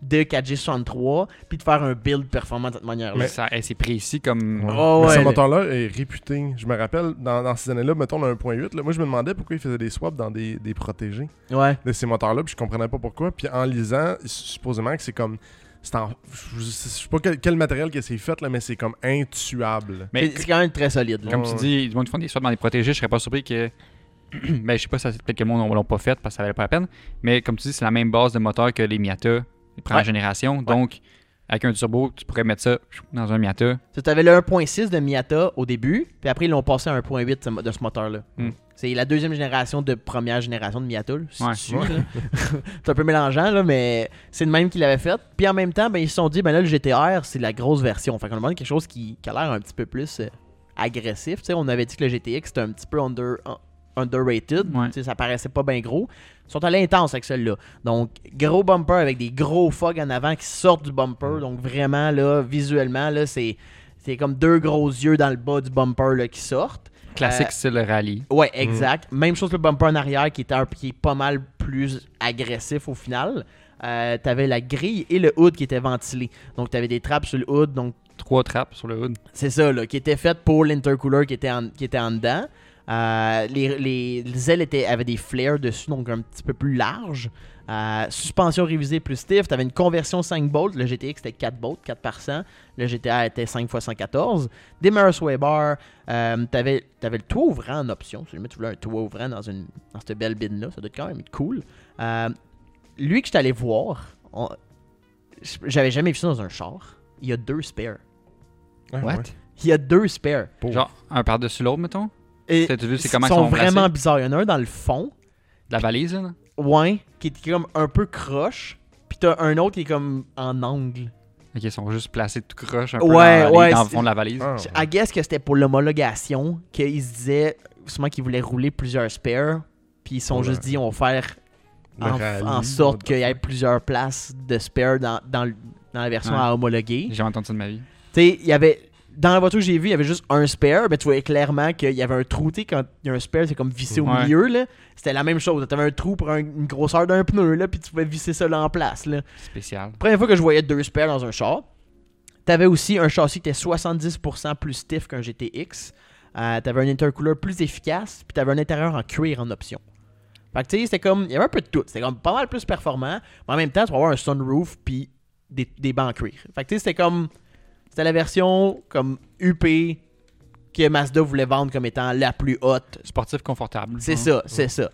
S2: de 4G63, puis de faire un build performant de cette manière-là.
S1: Mais ça- hey, c'est précis comme.
S3: Ouais.
S2: Oh,
S3: Mais
S2: ouais,
S3: ce
S2: là.
S3: moteur-là est réputé. Je me rappelle, dans, dans ces années-là, mettons le 1.8, là, moi je me demandais pourquoi ils faisaient des swaps dans des, des protégés
S2: Ouais.
S3: de ces moteurs-là, puis je comprenais pas pourquoi. Puis en lisant, supposément que c'est comme. c'est en- je, je sais pas quel, quel matériel que c'est fait, là, mais c'est comme intuable.
S1: Mais
S2: C'est- c'est quand même très solide. là.
S1: comme tu
S3: Ouais.
S1: dis, du monde qui font des swaps dans les protégés, je serais pas surpris que *clears throat* ben, je sais pas si ça- peut-être que le monde ne l'ont pas fait parce que ça valait pas la peine. Mais comme tu dis, c'est la même base de moteur que les Miata, les premières
S2: Ouais.
S1: générations. Donc, avec un turbo, tu pourrais mettre ça dans un Miata.
S2: Tu avais le 1.6 de Miata au début, puis après ils l'ont passé à 1.8 de ce mo- de ce moteur-là.
S1: Mm.
S2: C'est la deuxième génération de première génération de Miata. là, si
S1: Ouais.
S2: tu veux, là. *laughs* c'est un peu mélangeant, là, mais c'est le même qu'ils l'avaient fait. Puis en même temps, ben, ils se sont dit, ben là, le GTR, c'est la grosse version. Fait qu'on demande quelque chose qui, qui a l'air un petit peu plus euh, agressif. Tu sais, on avait dit que le GTX c'était un petit peu under, un- underrated.
S1: Ouais.
S2: Tu sais, Ça paraissait pas bien gros. Ils sont allés intense avec celui-là. Donc, gros bumper avec des gros fogs en avant qui sortent du bumper. Donc, vraiment, là, visuellement, là, c'est c'est comme deux gros yeux dans le bas du bumper là, qui sortent.
S1: Classique
S2: Euh,
S1: style rallye.
S2: Ouais, exact. Même chose que le bumper en arrière qui, était un, qui est pas mal plus agressif au final. Euh, t'avais la grille et le hood qui étaient ventilés. Donc t'avais des trappes sur le hood. Donc
S1: Trois trappes sur le hood.
S2: c'est ça, là, qui était faite pour l'intercooler qui était en, qui était en dedans. Euh, les, les- les ailes étaient, avaient des flares dessus, donc un petit peu plus larges. Euh, suspension révisée plus stiff. T'avais une conversion 5 bolts. Le GTX était 4 bolts, 4 par 100. Le GTA était 5 x 114. Des Maris Weber. Euh, t'avais, t'avais le toit ouvrant en option. Si jamais tu voulais un toit ouvrant dans, une, dans cette belle bine-là, ça doit être quand même être cool. Euh, lui que je t'allais voir, on- j'avais jamais vu ça dans un char. Il y a deux spares.
S3: Ah,
S1: What?
S3: ouais.
S2: Il y a deux spares.
S3: Pauvre.
S1: Genre, un par-dessus l'autre, mettons.
S2: Et
S1: Tu as vu, c'est
S2: ils
S1: comment ils
S2: sont
S1: sont brassés?
S2: vraiment bizarres. Il y en a un dans le fond,
S1: La valise, là.
S2: ouais, qui est comme un peu croche. Puis t'as un autre qui est comme en angle.
S1: Ok, ils sont juste placés tout croche un peu
S2: Ouais,
S1: dans, la-
S2: ouais,
S1: dans le
S2: c'est-
S1: fond de la valise.
S3: Ah,
S2: I guess que c'était pour l'homologation qu'ils se disaient sûrement qu'ils voulaient rouler plusieurs spares. Puis ils se sont
S3: Ouais.
S2: juste dit on va faire
S3: le
S2: en,
S3: rallye,
S2: en sorte
S3: what the
S2: qu'il y ait
S3: fuck.
S2: plusieurs places de spares dans, dans, le- dans la version
S1: Ouais.
S2: à homologuer.
S1: J'ai jamais entendu ça de ma vie.
S2: Tu sais, il y avait. Dans la voiture que j'ai vue, il y avait juste un spare, mais tu voyais clairement qu'il y avait un trou. Tu sais, quand il y a un spare, c'est comme vissé au
S1: Ouais.
S2: milieu, là. C'était la même chose. T'avais un trou pour un- une grosseur d'un pneu, là, puis tu pouvais visser ça là en place, là.
S1: Spécial.
S2: Première fois que je voyais deux spares dans un char. T'avais aussi un châssis qui était 70% plus stiff qu'un GTX. Euh, t'avais un intercooler plus efficace, puis t'avais un intérieur en cuir en option. Fait que tu sais, c'était comme. Il y avait un peu de tout. C'était comme pas mal plus performant, mais en même temps, tu vas avoir un sunroof, puis des, des bancs en cuir. Fait que tu sais, c'était comme. C'était la version comme UP que Mazda voulait vendre comme étant la plus haute
S1: Sportif confortable.
S2: c'est
S1: Hein.
S2: ça, c'est ça.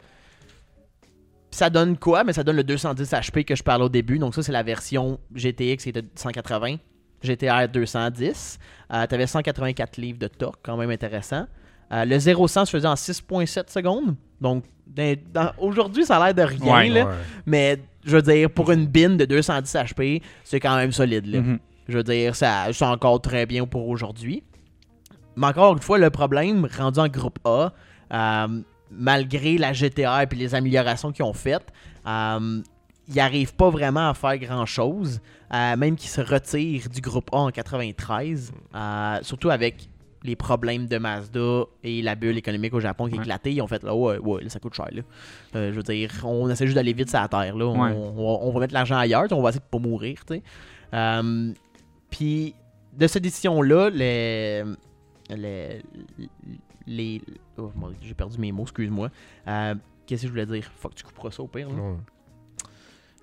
S2: Ça donne quoi? Mais ça donne le 210 HP que je parlais au début. Donc ça, c'est la version GTX qui était de 180. GTR 210. Euh, T'avais 184 livres de torque, quand même intéressant. Euh, le 0-100 se faisait en 6.7 secondes. Donc, dans- dans- aujourd'hui, ça a l'air de rien,
S1: Ouais.
S2: là.
S3: Ouais.
S2: mais je veux dire, pour une bin de 210 HP, c'est quand même solide. Là.
S1: Mhm.
S2: Je veux dire, ça, c'est encore très bien pour aujourd'hui. Mais encore une fois, le problème, rendu en groupe A, euh, malgré la GTA et puis les améliorations qu'ils ont faites, euh, ils n'arrivent pas vraiment à faire grand-chose. euh, même qu'ils se retirent du groupe A en 93, euh, surtout avec les problèmes de Mazda et la bulle économique au Japon qui
S1: Ouais.
S2: éclatait, ils ont fait là, ouais, ouais, là, ça coûte cher. Là. Euh, je veux dire, on essaie juste d'aller vite sur la terre. Là. On,
S1: Ouais.
S2: on va, on va mettre l'argent ailleurs, on va essayer de pas mourir. tu sais. Euh, Puis, de cette édition-là, les. Les. les oh, mon Dieu, j'ai perdu mes mots, excuse-moi. Euh, Qu'est-ce que je voulais dire Fuck, tu couperas ça au pire. là.
S3: Ouais.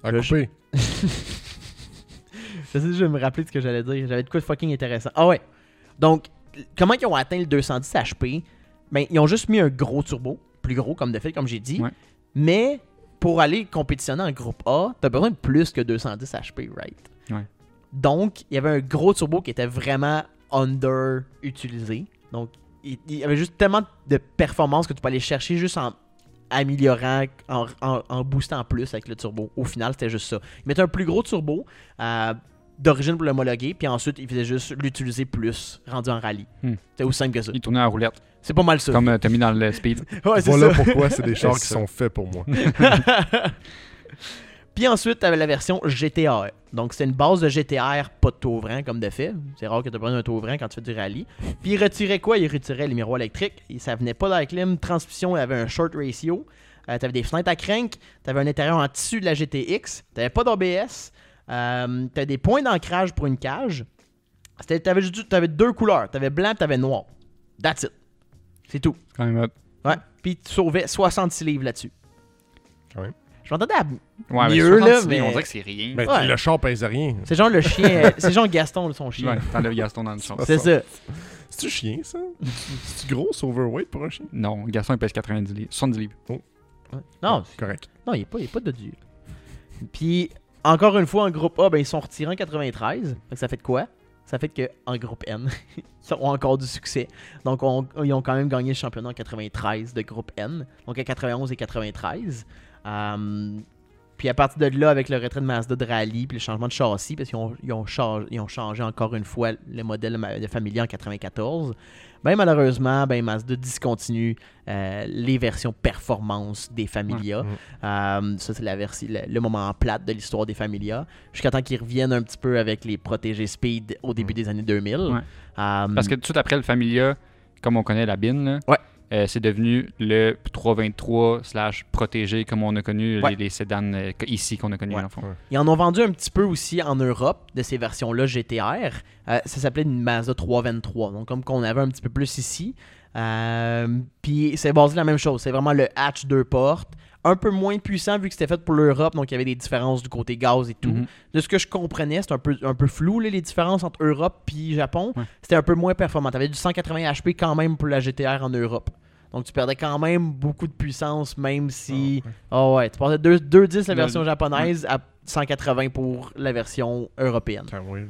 S3: À
S2: Le-
S3: couper.
S2: Je sais, je vais me rappeler de ce que j'allais dire. J'avais de quoi de fucking intéressant. Ah ouais. Donc, comment ils ont atteint le 210 HP Ben, ils ont juste mis un gros turbo, plus gros comme de fait, comme j'ai dit.
S1: Ouais.
S2: Mais pour aller compétitionner en groupe A, t'as besoin de plus que 210 HP, right
S1: Ouais.
S2: Donc, il y avait un gros turbo qui était vraiment underutilisé. Donc, il il y avait juste tellement de performances que tu peux aller chercher juste en améliorant, en, en- en boostant plus avec le turbo. Au final, c'était juste ça. Ils mettaient un plus gros turbo, euh, d'origine pour l'homologuer, puis ensuite, il faisait juste l'utiliser plus, rendu en rallye.
S1: Hmm.
S2: C'était aussi simple que ça.
S1: Il tournait en roulette,
S2: C'est pas mal ça.
S1: comme euh, t'as mis dans le speed. *laughs*
S2: Ouais, c'est
S3: Voilà
S2: ça.
S3: pourquoi
S2: *laughs*
S3: c'est des chars qui
S1: C'est ça.
S3: sont faits pour moi.
S2: puis ensuite, t'avais la version GTR. Donc, c'est une base de GTR, pas de taux ouvrant, comme de fait. C'est rare que t'as besoin d'un taux ouvrant quand tu fais du rallye. Puis, il retirait quoi Il retirait les miroirs électriques. Et ça venait pas dans la clim. Transmission, il avait un short ratio. Euh, t'avais des fenêtres à crank. T'avais un intérieur en tissu de la GTX. T'avais pas d'OBS. Euh, t'avais des points d'ancrage pour une cage. C'était- T'avais juste du- t'avais deux couleurs. T'avais blanc, t'avais noir. That's it. C'est tout.
S1: C'est quand même euh, hot.
S2: Ah Ouais. Puis tu sauvais 66 livres là-dessus.
S3: Quand même.
S2: Je m'entendais à.
S1: Ouais,
S2: Mieux, là,
S1: 66,
S2: mais-
S1: On dirait que c'est rien.
S3: Ben,
S2: Ouais.
S3: le char pèse rien.
S2: C'est genre le *laughs* chien. c'est genre Gaston, son chien.
S1: Ouais, t'enlèves Gaston dans le son.
S2: C'est ça.
S3: C'est-tu chien, ça? C'est-tu gros, c'est overweight pour un chien?
S1: Non, Gaston, il pèse 90 livres. 70 livres.
S2: Ouais. Non,
S3: Ah, Correct.
S2: Non, il n'y a, pas- il y a pas de Dieu. Puis, encore une fois, en groupe A, ben, ils sont retirés en 93. Fait que ça fait de quoi? Ça fait que en groupe N, *laughs* ils ont encore du succès. Donc, on- ils ont quand même gagné le championnat en 93 de groupe N. Donc, à 91 et 93. Euh, puis, à partir de là, avec le retrait de Mazda de rallye puis le changement de châssis, parce qu'ils ont, ils ont chang- ils ont changé encore une fois le modèle ma- de familier en 94, ben, malheureusement, ben, Mazda discontinue euh, les versions performance des Familia.
S3: Ouais.
S2: Euh, ça, c'est la versi- le, le moment plate de l'histoire des Familia. Jusqu'à temps qu'ils reviennent un petit peu avec les protégés Speed au début
S3: Mm.
S2: des années 2000.
S1: Ouais.
S2: Euh,
S1: Parce que tout de suite après le Familia, comme on connaît la BIN, là,
S2: Ouais.
S1: euh, c'est devenu le 323 slash protégé comme on a connu
S2: Ouais.
S1: les, les sédanes euh, ici qu'on a connu
S2: Ouais.
S1: en fond.
S3: Ouais.
S2: Ils en ont vendu un petit peu aussi en Europe de ces versions-là GTR. Euh, ça s'appelait une Mazda 323, donc comme qu'on avait un petit peu plus ici. Euh, Puis c'est basé la même chose, c'est vraiment le hatch deux portes. Un peu moins puissant vu que c'était fait pour l'Europe, donc il y avait des différences du côté gaz et tout.
S1: Mhm.
S2: De ce que je comprenais, c'était un peu, un peu flou là, les différences entre Europe puis Japon.
S1: Ouais.
S2: C'était un peu moins performant. T'avais du 180 HP quand même pour la GTR en Europe. Donc tu perdais quand même beaucoup de puissance, même si. Ah ouais, tu passais 2- 210 la
S1: Le-
S2: version japonaise à 180 pour la version européenne.
S3: Putain, oui.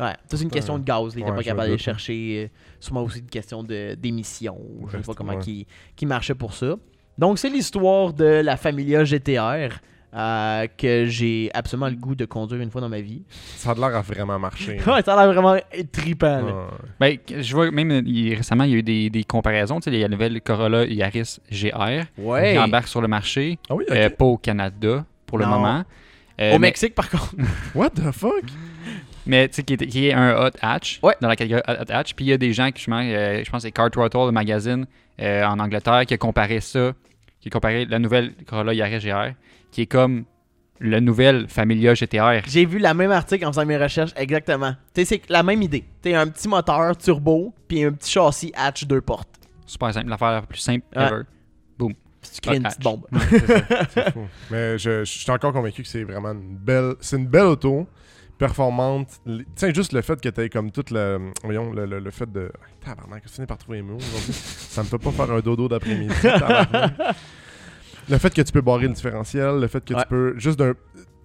S2: Ouais, ça c'est une
S3: Putain.
S2: question de gaz, là, il était
S3: Euh, Ouais,
S2: pas
S3: je me
S2: capable d'aller
S3: doute.
S2: chercher. euh, Sûrement aussi une question de- d'émission, je sais pas
S3: Reste-
S2: comment
S3: ouais.
S2: qui, qui marchait pour ça. Donc c'est l'histoire de la Familia GTR. euh, que j'ai absolument le goût de conduire une fois dans ma vie.
S3: Ça a l'air à vraiment marcher.
S2: *laughs* Ouais, ça a l'air vraiment trippant. là.
S3: Ah, ouais.
S1: Ben, que- je vois même euh, il- récemment, il y a eu des, des comparaisons. Tu sais, il y a la nouvelle Corolla Yaris GR qui embarque sur le marché,
S3: Ah oui, ok.
S1: euh, pas au Canada pour le
S2: Non.
S1: moment. Euh,
S2: Au
S1: mais-
S2: Mexique, par contre. *laughs*
S3: What the fuck?
S1: Mais tu sais, qui, est- qui est un hot hatch,
S2: Ouais.
S1: dans la catégorie hot hot hatch. Puis il y a des gens qui, justement, euh, je pense que c'est Car Throttle, le magazine euh, en Angleterre, qui a comparé ça, qui a comparé la nouvelle Corolla Yaris GR, qui est comme la nouvelle Familia GTR.
S2: J'ai vu la même article en faisant mes recherches, exactement. Tu sais, c'est la même idée. Tu sais, un petit moteur turbo, puis un petit châssis hatch deux portes.
S1: Super simple, l'affaire la plus simple
S2: Ouais.
S1: ever.
S2: Puis tu crées
S1: Ah,
S2: une
S1: hatch.
S2: petite bombe.
S1: *laughs*
S3: C'est fou. Mais je, je suis encore convaincu que c'est vraiment une belle. C'est une belle auto, performante. L- Tiens, juste le fait que tu comme toute la. Voyons, le, le- le fait de. Ah, Tabarnak, je finis par trouver les mots aujourd'hui. Ça me fait pas faire un
S1: *laughs*
S3: dodo d'après-midi. tabarnak. le fait que tu peux barrer le différentiel, le fait que
S2: Ouais.
S3: tu peux. Juste d'un.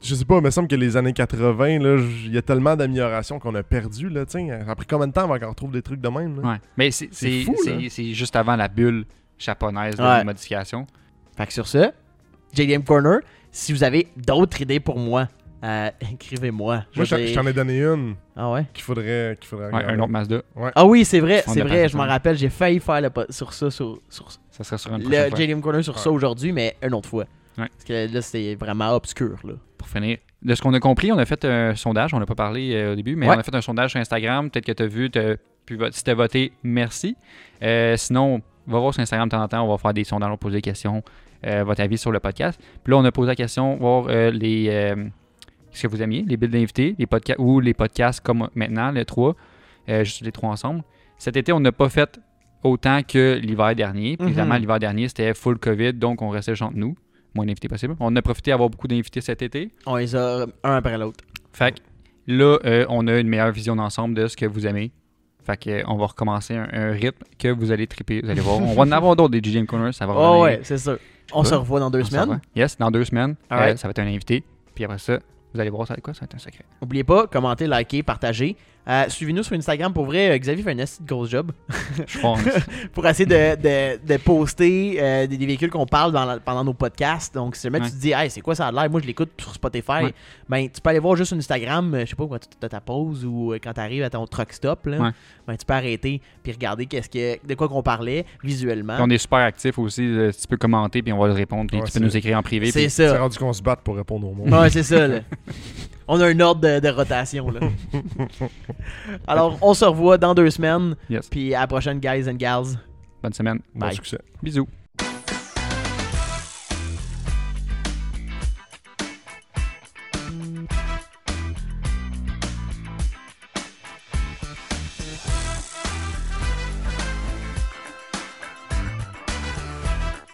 S3: Je sais pas, mais il me semble que les années 80, là, j- il y a tellement d'améliorations qu'on a perdu. Là, tiens. Après combien de temps avant qu'on retrouve des trucs de même? là?
S1: Ouais. Mais c'est
S3: C'est
S1: c'est-
S3: fou, là.
S1: c'est- c'est juste avant la bulle japonaise de
S2: Ouais.
S1: la modification.
S2: Fait que sur ce, JDM Corner, si vous avez d'autres idées pour moi, euh, *laughs* écrivez-moi. Je
S3: Moi,
S2: veux
S3: je je
S2: dire-
S3: t'en ai donné une
S2: Ah ouais?
S3: qu'il faudrait. qu'il faudrait
S1: Ouais, un
S3: regarder.
S1: autre Mazda,
S2: Ah oui, c'est vrai,
S1: Fond de
S2: c'est vrai, je
S1: parenthèse.
S2: m'en rappelle, j'ai failli faire le po- sur ça, sur, sur
S1: ça serait sur une prochaine
S2: le
S1: fois.
S2: JDM Corner sur ça
S3: Ouais.
S2: aujourd'hui, mais une autre fois.
S1: Ouais.
S2: Parce que là, c'est vraiment obscur, là.
S1: Pour finir, de ce qu'on a compris, on a fait un sondage, on n'a pas parlé euh, au début, mais
S2: Ouais.
S1: on a fait un sondage sur Instagram. Peut-être que tu as vu, t'as pu vo- si tu as voté, merci. Euh, sinon, va voir sur Instagram de temps en temps, on va faire des sondages, on va poser des questions, euh, votre avis sur le podcast. Puis là, on a posé la question, voir euh, les. euh, ce que vous aimiez, les billes d'invités, les podcasts ou les podcasts comme maintenant, les trois, euh, juste les trois ensemble. Cet été, on n'a pas fait autant que l'hiver dernier. Puis
S2: Mhm.
S1: Évidemment, l'hiver dernier, c'était full COVID, donc on restait juste entre nous, moins d'invités possible. On a profité d'avoir beaucoup d'invités cet été.
S2: On les a un après l'autre.
S1: Fait que là, euh, on a une meilleure vision d'ensemble de ce que vous aimez. Fait que, euh, on va recommencer un, un rythme que vous allez triper. Vous allez voir. On va en avoir d'autres des GGM Corner. Ça va
S2: Oh
S1: revenir.
S2: ouais, c'est sûr. On
S1: pas.
S2: se revoit dans deux
S1: On s'en
S2: semaines.
S1: va. Yes, dans deux semaines.
S2: Alright.
S1: Euh, ça va être un invité. Puis après ça, vous allez voir ça va être quoi. Ça va être un secret.
S2: N'oubliez pas, commentez, likez, partagez. Euh, Suivez-nous sur Instagram. Pour vrai, euh, Xavier fait un assez de gros job
S1: Je suis fort, en esti.
S2: pour essayer de, de- de poster euh, des, des véhicules qu'on parle dans la- pendant nos podcasts. Donc, si jamais
S1: Ouais.
S2: tu te dis, hey, c'est quoi ça a l'air, moi je l'écoute sur Spotify,
S1: Ouais.
S2: ben, tu peux aller voir juste sur Instagram, euh, je sais pas, quand tu as ta pause ou euh, quand tu arrives à ton truck stop, là,
S1: Ouais.
S2: ben, tu peux arrêter puis regarder qu'est-ce que, de quoi qu'on parlait visuellement.
S1: Puis on est super actif aussi. euh, tu peux commenter, puis on va le répondre. Puis
S3: Ouais,
S1: tu peux
S3: c'est-
S1: nous écrire en privé.
S2: C'est
S1: Puis
S3: C'est
S2: ça.
S3: rendu qu'on se batte pour répondre au monde.
S2: Ouais, c'est ça. là. On a un ordre de, de
S1: *laughs*
S2: rotation. Là. Alors, on se revoit dans deux semaines.
S1: Yes.
S2: Puis à la prochaine, guys and gals.
S1: bonne semaine.
S3: Bon
S2: Bye.
S3: succès.
S1: Bisous.